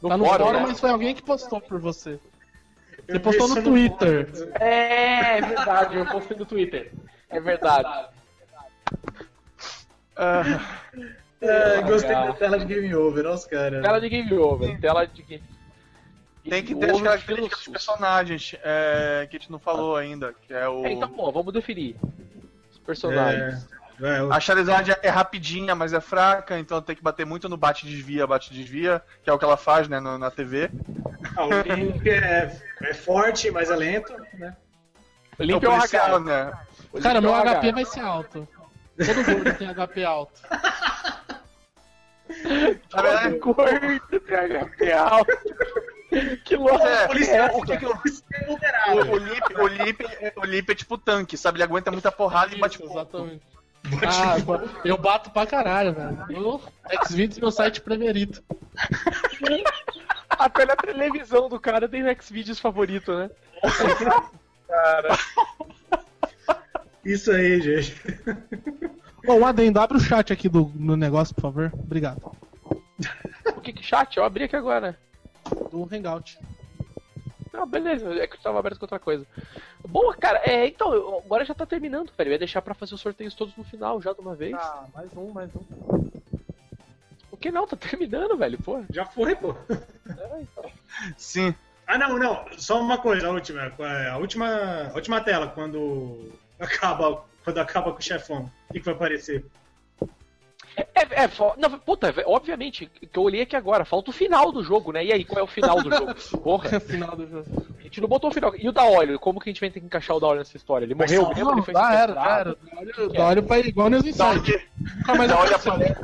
Speaker 2: tá no
Speaker 3: fórum,
Speaker 2: fórum,
Speaker 3: né?
Speaker 2: mas foi alguém que postou por você.
Speaker 5: Eu
Speaker 2: Você postou
Speaker 5: vi
Speaker 2: no
Speaker 5: isso
Speaker 2: Twitter.
Speaker 3: É, é verdade, eu postei no Twitter. É verdade.
Speaker 6: Ah,
Speaker 5: É, gostei
Speaker 3: Legal.
Speaker 5: da tela de Game Over, olha os caras.
Speaker 3: Tela de game over, tela de game.
Speaker 6: tem que
Speaker 3: Game
Speaker 6: ter as
Speaker 3: over
Speaker 6: características dos
Speaker 3: pelo susto.
Speaker 6: personagens é, que a gente não falou ainda. Que é o...
Speaker 3: É, então, bom, vamos definir. Os
Speaker 5: É,
Speaker 3: personagens.
Speaker 5: é, o-
Speaker 6: A Charizard é rapidinha, mas é fraca, então tem que bater muito no bate-desvia, bate-desvia, que é o que ela faz né, no- na TV.
Speaker 5: ah, o Link é, é forte, mas é lento, né?
Speaker 3: Limpa
Speaker 6: é
Speaker 3: o
Speaker 6: o policial,
Speaker 3: H.
Speaker 6: né?
Speaker 3: Limpa
Speaker 2: Cara, meu é
Speaker 3: o H.
Speaker 2: HP vai ser alto. Todo mundo tem HP alto.
Speaker 6: Na verdade,
Speaker 3: gordo, tem HP alto. Que louco.
Speaker 6: É,
Speaker 5: policial.
Speaker 6: o que que eu-
Speaker 5: Vulnerável.
Speaker 6: o- o Lip- o Lip é- o Lip é tipo tanque, sabe? Ele aguenta muita porrada e bate
Speaker 2: Isso,
Speaker 6: ponto.
Speaker 2: exatamente. Ah, agora- eu bato pra caralho, velho. Xvideos meu site preferido.
Speaker 3: Até na televisão do cara tem o Xvideos favorito, né?
Speaker 5: Isso aí, gente.
Speaker 2: Bom, um adendo, abre o chat aqui do, no negócio, por favor. Obrigado.
Speaker 3: O que que chat? Eu abri aqui agora.
Speaker 2: Do Hangout.
Speaker 3: Não, beleza, é que eu tava aberto com outra coisa. Boa, cara, é, então, eu- agora já tá terminando, velho. Eu ia deixar pra fazer os sorteios todos no final já de uma vez.
Speaker 2: Ah, mais um, mais um.
Speaker 3: O que não? Tá terminando, velho, pô.
Speaker 5: Já foi, pô.
Speaker 3: É, então.
Speaker 6: Sim.
Speaker 5: Ah, não, não. Só uma coisa, a última. A última, a última tela, quando acaba, quando acaba com o chefão? O que, que vai aparecer?
Speaker 3: É, é, fo- não, puta, é- obviamente, que eu olhei aqui agora, falta o final do jogo, né? E aí, qual é o final do jogo? Porra,
Speaker 2: final do jogo.
Speaker 3: a gente não botou o final. E o da Olho, como que a gente vai ter que encaixar o da Olho nessa história? Ele
Speaker 5: Mas
Speaker 3: morreu
Speaker 5: só-
Speaker 3: mesmo, ele foi
Speaker 7: já era, já
Speaker 3: sequestrado?
Speaker 7: era.
Speaker 2: Dá olho pra igual nos ensaios. Nunca mais
Speaker 6: Dá olho
Speaker 2: apareceu.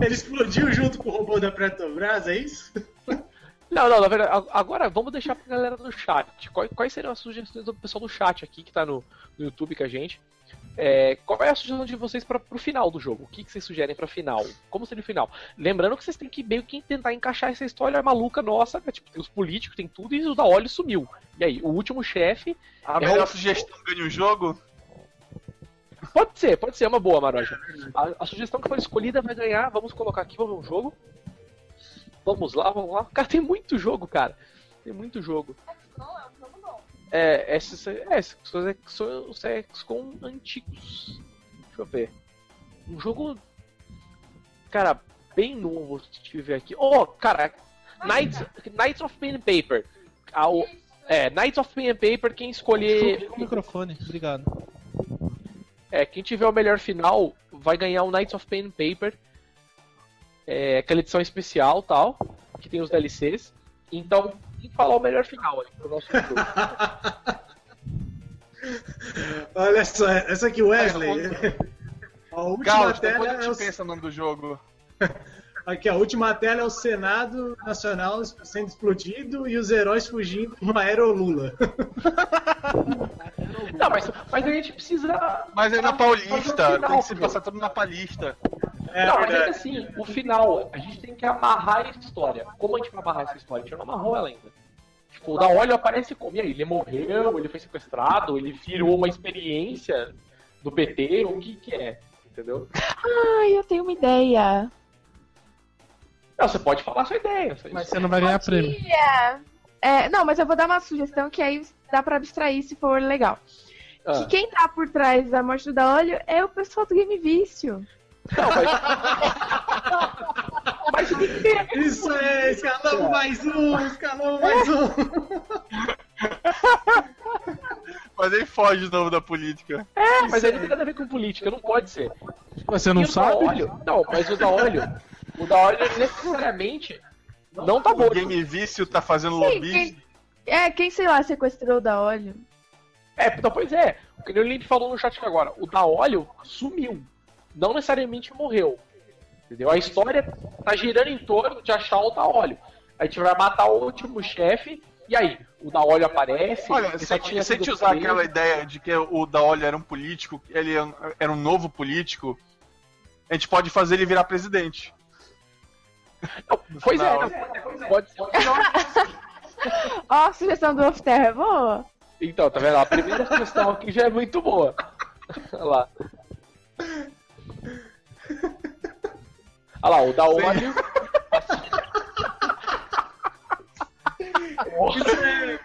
Speaker 5: Ele explodiu junto com o robô da Petrobras, é isso?
Speaker 3: Não, não, na verdade, a- agora vamos deixar pra galera do chat. Quais, quais seriam as sugestões do pessoal do chat aqui que tá no, no YouTube com a gente? É, qual é a sugestão de vocês para pro final do jogo? O que, que vocês sugerem pra final? Como seria o final? Lembrando que vocês têm que meio que tentar encaixar essa história maluca nossa, né? tipo, tem os políticos, tem tudo, e o da Oli sumiu. E aí, o último chefe. é
Speaker 6: A melhor sugestão ganha o jogo?
Speaker 3: Pode ser, pode ser, é uma boa, Maroja. A, a sugestão que for escolhida vai ganhar. Vamos colocar aqui, vamos ver um jogo. Vamos lá, vamos lá. Cara, tem muito jogo, cara. Tem muito jogo. É, esses, é, esses são- são os XCOM antigos. Deixa eu ver. Um jogo. Cara, bem novo se tiver aqui. Oh, cara, Knights, Knights of Pen and Paper. Ah, o- é, Knights of Pen and Paper, quem escolher.
Speaker 2: Desculpa o microfone, obrigado.
Speaker 3: É, quem tiver o melhor final vai ganhar o Knights of Pen and Paper. É, aquela edição especial tal, que tem os DLCs. Então, quem falar o melhor final aí pro nosso jogo.
Speaker 5: Olha só, essa aqui, Wesley. A última
Speaker 6: Gauss, depois
Speaker 5: tela
Speaker 6: a
Speaker 5: é
Speaker 6: gente
Speaker 5: o,
Speaker 6: pensa no nome do jogo.
Speaker 5: aqui, a última tela é o Senado Nacional sendo explodido e os heróis fugindo com uma aerolula.
Speaker 3: Não, mas, mas a gente precisa.
Speaker 6: Mas é na
Speaker 3: Mas
Speaker 6: Paulista,
Speaker 3: no final,
Speaker 6: tem que se
Speaker 3: meu.
Speaker 6: passar tudo na Paulista.
Speaker 5: É
Speaker 3: não, mas ainda
Speaker 5: verdade.
Speaker 3: assim, o final, a gente tem que amarrar a história. Como a gente vai amarrar essa história? A gente não amarrou ela ainda. Tipo, o da Olho aparece como? E aí, ele morreu, ele foi sequestrado, ele virou uma experiência do PT, o que que é? Entendeu?
Speaker 4: Ai, eu tenho uma ideia.
Speaker 3: Não, você pode falar a sua ideia. sua-
Speaker 7: Mas você não vai ganhar prêmio.
Speaker 4: Tia! É, não, mas eu vou dar uma sugestão que aí dá pra abstrair se for legal.
Speaker 3: Ah.
Speaker 4: Que quem tá por trás da morte do da olho é o pessoal do Game Vício.
Speaker 3: Não, mas... mas o que que tem a ver?
Speaker 5: Isso é, escalamos mais um, escalamos mais um.
Speaker 6: Mas ele foge de novo da política.
Speaker 3: É, mas aí não tem nada a ver com política, não pode ser.
Speaker 7: Você
Speaker 3: E
Speaker 7: não
Speaker 3: o da
Speaker 7: sabe?
Speaker 3: Olho- Não, mas o da óleo, o da óleo necessariamente não tá
Speaker 6: O
Speaker 3: morto.
Speaker 6: Game Vício tá fazendo
Speaker 4: Sim,
Speaker 6: lobismo.
Speaker 4: quem, é, quem sei lá sequestrou o da olho.
Speaker 3: É, então, pois é. O que o Limp falou no chat aqui agora, o da óleo sumiu. Não necessariamente morreu. Entendeu? A história tá girando em torno de achar o da óleo. A gente vai matar o último chefe, e aí? O da óleo aparece.
Speaker 6: Olha,
Speaker 3: ele tá
Speaker 6: se a
Speaker 3: só tinha
Speaker 6: gente se a gente
Speaker 3: sido
Speaker 6: usar
Speaker 3: preso.
Speaker 6: aquela ideia de que o Daolio era um político, ele é um- era um novo político, a gente pode fazer ele virar presidente.
Speaker 3: Não, Pois é,
Speaker 6: Não.
Speaker 3: não, pode ser.
Speaker 4: Ó, a sugestão do Off Terra é boa.
Speaker 3: Então, tá vendo? A primeira sugestão aqui já é muito boa. Olha lá. Olha lá, o da óleo.
Speaker 5: Isso é.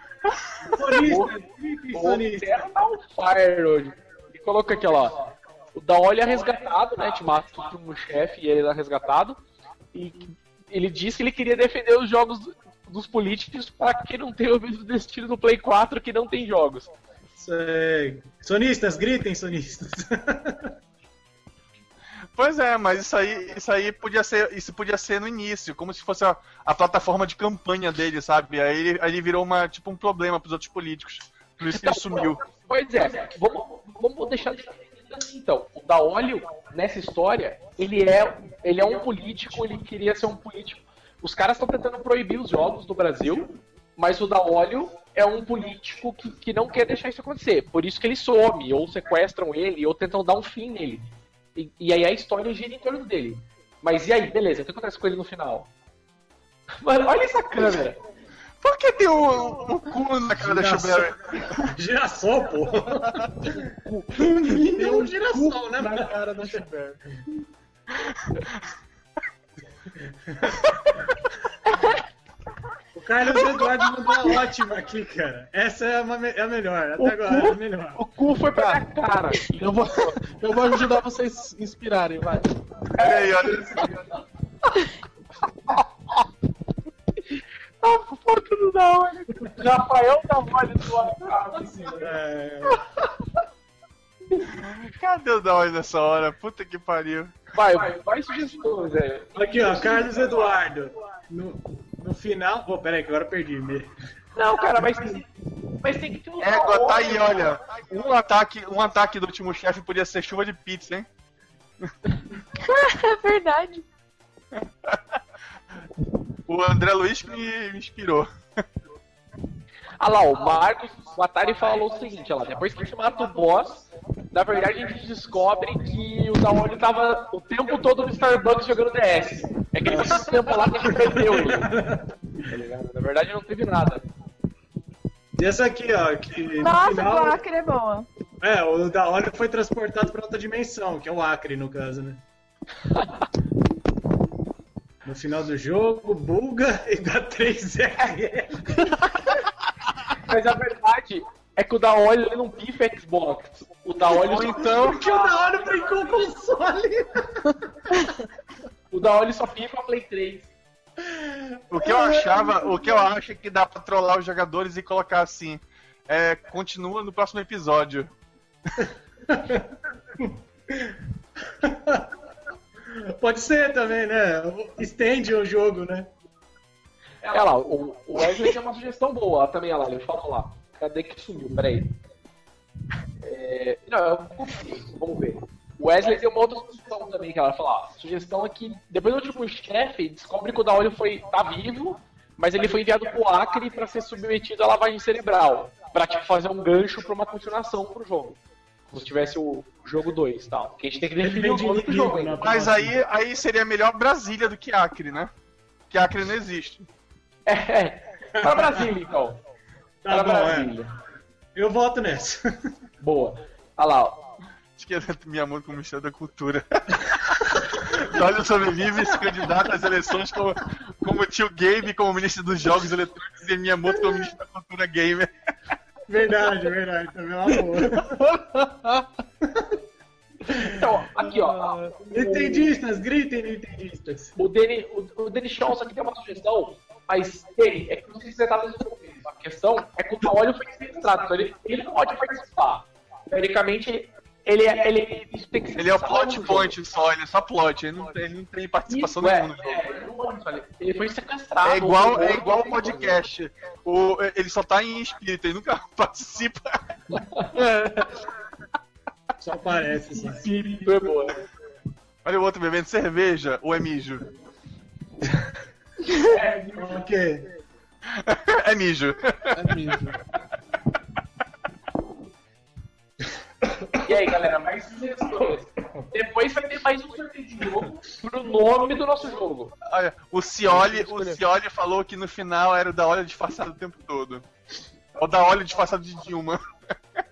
Speaker 5: Sonista, clipe, sonista.
Speaker 3: Era tá on fire hoje. E coloca aqui, ó. lá. O da Olho é resgatado, né? Te mata um chefe e ele é resgatado. E ele disse que ele queria defender os jogos do- dos políticos para que não tenha o mesmo destino do Play 4 que não tem jogos.
Speaker 5: Isso é- Sonistas, gritem, sonistas.
Speaker 6: Pois é, mas isso aí, isso aí podia ser, isso podia ser no início, como se fosse a, a plataforma de campanha dele, sabe? Aí ele, aí ele virou uma, tipo um problema pros outros políticos. Por isso que ele sumiu.
Speaker 3: Pois é, vamos, vamos deixar de- então, o da óleo nessa história, ele é ele é um político, ele queria ser um político. Os caras estão tentando proibir os jogos do Brasil, mas o da óleo é um político que, que não quer deixar isso acontecer. Por isso que ele some, ou sequestram ele, ou tentam dar um fim nele. E, e aí a história gira em torno dele. Mas e aí, beleza, o que acontece com ele no final? Mano, olha essa câmera.
Speaker 6: Por que tem um, um cu na cara da
Speaker 5: Engraçado.
Speaker 6: Chubera?
Speaker 5: Girassol, pô. Tem um girassol, né, mano?
Speaker 2: cara da Schubert.
Speaker 5: O Carlos Eduardo mandou uma ótima aqui, cara. Essa é, uma me- é a melhor, até agora, é a melhor.
Speaker 3: O cu foi pra minha cara.
Speaker 2: Eu vou, eu vou ajudar vocês a se inspirarem, vai.
Speaker 6: Olha aí, olha.
Speaker 3: a foto do Naoli. Rafael Naoli do WhatsApp.
Speaker 5: É,
Speaker 6: Cadê o Dawn nessa hora? Puta que pariu.
Speaker 3: Vai, vai, vai sugestões, velho.
Speaker 5: Aqui, ó, Carlos Eduardo. No, no final. Pô, peraí, que agora eu perdi. me-
Speaker 3: Não, cara, mas tem, mas tem que ter um.
Speaker 6: Égua, tá aí, olha. Um ataque, um ataque do último chefe podia ser chuva de pizza, hein?
Speaker 4: É verdade.
Speaker 6: O André Luiz que me me inspirou.
Speaker 3: Ah lá, o Marcos Watari falou o seguinte, olha lá, depois que a gente mata o boss, na verdade a gente descobre que o Daoni tava o tempo todo no Starbucks jogando DS. É que ele passou o tempo lá que a gente perdeu ele. Tá ligado? Na verdade não teve nada.
Speaker 5: E essa aqui, ó, que no
Speaker 4: Nossa,
Speaker 5: final.
Speaker 4: o Acre é boa.
Speaker 5: É, o da hora foi transportado pra outra dimensão, que é o Acre, no caso, né? No final do jogo, buga e dá 3R.
Speaker 3: Mas a verdade é que o Daoni ele não pifa Xbox. O Daoni só, então,
Speaker 5: Porque o da hora brincou o console.
Speaker 3: o Daoni só pifa Play 3.
Speaker 6: O que eu achava, o que eu acho é que dá pra trollar os jogadores e colocar assim. É, continua no próximo episódio.
Speaker 5: Pode ser também, né? Estende o jogo, né?
Speaker 3: Olha lá, o, o Wesley tem uma sugestão boa também, olha lá, ele falou lá. Cadê que sumiu? Peraí. É, não, eu copiei, vamos ver. O Wesley tem uma outra sugestão também, que ela falou, ó, sugestão é que depois do último chefe, descobre que o Daolio foi tá vivo, mas ele foi enviado pro Acre pra ser submetido à lavagem cerebral, pra tipo, fazer um gancho pra uma continuação pro jogo. Como se tivesse o jogo 2 e tal. Porque a gente tem que definir o nome do jogo
Speaker 5: né?
Speaker 3: ainda.
Speaker 6: Mas aí, aí seria melhor Brasília do que Acre, né? Que Acre não existe.
Speaker 3: É, pra Brasília, então.
Speaker 5: Tá
Speaker 3: Pra
Speaker 5: bom, é.
Speaker 3: Brasília.
Speaker 5: Eu voto nessa.
Speaker 3: Boa. Olha lá, ó.
Speaker 6: Esqueleto é minha mão como Ministério da Cultura. Olha sobrevive e se candidata às eleições como, como tio Game, como ministro dos Jogos Eletrônicos e minha moto como ministro da Cultura Gamer.
Speaker 5: Verdade, verdade. Também é uma boa.
Speaker 3: Então, aqui, ó.
Speaker 5: Nintendistas, gritem, nintendistas.
Speaker 3: O Danny, o, o Danny Shaw, só que tem uma sugestão, mas ele, é que não sei se você tá resolvendo. A questão é que o Paolio foi sequestrado, então ele, ele não pode participar. Teoricamente, ele, é- ele, isso tem que ser
Speaker 6: Ele é o
Speaker 3: salvo
Speaker 6: plot
Speaker 3: no um jogo.
Speaker 6: point só, ele é só plot, ele não tem, ele não tem participação
Speaker 3: Isso, é,
Speaker 6: nenhuma no jogo.
Speaker 3: é, Tá ele não pode, olha, ele foi sequestrado.
Speaker 6: É igual, é
Speaker 3: Ele
Speaker 6: igual o
Speaker 3: não pode.
Speaker 6: podcast. O, ele só tá em espírito, ele nunca participa.
Speaker 5: Só parece, assim. só.
Speaker 3: Foi boa.
Speaker 6: Olha o outro bebendo cerveja, o é Emijo.
Speaker 5: Ok.
Speaker 6: É mijo.
Speaker 7: É mesmo.
Speaker 3: E aí, galera, mais sugestões. Depois vai ter mais um sorteio de jogo pro nome do nosso jogo.
Speaker 6: Olha, o Cioli, o Cioli falou que no final era o da Olha disfarçado o tempo todo. É O da Olha disfarçado de Dilma.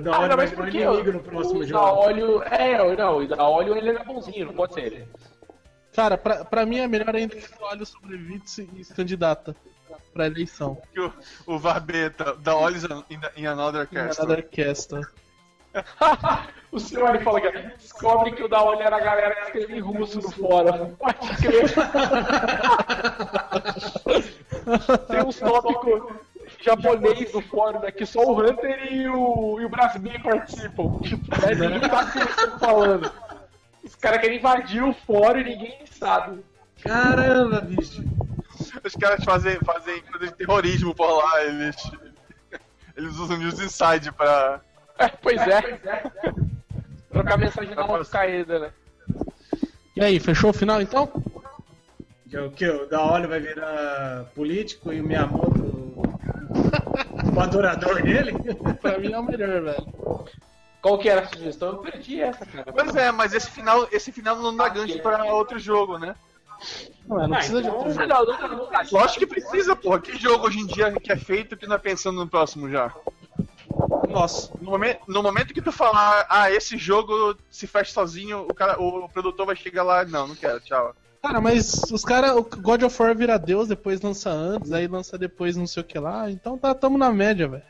Speaker 5: Da
Speaker 3: Ah,
Speaker 5: hora
Speaker 3: não,
Speaker 5: vai
Speaker 3: mas
Speaker 5: virar
Speaker 3: por
Speaker 5: um
Speaker 3: que
Speaker 5: inimigo no próximo
Speaker 3: o
Speaker 5: jogo.
Speaker 3: Daolio, é, não, o Daolio ele era bonzinho, não pode ser ele.
Speaker 2: Cara, pra, pra mim é melhor ainda que o Alho sobrevive e se- e se candidata pra eleição.
Speaker 6: Que o, o Varbeta, da Olha em Another Cast.
Speaker 2: Nada orquestra.
Speaker 3: o senhor fala que descobre que o Daolio era a galera que escreve em russo no fórum. Pode crer. Tem uns tópicos japonês no fórum, né, que só o Hunter e o, e o Brasmin participam. Tipo, né, ninguém sabe o que eles estão falando. Os caras querem invadir o fórum e ninguém sabe.
Speaker 5: Caramba, bicho.
Speaker 6: Os caras fazem, fazem coisa de terrorismo por lá, eles. Eles usam News Inside pra.
Speaker 3: É, pois é. Trocar mensagem na mão caída, né?
Speaker 2: E aí, fechou o final então?
Speaker 5: Que é o que? O da hora vai virar político e o Miyamoto. O adorador dele?
Speaker 2: Pra mim é o melhor, velho.
Speaker 3: Qual que era a sugestão? Eu perdi essa, cara.
Speaker 6: Pois é, mas esse final, esse final não dá gancho pra outro jogo, né?
Speaker 2: Não,
Speaker 6: Ah,
Speaker 2: é, não precisa
Speaker 6: então,
Speaker 2: de outro
Speaker 3: Não,
Speaker 2: jogo.
Speaker 3: não, não, não, não.
Speaker 6: Lógico que precisa, porra. Que jogo hoje em dia que é feito que não é pensando no próximo já?
Speaker 2: Nossa.
Speaker 6: No momento, no momento que tu falar, ah, esse jogo se faz sozinho, o, cara, o produtor vai chegar lá, não, não quero, tchau.
Speaker 2: Cara, mas os caras, o God of War vira Deus, depois lança antes, aí lança depois não sei o que lá, então tá, tamo na média, velho.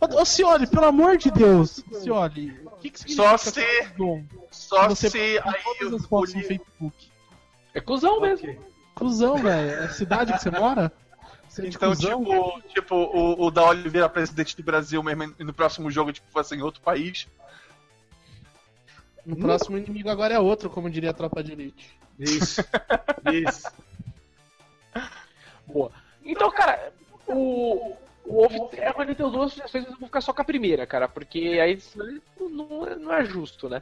Speaker 2: Ô, ô Cioli, pelo amor de Deus, Cioli, o que, que
Speaker 6: Só
Speaker 2: significa
Speaker 6: se,
Speaker 2: Dom?
Speaker 6: só
Speaker 2: Você
Speaker 6: se aí
Speaker 2: Todas as
Speaker 7: um
Speaker 6: o,
Speaker 2: fotos no Facebook.
Speaker 3: É cuzão mesmo.
Speaker 5: Ok.
Speaker 7: Cusão, velho. É a cidade que você mora? Você é de
Speaker 6: Então,
Speaker 7: cuzão?
Speaker 6: tipo, tipo o, o da Oliveira, presidente do Brasil mesmo, e no próximo jogo, tipo, vai ser em outro país.
Speaker 7: No próximo inimigo agora é outro, como diria a tropa de elite.
Speaker 5: Isso. Isso.
Speaker 3: Boa. Então, cara, o, o Wolf Terror ele tem duas sugestões, mas eu vou ficar só com a primeira, cara, porque aí senão ele não, é- não é justo, né?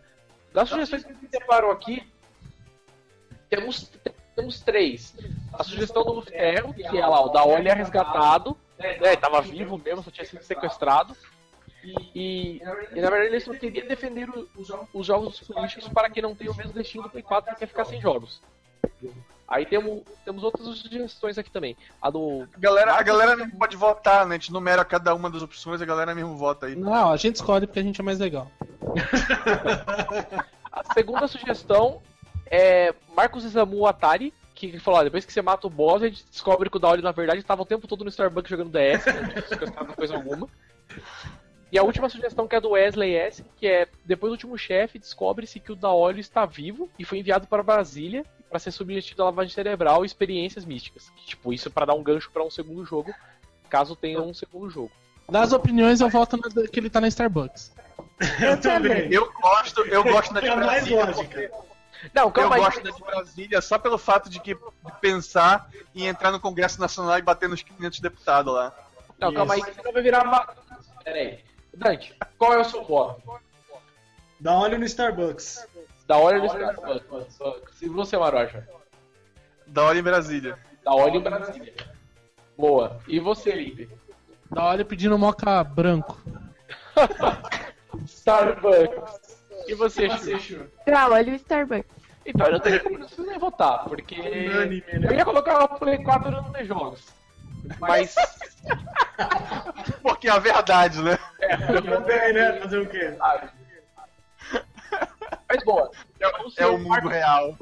Speaker 3: Das sugestões assim, que a gente separou aqui, temos, temos três. A sugestão do Wolf Terror, que é lá, o da Olha resgatado, né? ele Tava vivo mesmo, só tinha sido sequestrado. E, e, na verdade ele só queria defender o- os jogos políticos para que não tenha o mesmo destino do Play 4 que quer ficar sem jogos. Aí temos, temos outras sugestões aqui também. A do
Speaker 6: A galera, a galera mesmo pode votar, né? A gente numera cada uma das opções, a galera mesmo vota aí.
Speaker 7: Não, a gente escolhe porque a gente é mais legal.
Speaker 3: A segunda sugestão é Marcos Isamu Atari, que falou, ó, depois que você mata o boss, a gente descobre que o Daoli, na verdade, estava o tempo todo no Starbucks jogando DS, não descansava coisa alguma. E a última sugestão, que é do Wesley S., que é, depois do último chefe, descobre-se que o Daoli está vivo e foi enviado para Brasília para ser submetido à lavagem cerebral e experiências místicas. Tipo, isso para dar um gancho para um segundo jogo, caso tenha um segundo jogo.
Speaker 7: Das opiniões, eu voto na, que ele tá na Starbucks.
Speaker 5: Eu também.
Speaker 6: Eu gosto, eu gosto da de
Speaker 5: É a mais
Speaker 6: Brasília.
Speaker 5: lógica.
Speaker 3: Não,
Speaker 6: Eu
Speaker 3: calma aí.
Speaker 6: gosto da de Brasília só pelo fato de que de pensar em entrar no Congresso Nacional e bater nos 500 deputados lá.
Speaker 3: Não, calma aí, que senão vai virar uma... Pera aí. Dante, qual é o seu voto?
Speaker 5: Dá olho no Starbucks.
Speaker 3: Da hora do Starbucks. Se você, Marocha.
Speaker 6: Da hora em Brasília.
Speaker 3: Da hora em Brasília. Boa. E você, Lipe?
Speaker 7: Da hora pedindo moca branco.
Speaker 3: Starbucks. E você, Chu?
Speaker 4: Tá, olha o Starbucks.
Speaker 3: Então, eu não teria como vocês nem votar, porque
Speaker 5: Unânime, né?
Speaker 3: eu ia colocar o Play 4 no The Jogos. Mas,
Speaker 6: Porque é a verdade, né?
Speaker 5: Eu também, né? Fazer o quê?
Speaker 3: sabe? Mas boa. Então, se
Speaker 6: É o mundo
Speaker 3: Marcos-
Speaker 6: real.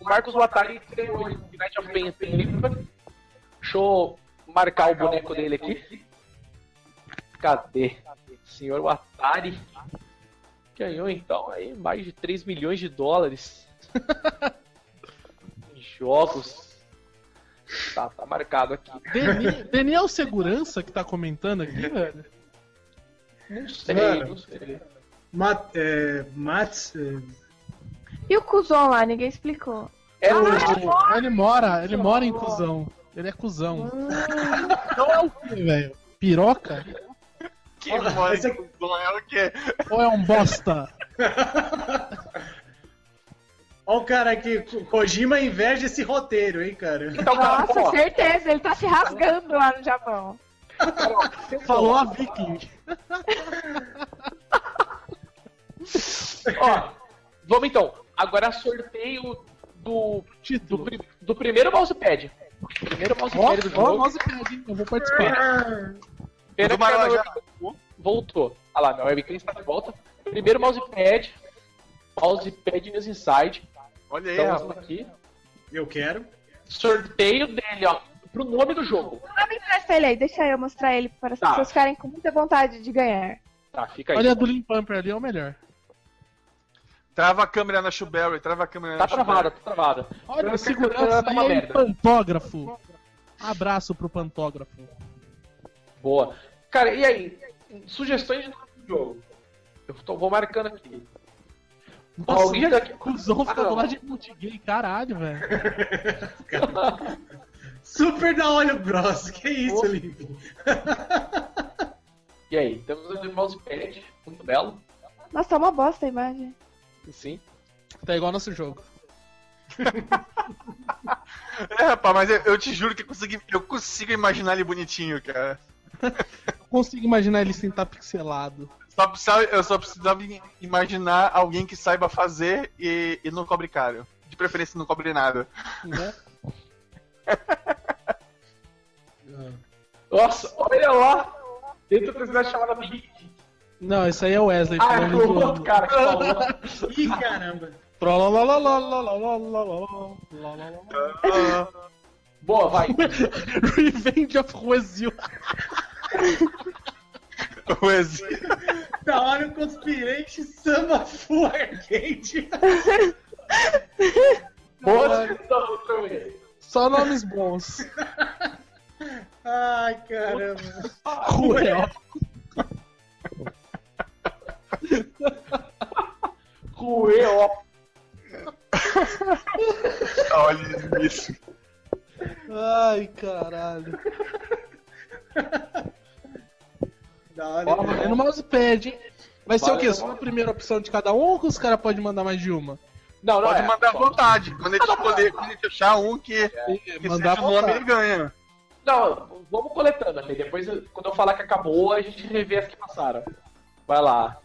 Speaker 3: O Marcos Watari criou o Night of Pain Paper. Deixa eu marcar o boneco dele aqui. Cadê? Senhor Watari. Ganhou então aí mais de 3 milhões de dólares. em jogos. Tá, tá marcado aqui.
Speaker 7: Deni, Deni é o segurança que tá comentando aqui, velho?
Speaker 3: Não sei,
Speaker 5: Mano.
Speaker 3: não sei.
Speaker 5: Mat, é, Mats. é,
Speaker 4: E o Cuzon lá, ninguém explicou.
Speaker 3: É o
Speaker 7: Ele mora, ele mora em cuzão. Ele é cuzão. Ah. Então
Speaker 6: Não é o
Speaker 7: Ih, velho. Piroca?
Speaker 6: que mora
Speaker 5: Esse
Speaker 6: em Cuzão, é o quê?
Speaker 7: Ou é um bosta?
Speaker 5: Ó, o cara aqui, Ko- Kojima inveja esse roteiro, hein, cara?
Speaker 3: Então, cara,
Speaker 4: Nossa,
Speaker 3: ó,
Speaker 4: certeza, ele tá se rasgando lá no Japão.
Speaker 7: Falou a Viking.
Speaker 3: ó, vamos então. Agora sorteio do, do,
Speaker 7: Título.
Speaker 3: pri- do primeiro mousepad. Primeiro
Speaker 7: Ó,
Speaker 3: mousepad do
Speaker 7: ó,
Speaker 3: jogo.
Speaker 7: mousepad, hein? eu vou participar.
Speaker 3: Pena
Speaker 6: Do
Speaker 3: que minha
Speaker 6: Marajá.
Speaker 3: webcam voltou. Ah lá, minha webcam está de volta. Primeiro mousepad. Mousepad News Inside.
Speaker 6: Olha aí,
Speaker 3: Então,
Speaker 6: rapaz.
Speaker 3: aqui.
Speaker 5: Eu quero.
Speaker 3: Sorteio dele, ó. Pro nome do jogo.
Speaker 4: Não me empresta ele aí, deixa eu mostrar ele para as
Speaker 3: Tá.
Speaker 4: pessoas ficarem com muita vontade de ganhar.
Speaker 3: Tá, fica aí.
Speaker 7: Olha a do Limpamper ali, é o melhor.
Speaker 6: Trava a câmera na Shuberry, trava a câmera
Speaker 3: Tá
Speaker 6: na
Speaker 3: travada, tá travada.
Speaker 7: Olha, o
Speaker 3: Tá
Speaker 7: segurança
Speaker 3: uma
Speaker 7: aí é um
Speaker 3: merda.
Speaker 7: pantógrafo. Abraço pro pantógrafo.
Speaker 3: Boa. Cara, e aí? Sugestões de nome do jogo. Eu tô- vou marcando aqui.
Speaker 7: Nossa,
Speaker 3: Alguém daqui-
Speaker 7: O cuzão fica
Speaker 3: Ah, não.
Speaker 7: do lado de multigay, caralho, velho.
Speaker 5: Super da olho, bros. Que isso, Lipe?
Speaker 3: E aí? Temos o mousepad. Muito belo.
Speaker 4: Nossa, tá uma bosta a imagem.
Speaker 3: Sim.
Speaker 7: Tá igual nosso jogo.
Speaker 6: É, rapaz, mas eu, eu te juro que eu consegui, eu consigo imaginar ele bonitinho, cara.
Speaker 7: Eu consigo imaginar ele sem estar pixelado.
Speaker 6: Só precisava- eu só precisava im- imaginar alguém que saiba fazer e, e não cobre caro. De preferência não cobre nada.
Speaker 7: Né?
Speaker 3: Nossa, olha lá. Dentro da cidade chamada Big Dick.
Speaker 7: Não, esse aí é o Wesley.
Speaker 3: Ah,
Speaker 7: falando
Speaker 3: é o
Speaker 7: zoando.
Speaker 3: outro cara que falou.
Speaker 5: Ih, caramba.
Speaker 7: Trolalalalalalalalalalalala.
Speaker 6: Ah,
Speaker 3: Boa, vai.
Speaker 7: Revenge of Ruezil.
Speaker 6: o exílio.
Speaker 5: Da hora o conspirante samba full arcade.
Speaker 3: Boa sugestão também.
Speaker 2: Só nomes bons.
Speaker 5: Ai, caramba.
Speaker 2: Ruel.
Speaker 3: Ruel.
Speaker 6: Olha isso.
Speaker 2: Ai, caralho.
Speaker 5: Da hora.
Speaker 3: Tá
Speaker 2: Ó, mano, é no mousepad, hein? Vai ser
Speaker 3: Valeu,
Speaker 2: o quê? Só a primeira opção de cada um ou que os caras podem mandar mais de uma?
Speaker 3: Não, não
Speaker 6: Pode
Speaker 3: é.
Speaker 6: mandar à
Speaker 3: Só-
Speaker 6: vontade. Quando ele escolher, quando ele achar um que,
Speaker 2: É,
Speaker 6: que
Speaker 2: mandar
Speaker 6: seja o nome,
Speaker 2: vontade.
Speaker 6: ele ganha.
Speaker 3: Não, vamos coletando aqui. Depois, eu- quando eu falar que acabou, a gente revê as que passaram. Vai lá.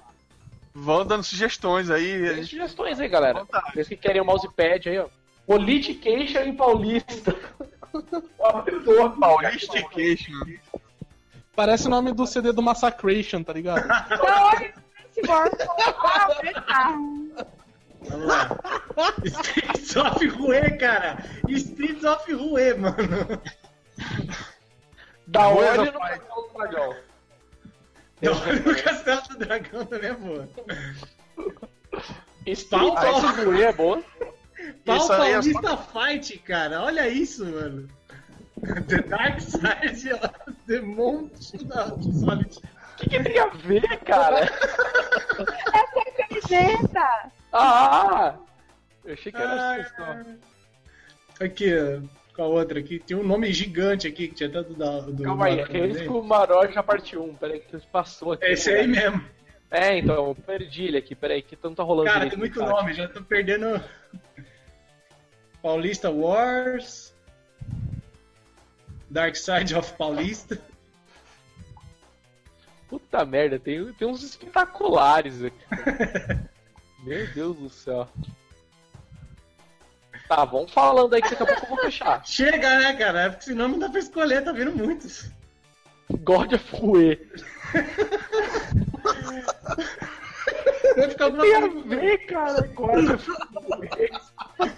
Speaker 6: Vão dando sugestões aí. a
Speaker 3: Tem
Speaker 6: gente-
Speaker 3: sugestões aí, galera.
Speaker 6: Vontade.
Speaker 3: Vocês que querem o mousepad aí, ó. Politication em paulista. Ó, eu tô-
Speaker 6: Paulista
Speaker 2: Parece o nome do CD do Massacration, tá ligado?
Speaker 4: Então, olha, esse morro. Ah, tá.
Speaker 5: Vamos lá. Streets of Rue, cara. Streets of Rue, mano.
Speaker 3: Da
Speaker 6: Boa,
Speaker 3: ordem no
Speaker 6: rapaz.
Speaker 3: Castelo do Dragão.
Speaker 5: Da hora do Castelo do Dragão também é boa.
Speaker 3: Espírito
Speaker 5: Pau,
Speaker 3: of Ruê é boa.
Speaker 5: Pau
Speaker 6: Isso aí é
Speaker 5: Paulista Fight, cara. Olha isso, mano. The Dark Side of the Mountain of Solid.
Speaker 3: O que, que tem a ver, cara?
Speaker 4: Essa é a camiseta.
Speaker 3: Ah! Eu achei que
Speaker 5: Ah,
Speaker 3: era sugestão.
Speaker 5: Aqui, ó. Qual outra aqui? Tem um nome gigante aqui que tinha tanto da. Do
Speaker 3: Calma aí,
Speaker 5: Marco
Speaker 3: aqueles
Speaker 5: também.
Speaker 3: com o Maror já parte 1. Peraí, que você passou aqui.
Speaker 5: É esse aí mesmo.
Speaker 3: É, então, eu perdi ele aqui. Peraí, que não tá rolando
Speaker 5: Cara,
Speaker 3: direito
Speaker 5: tem
Speaker 3: no
Speaker 5: muito
Speaker 3: chat.
Speaker 5: nome, já tô perdendo. Paulista Wars. Dark Side of Paulista.
Speaker 3: Ah. Puta merda, tem, tem uns espetaculares aqui. Meu Deus do céu. Tá, vamos falando aí que daqui a pouco eu vou fechar.
Speaker 5: Chega, né, cara? É porque senão não dá pra escolher, tá vindo muitos.
Speaker 3: God of Rue.
Speaker 5: Vai ficar alguma
Speaker 3: Tem a
Speaker 5: coisa.
Speaker 3: ver, cara, God of Rue.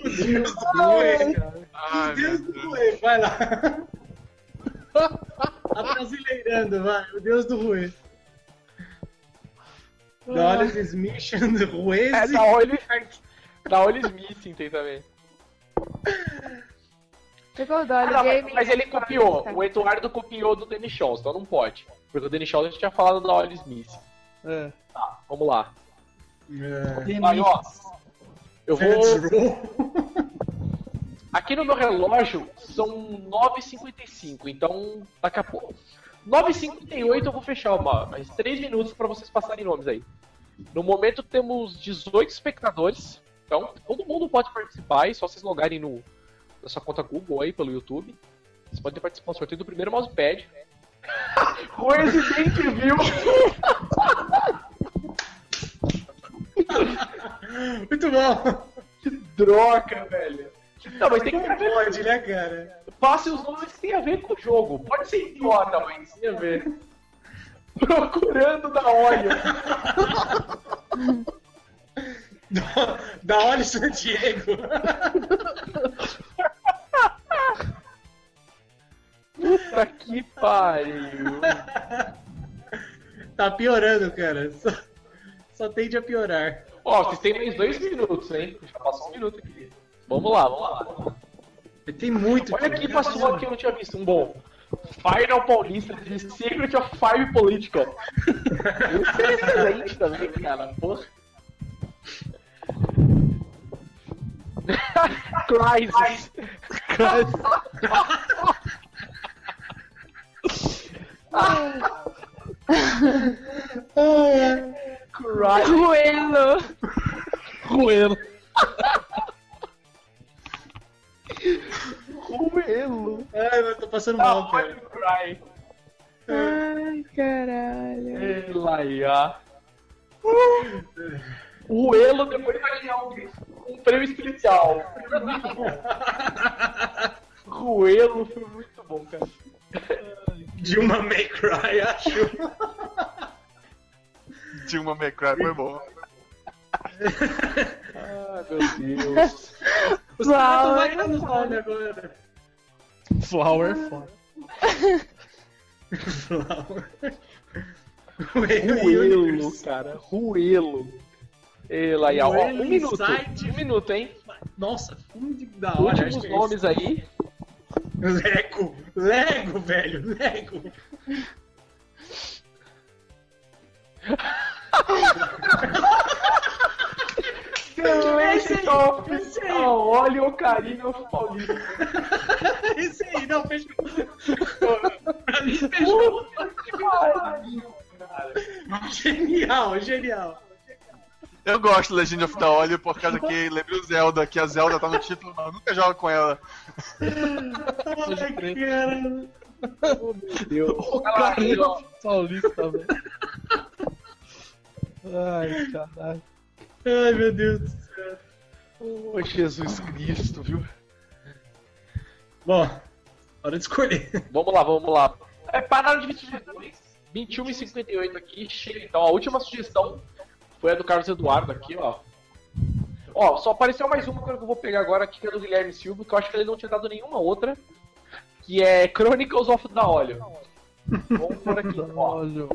Speaker 5: Deus do Rui,
Speaker 6: Ai,
Speaker 5: Ah, Deus do Rui, vai lá. Abrasileirando, vai. O Deus do Rui. Dollars is Mission, Ruiz.
Speaker 3: É, da Oli, da Oli Smith tem também.
Speaker 4: Pegou o
Speaker 3: Ah,
Speaker 4: Dolly
Speaker 3: não, mas,
Speaker 4: Game.
Speaker 3: mas ele copiou. O Eduardo copiou do Danny Shows, então não pode. Porque o Danny Shows já tinha falado da Oli Smith.
Speaker 2: É.
Speaker 3: Tá, vamos lá.
Speaker 5: É.
Speaker 3: Aí, ó. Eu vou.
Speaker 5: Saints Row.
Speaker 3: Aqui no meu relógio são 9h55, então daqui a pouco. 9h58 eu vou fechar uma, mais 3 minutos pra vocês passarem nomes aí. No momento temos 18 espectadores, então todo mundo pode participar, é só vocês logarem no, na sua conta Google aí pelo YouTube. Vocês podem participar do sorteio do primeiro mousepad. o Resident Evil!
Speaker 5: Muito bom.
Speaker 3: Que droga, velho! Não, mas tem que
Speaker 5: Não
Speaker 3: ver
Speaker 5: pode, né, cara?
Speaker 3: Passe os nomes que tem a ver com o jogo. Pode ser idiota, mas tem a ver. Procurando da olha.
Speaker 5: Da Oli Santiago.
Speaker 3: Puta que pariu.
Speaker 5: Tá piorando, cara. Só, só tende a piorar.
Speaker 3: Ó, vocês têm mais dois minutos, hein? Já passou um minuto aqui. Vamos lá, vamos lá.
Speaker 5: Tem muito.
Speaker 3: Olha
Speaker 5: cara.
Speaker 3: aqui, passou aqui, eu não tinha visto. Um bom. Final Paulista de Secret of Fire Política. Esse é excelente também, cara. Porra. Crisis.
Speaker 5: É.
Speaker 3: Crisis.
Speaker 4: Coelho.
Speaker 2: Ruelo.
Speaker 3: Ruelo.
Speaker 5: Ai, mas tô passando
Speaker 3: Não,
Speaker 5: mal, cara.
Speaker 3: Cry.
Speaker 4: Ai, caralho.
Speaker 3: Elaia. O Elo depois vai ganhar um, um prêmio especial. Foi muito bom. O Elo foi muito bom, cara.
Speaker 5: Dilma May Cry, acho.
Speaker 6: Dilma McCray foi bom.
Speaker 3: Ah, meu Deus.
Speaker 5: Os caras tão
Speaker 4: Uau,
Speaker 5: marcando os nomes agora.
Speaker 2: Flower é foda.
Speaker 5: Flower. O Will.
Speaker 3: Ruelo, cara. Ruelo. E lá, e, ó, ó,
Speaker 5: Whale
Speaker 3: um minuto.
Speaker 5: Insight.
Speaker 3: Um minuto, hein?
Speaker 5: Nossa, filme de- da hora. acho
Speaker 3: Últimos
Speaker 5: que é
Speaker 3: nomes aí.
Speaker 5: isso. Lego, Lego, velho, Lego.
Speaker 3: Excelente top.
Speaker 5: esse aí.
Speaker 3: Ó, Olha o carinho do Paulista.
Speaker 5: Esse aí, não, fechou. pra mim, fechou. genial, genial.
Speaker 6: Eu gosto de Legend of the Olho por causa que lembra o Zelda, que a Zelda tá no título, mas eu nunca jogo com ela.
Speaker 5: Ai, cara.
Speaker 2: O
Speaker 3: Vai lá,
Speaker 2: carinho
Speaker 3: ó.
Speaker 2: paulista, velho. Ai, caralho.
Speaker 5: Ai, meu Deus do céu.
Speaker 3: Ô, Jesus Cristo, viu?
Speaker 5: Bom, hora de escolher.
Speaker 3: Vamos lá, vamos lá. É, pararam de 20 sugestões. 21 e 58 aqui, chega então. A última sugestão foi a do Carlos Eduardo aqui, ó. Ó, só apareceu mais uma que eu vou pegar agora, que é do Guilherme Silva, que eu acho que ele não tinha dado nenhuma outra, que é Chronicles of the Olho. Vamos por aqui, ó.
Speaker 2: Olha.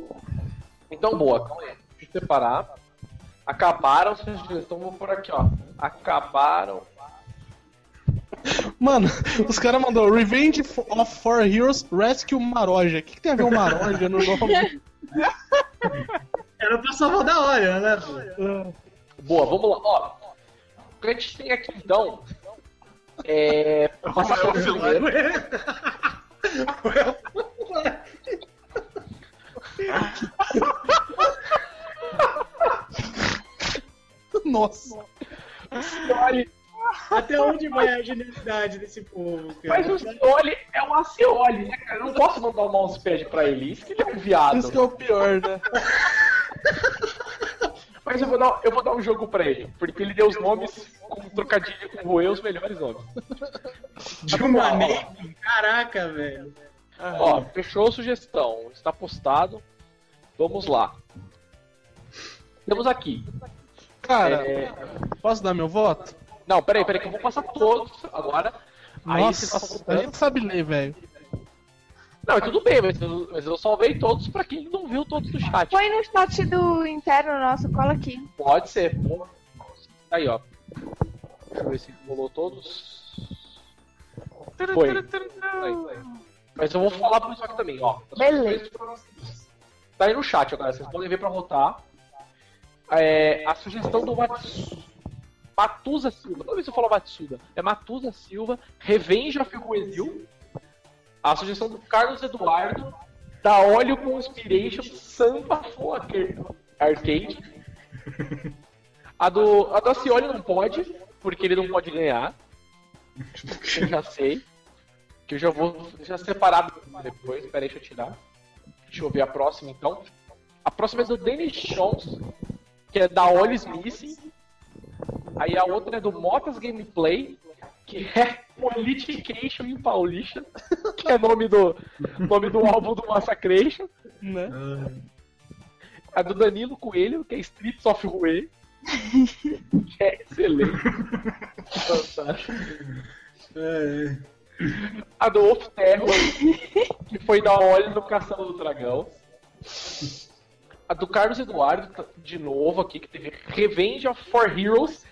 Speaker 3: Então, boa, calma aí. Deixa eu separar. Acabaram suas sugestões, vamos por aqui, ó. Acabaram.
Speaker 2: Mano, os caras mandou Revenge of Four Heroes Rescue Maroja. O que, que tem a ver o Maroja no nome?
Speaker 5: Era pra salvar da hora, né?
Speaker 3: Boa, vamos lá, ó. O que a gente tem aqui, então, é... Passar
Speaker 6: Eu-
Speaker 3: pelo
Speaker 6: eu-
Speaker 3: primeiro.
Speaker 2: Nossa.
Speaker 3: Cioli.
Speaker 5: Até onde vai a genialidade desse povo, cara?
Speaker 3: Mas o Cioli é um Cioli, né, cara? Eu não posso mandar o mousepad pra ele. Isso que ele é um viado.
Speaker 2: Isso que é o pior, né?
Speaker 3: Mas eu vou, dar, eu vou dar um jogo pra ele. Porque ele deu os nomes como trocadilho com o eu, os melhores nomes.
Speaker 5: De uma neve? Caraca, velho.
Speaker 3: Ó, fechou a sugestão. Está postado. Vamos lá. Temos aqui.
Speaker 2: Cara,
Speaker 3: é,
Speaker 2: posso dar meu voto?
Speaker 3: Não, peraí, peraí, que eu vou passar todos agora. Aí você passa
Speaker 2: Nossa, a gente sabe ler, velho.
Speaker 3: Não, tudo bem, mas eu, mas eu salvei todos pra quem não viu todos do chat.
Speaker 4: Põe no chat do interno nosso, cola aqui.
Speaker 3: Pode ser. Aí, ó. Deixa eu ver se rolou todos. Foi. Aí, aí. Mas eu vou falar pro pessoal aqui também, ó.
Speaker 4: Beleza.
Speaker 3: Tá aí no chat agora, vocês podem ver pra votar. É, a sugestão do Mats... Matusa Silva. Toda vez que eu falo Matsuda, é Matusa Silva, Revenge of Ruenil. A sugestão do Carlos Eduardo, da Óleo Conspiration, Samba Full Arcade. A do, a do Acioli não pode, porque ele não pode ganhar. Eu já sei. Que eu já vou já separado depois. Peraí, deixa eu tirar. Deixa eu ver a próxima então. A próxima é do Dennis Jones, que é da Oli Smith. Aí a outra é do Motas Gameplay, que é Politication in Paulista, que é nome do, nome do álbum do Massacration.
Speaker 2: Né?
Speaker 3: A do Danilo Coelho, que é Streets of Rue. Que é excelente. Fantástico.
Speaker 5: É.
Speaker 3: A do Wolf Terror, que foi da Oli no Castelo do Dragão. A do Carlos Eduardo, tá- de novo aqui, que teve Revenge of Four Heroes.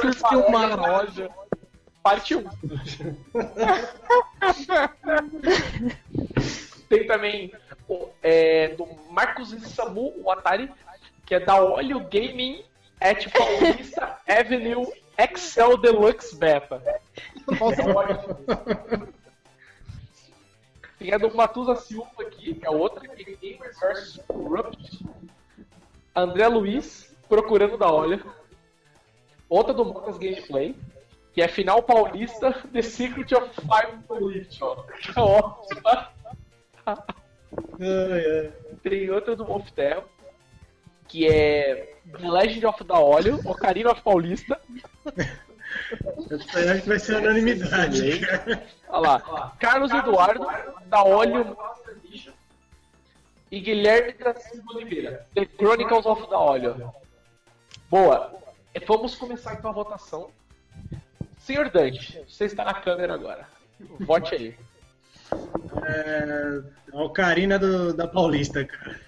Speaker 2: Porque o É Maroja.
Speaker 3: Parte 1. Tem também o, é, do Marcos e Samu, o Atari, que é da Olho Gaming at Paulista Avenue Excel Deluxe Beta. Tem a do Matusa Silva aqui, que é outra, que é Gamers vs Corrupt. André Luiz, procurando da Olha. Outra do Motas Gameplay, que é Final Paulista The Secret of Five Político. Que é ótima.
Speaker 5: Ai, ai.
Speaker 3: Tem outra do Wolf Terror, que é The Legend of the Olho, Ocarina of Paulista.
Speaker 5: Essa aí acho que vai ser unanimidade. cara.
Speaker 3: Olha lá. Carlos Eduardo, da Olho e Guilherme da Silva Oliveira. The Chronicles of da Olho. Boa. E Vamos começar então a votação. Senhor Dante, você está na câmera agora. Vote aí.
Speaker 5: É, Ocarina do, da Paulista, cara.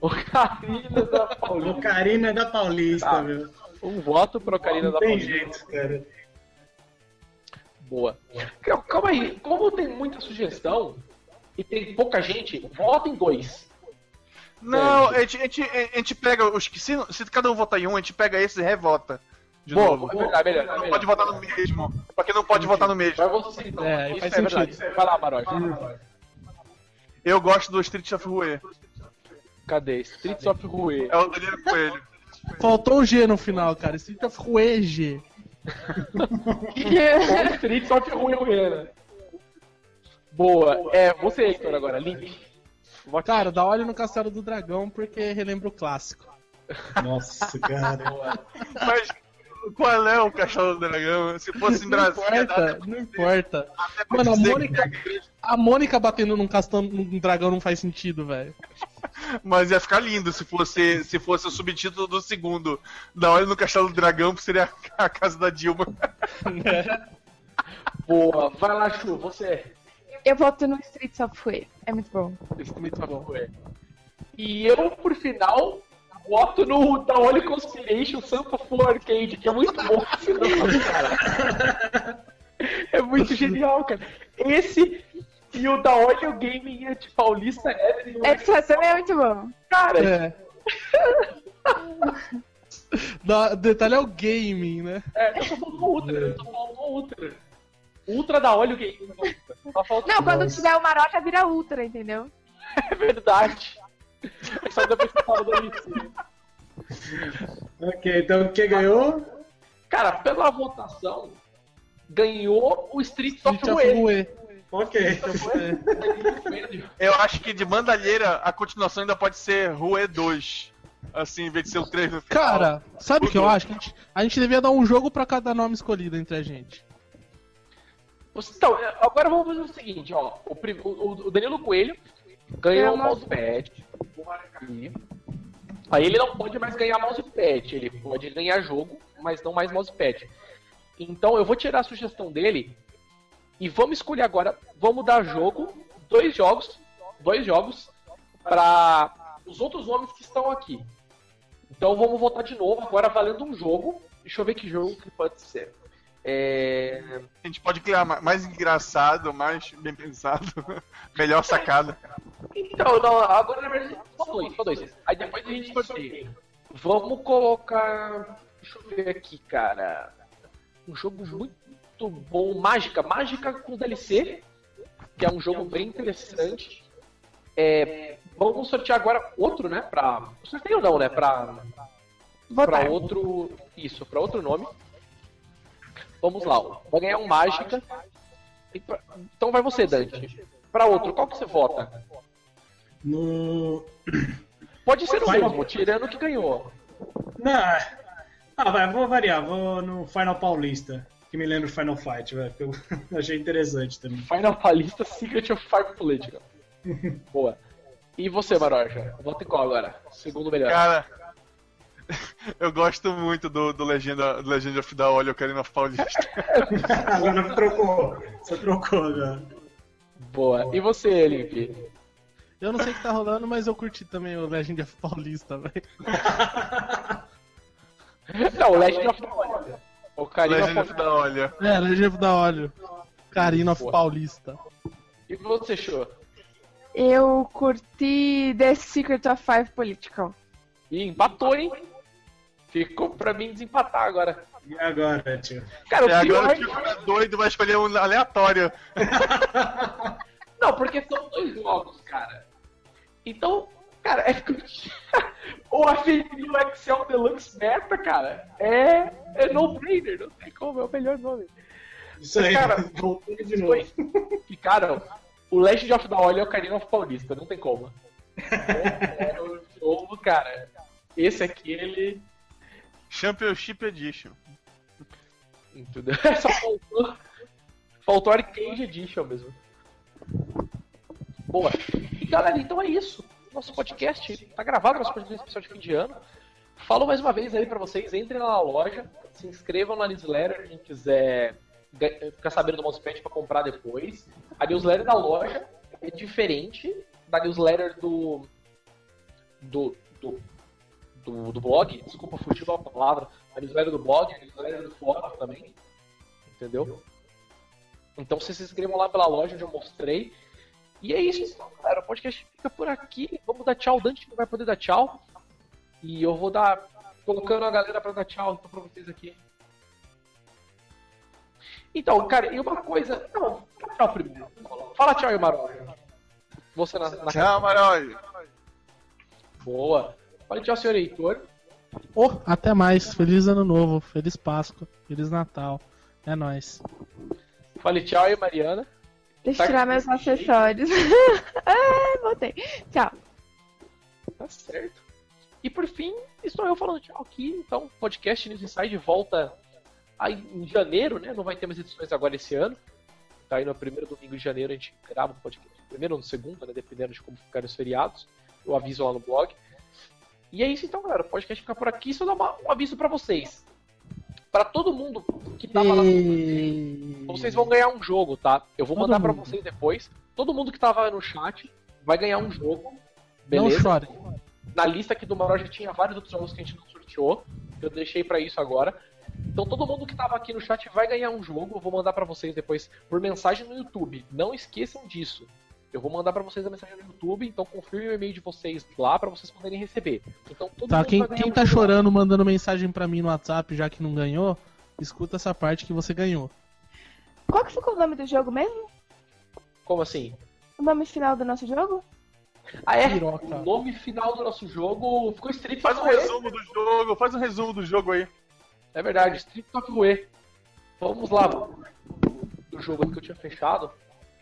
Speaker 3: Ocarina da Paulista.
Speaker 5: Ocarina da Paulista,
Speaker 3: Tá.
Speaker 5: meu.
Speaker 3: Um voto pro Ocarina da
Speaker 5: Não tem
Speaker 3: Paulista.
Speaker 5: jeito, cara.
Speaker 3: Boa. Cal- Calma aí, como tem muita sugestão e tem pouca gente, vota em dois.
Speaker 6: Não, a gente, a, gente, a gente pega os que. Se, se cada um votar em um, a gente pega esse e revota. De
Speaker 3: Boa,
Speaker 6: novo.
Speaker 3: é verdade, é verdade, é
Speaker 6: Não
Speaker 3: verdade.
Speaker 6: pode votar no mesmo. Porque não pode votar no mesmo.
Speaker 3: Vai você então.
Speaker 2: É,
Speaker 3: Isso
Speaker 2: faz
Speaker 3: é verdade. Vai lá, Baroche.
Speaker 6: Eu gosto do Street of Rue.
Speaker 3: Cadê? Streets of Rue.
Speaker 6: É o Danilo Coelho.
Speaker 2: Faltou o G no final, cara. Street of Rue G.
Speaker 3: Ou Streets of Rue, Rue, né? Boa. É, você, Heitor, agora. Link. Vote
Speaker 2: Cara, da hora no Castelo do Dragão, porque relembra o clássico.
Speaker 5: Nossa, cara.
Speaker 6: Mas qual é o Castelo do Dragão? Se fosse em
Speaker 2: não
Speaker 6: Brasília, né? dá
Speaker 2: importa, não importa.
Speaker 6: até pra
Speaker 2: Mano, a
Speaker 6: dizer
Speaker 2: Mônica,
Speaker 6: que- é
Speaker 2: a Mônica batendo num, castelo, num dragão não faz sentido, velho.
Speaker 6: Mas ia ficar lindo se fosse, se fosse o subtítulo do segundo. Da hora no Castelo do Dragão, que seria a casa da Dilma.
Speaker 3: É, Boa. Vai lá, Chu, você. é
Speaker 4: Eu voto no Streets of Fue. É muito bom.
Speaker 3: Streets of Rue. E eu, por final, voto no da Holy Conspiration Sampa Full Arcade, que é muito bom esse nome, cara. É muito genial, cara. Esse e o da Olho Gaming de Paulista Avenue.
Speaker 4: Essa também é muito bom.
Speaker 3: cara,
Speaker 2: É. Da- detalhe é o gaming, né?
Speaker 3: é, eu tô falando outra, eu tô falando outra. Ultra da Olho Gaming. Só falta
Speaker 4: Não, quando tiver o Marota, vira Ultra, entendeu?
Speaker 3: é verdade. É só depois que eu falo da Unicef.
Speaker 5: ok, então quem ganhou?
Speaker 3: Cara, pela votação, ganhou o Street of
Speaker 2: Street of
Speaker 3: Rage.
Speaker 2: Rue.
Speaker 5: Ok.
Speaker 3: Então
Speaker 6: Eu acho que de Bandalheira a continuação ainda pode ser Rue 2. Assim, em vez de ser o 3 no final.
Speaker 2: Cara, sabe o que eu acho? Que a, gente, a gente devia dar um jogo pra cada nome escolhido entre a gente.
Speaker 3: Você- Então, agora vamos fazer o seguinte, ó. O, prim- o- o Danilo Coelho ganhou o
Speaker 4: Ganhou
Speaker 3: mousepad. o Maracanã. Aí ele não pode mais ganhar mousepad, ele pode ganhar jogo, mas não mais mousepad. Então eu vou tirar a sugestão dele e vamos escolher agora, vamos dar jogo, dois jogos, dois jogos para os outros homens que estão aqui. Então vamos voltar de novo, agora valendo um jogo. Deixa eu ver que jogo que pode ser. É...
Speaker 6: A gente pode criar ma- mais engraçado, mais bem pensado, melhor sacada.
Speaker 3: Então, não, agora na verdade só dois, só dois. Aí depois a gente sorteia. Vamos colocar. Deixa eu ver aqui, cara. Um jogo muito bom, Mágica. Mágica com DLC, que é um jogo bem interessante. É, vamos sortear agora outro, né? Pra. Sorteio não, né? Pra, pra outro. Isso, pra outro nome. Vamos lá, ó. vai ganhar um Mágica. E pra- Então vai você, Dante. Pra outro, qual que você vota?
Speaker 5: No.
Speaker 3: Pode ser o
Speaker 5: Vai.
Speaker 3: mesmo, tirando o que ganhou.
Speaker 5: Na... Ah, vai, vou variar. Vou no Final Paulista, que me lembra o Final Fight, velho. que Eu achei interessante também.
Speaker 3: Final Paulista Secret of Fire Political. Boa. E você, Maroja? Vota em qual agora? Segundo melhor.
Speaker 6: Cara, eu gosto muito do, do Legenda, do Legend of the Olho, Ocarina of Paulista.
Speaker 5: Agora trocou. Você trocou agora.
Speaker 3: Boa. E você, Lipe?
Speaker 2: Eu não sei o que tá rolando, mas eu curti também o Legend of Paulista, velho.
Speaker 3: Não, o Legend of the Olha. O
Speaker 6: Legend
Speaker 3: Carinho
Speaker 6: of the Olho.
Speaker 2: É, Legend of da Óleo. Carina of
Speaker 3: Boa.
Speaker 2: Paulista.
Speaker 3: E você, Show?
Speaker 4: Eu curti The Secret of Five Political.
Speaker 3: E empatou, hein? Ficou pra mim desempatar agora.
Speaker 5: E agora, tio?
Speaker 6: E
Speaker 3: Cara, o pior...
Speaker 6: É,
Speaker 3: é
Speaker 6: agora o tio doido vai escolher um aleatório.
Speaker 3: Não, porque são dois jogos, cara. Então, cara, é o Avenida o Excel Deluxe Meta, cara, é, é no-brainer, não tem como, é o melhor nome.
Speaker 5: Isso aí,
Speaker 3: Cara,
Speaker 5: voltando É, de
Speaker 3: Os
Speaker 5: novo.
Speaker 3: dois ficaram. O Legend of the Oil é o Carino of Paulista, não tem como. É, é o jogo, cara. Esse aqui, ele.
Speaker 6: Championship Edition.
Speaker 3: Entendeu? Só faltou. Faltou Arcade Edition mesmo. Boa. E galera, então é isso. Nosso podcast tá gravado, nosso podcast especial de fim de ano. Falo mais uma vez aí pra vocês, entrem lá na loja, se inscrevam na newsletter, quem quiser ga- ficar sabendo do mousepad pra comprar depois. A newsletter da loja é diferente da newsletter do. do. do, do, do blog. Desculpa, fugiu a palavra. A newsletter do blog, a newsletter do fórum também. Entendeu? Então vocês se inscrevam lá pela loja onde eu mostrei. E é isso, então, galera. O podcast fica por aqui. Vamos dar tchau. O Dante não vai poder dar tchau. E eu vou dar. colocando a galera pra dar tchau então, pra vocês aqui. Então, cara, e uma coisa. Não, tchau primeiro. Fala tchau, Imarol. Você na, na
Speaker 6: Tchau, Maroi.
Speaker 3: Boa. Fala tchau, senhor Heitor.
Speaker 2: Oh, até mais. Feliz ano novo, feliz Páscoa, feliz Natal. É nóis.
Speaker 3: Fale tchau, e Mariana.
Speaker 4: Deixa
Speaker 3: Tá
Speaker 4: eu tirar
Speaker 3: aqui.
Speaker 4: meus acessórios. ah, voltei. Tchau.
Speaker 3: Tá certo. E por fim, estou eu falando tchau aqui. Então, podcast News Inside volta aí em janeiro, né? Não vai ter mais edições agora esse ano. Tá aí no primeiro domingo de janeiro a gente grava um podcast. Primeiro ou no segundo, né? Dependendo de como ficarem os feriados. Eu aviso lá no blog. E é isso então, galera. O podcast fica por aqui. Só dar uma- um aviso pra vocês. Pra todo mundo que tava lá no Vocês vão ganhar um jogo, tá? Eu vou
Speaker 2: Todo
Speaker 3: mandar pra
Speaker 2: mundo.
Speaker 3: vocês depois. Todo mundo que tava no chat vai ganhar um jogo.
Speaker 2: Não
Speaker 3: Beleza?
Speaker 2: chorem.
Speaker 3: Na lista aqui do Maró já tinha vários outros jogos que a gente não sorteou. Eu deixei pra isso agora. Então todo mundo que tava aqui no chat vai ganhar um jogo. Eu vou mandar pra vocês depois por mensagem no YouTube. Não esqueçam disso. Eu vou mandar pra vocês a mensagem no YouTube, então confirme o e-mail de vocês lá pra vocês poderem receber. Então todo
Speaker 2: Tá,
Speaker 3: mundo
Speaker 2: quem,
Speaker 3: vai ganhar
Speaker 2: quem
Speaker 3: um
Speaker 2: tá
Speaker 3: jogo.
Speaker 2: chorando, mandando mensagem pra mim no WhatsApp, já que não ganhou, escuta essa parte que você ganhou.
Speaker 4: Qual que ficou o nome do jogo mesmo?
Speaker 3: Como assim?
Speaker 4: O nome final do nosso jogo?
Speaker 3: Ah, é?
Speaker 2: Piroca.
Speaker 3: O nome final do nosso jogo ficou Street
Speaker 6: Faz um
Speaker 3: Fighter.
Speaker 6: resumo do jogo, faz um resumo do jogo aí.
Speaker 3: É verdade, Street Talk UE. Vamos lá. Do jogo que eu tinha fechado,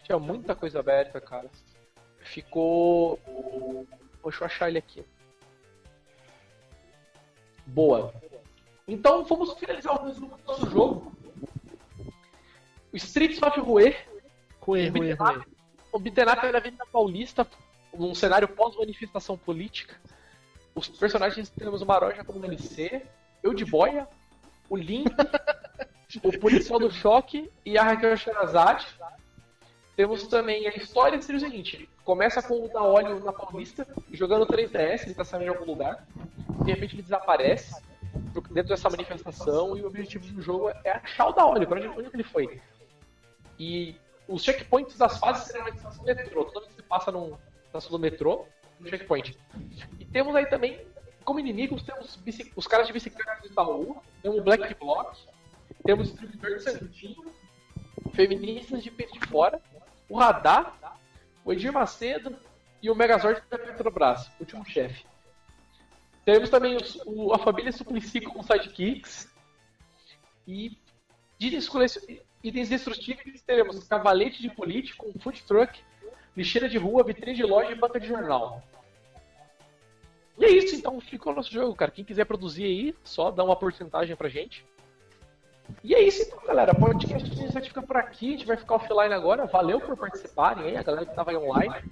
Speaker 3: tinha muita coisa aberta, cara. Ficou. Deixa eu achar ele aqui. Boa. Então vamos finalizar o resumo do nosso jogo. O Street Talk UE
Speaker 2: Ruê, ruê, ruê.
Speaker 3: o Bitenato era vindo da Paulista, num cenário pós-manifestação política. Os personagens temos o Maroja como DLC, eu de boia, o Link, o policial do choque e a Raquel Sherazade. Temos também a história seria o seguinte: começa com o Daolio na Paulista, jogando 3DS, ele tá saindo de algum lugar, de repente ele desaparece pro- dentro dessa manifestação e o objetivo do jogo é achar o Daolio, pra onde, onde que ele foi. E os checkpoints das fases serão na estação do metrô. Toda vez que você passa num- na estação do metrô, um checkpoint. E temos aí também, como inimigos, temos bici- os caras de bicicleta do Itaú, temos o Black Block, temos o distribuidor de Santinho, feministas de peito de fora, o Radar, o Edir Macedo e o Megazord da Petrobras, último chefe. Temos também os- o- a família Suplicy como sidekicks. E de escolher- itens destrutíveis teremos cavalete de político, um food truck, lixeira de rua, vitrine de loja e banca de jornal. E é isso, então ficou o nosso jogo, cara. Quem quiser produzir aí, só dá uma porcentagem pra gente. E é isso então, galera. Podcast 17 fica por aqui, a gente vai ficar offline agora. Valeu por participarem aí, a galera que tava aí online.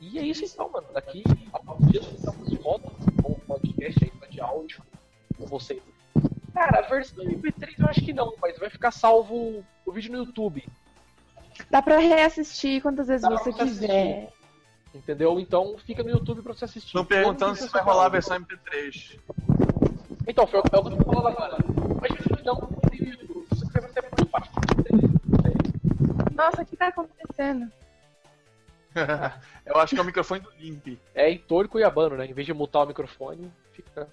Speaker 3: E é isso então, mano. Daqui a alguns dias estamos de volta com o podcast aí de áudio com vocês. Cara, a versão MP3 eu acho que não, mas vai ficar salvo o vídeo no YouTube,
Speaker 4: Dá pra reassistir quantas vezes
Speaker 3: Dá pra
Speaker 4: você
Speaker 3: você assistir.
Speaker 4: quiser.
Speaker 3: entendeu? Então fica no YouTube pra você assistir.
Speaker 6: Estão perguntando
Speaker 3: Quando
Speaker 6: se
Speaker 3: você
Speaker 6: vai
Speaker 3: for
Speaker 6: rolar a
Speaker 3: falar.
Speaker 6: versão MP3.
Speaker 3: Então, foi o que eu tô falando agora. Mas gente, não tem o YouTube. Se você vai ter parte
Speaker 4: Nossa, o que tá acontecendo?
Speaker 6: Eu acho que é o microfone do Limp.
Speaker 3: É Heitor Cuiabano, né? Em vez de mutar o microfone, fica.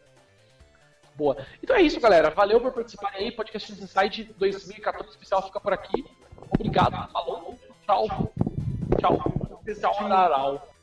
Speaker 3: Boa. Então é isso, galera. Valeu por participarem aí. Podcast Inside 2014 especial fica por aqui. Obrigado. Falou. Tchau. Tchau. Tchau, Naral.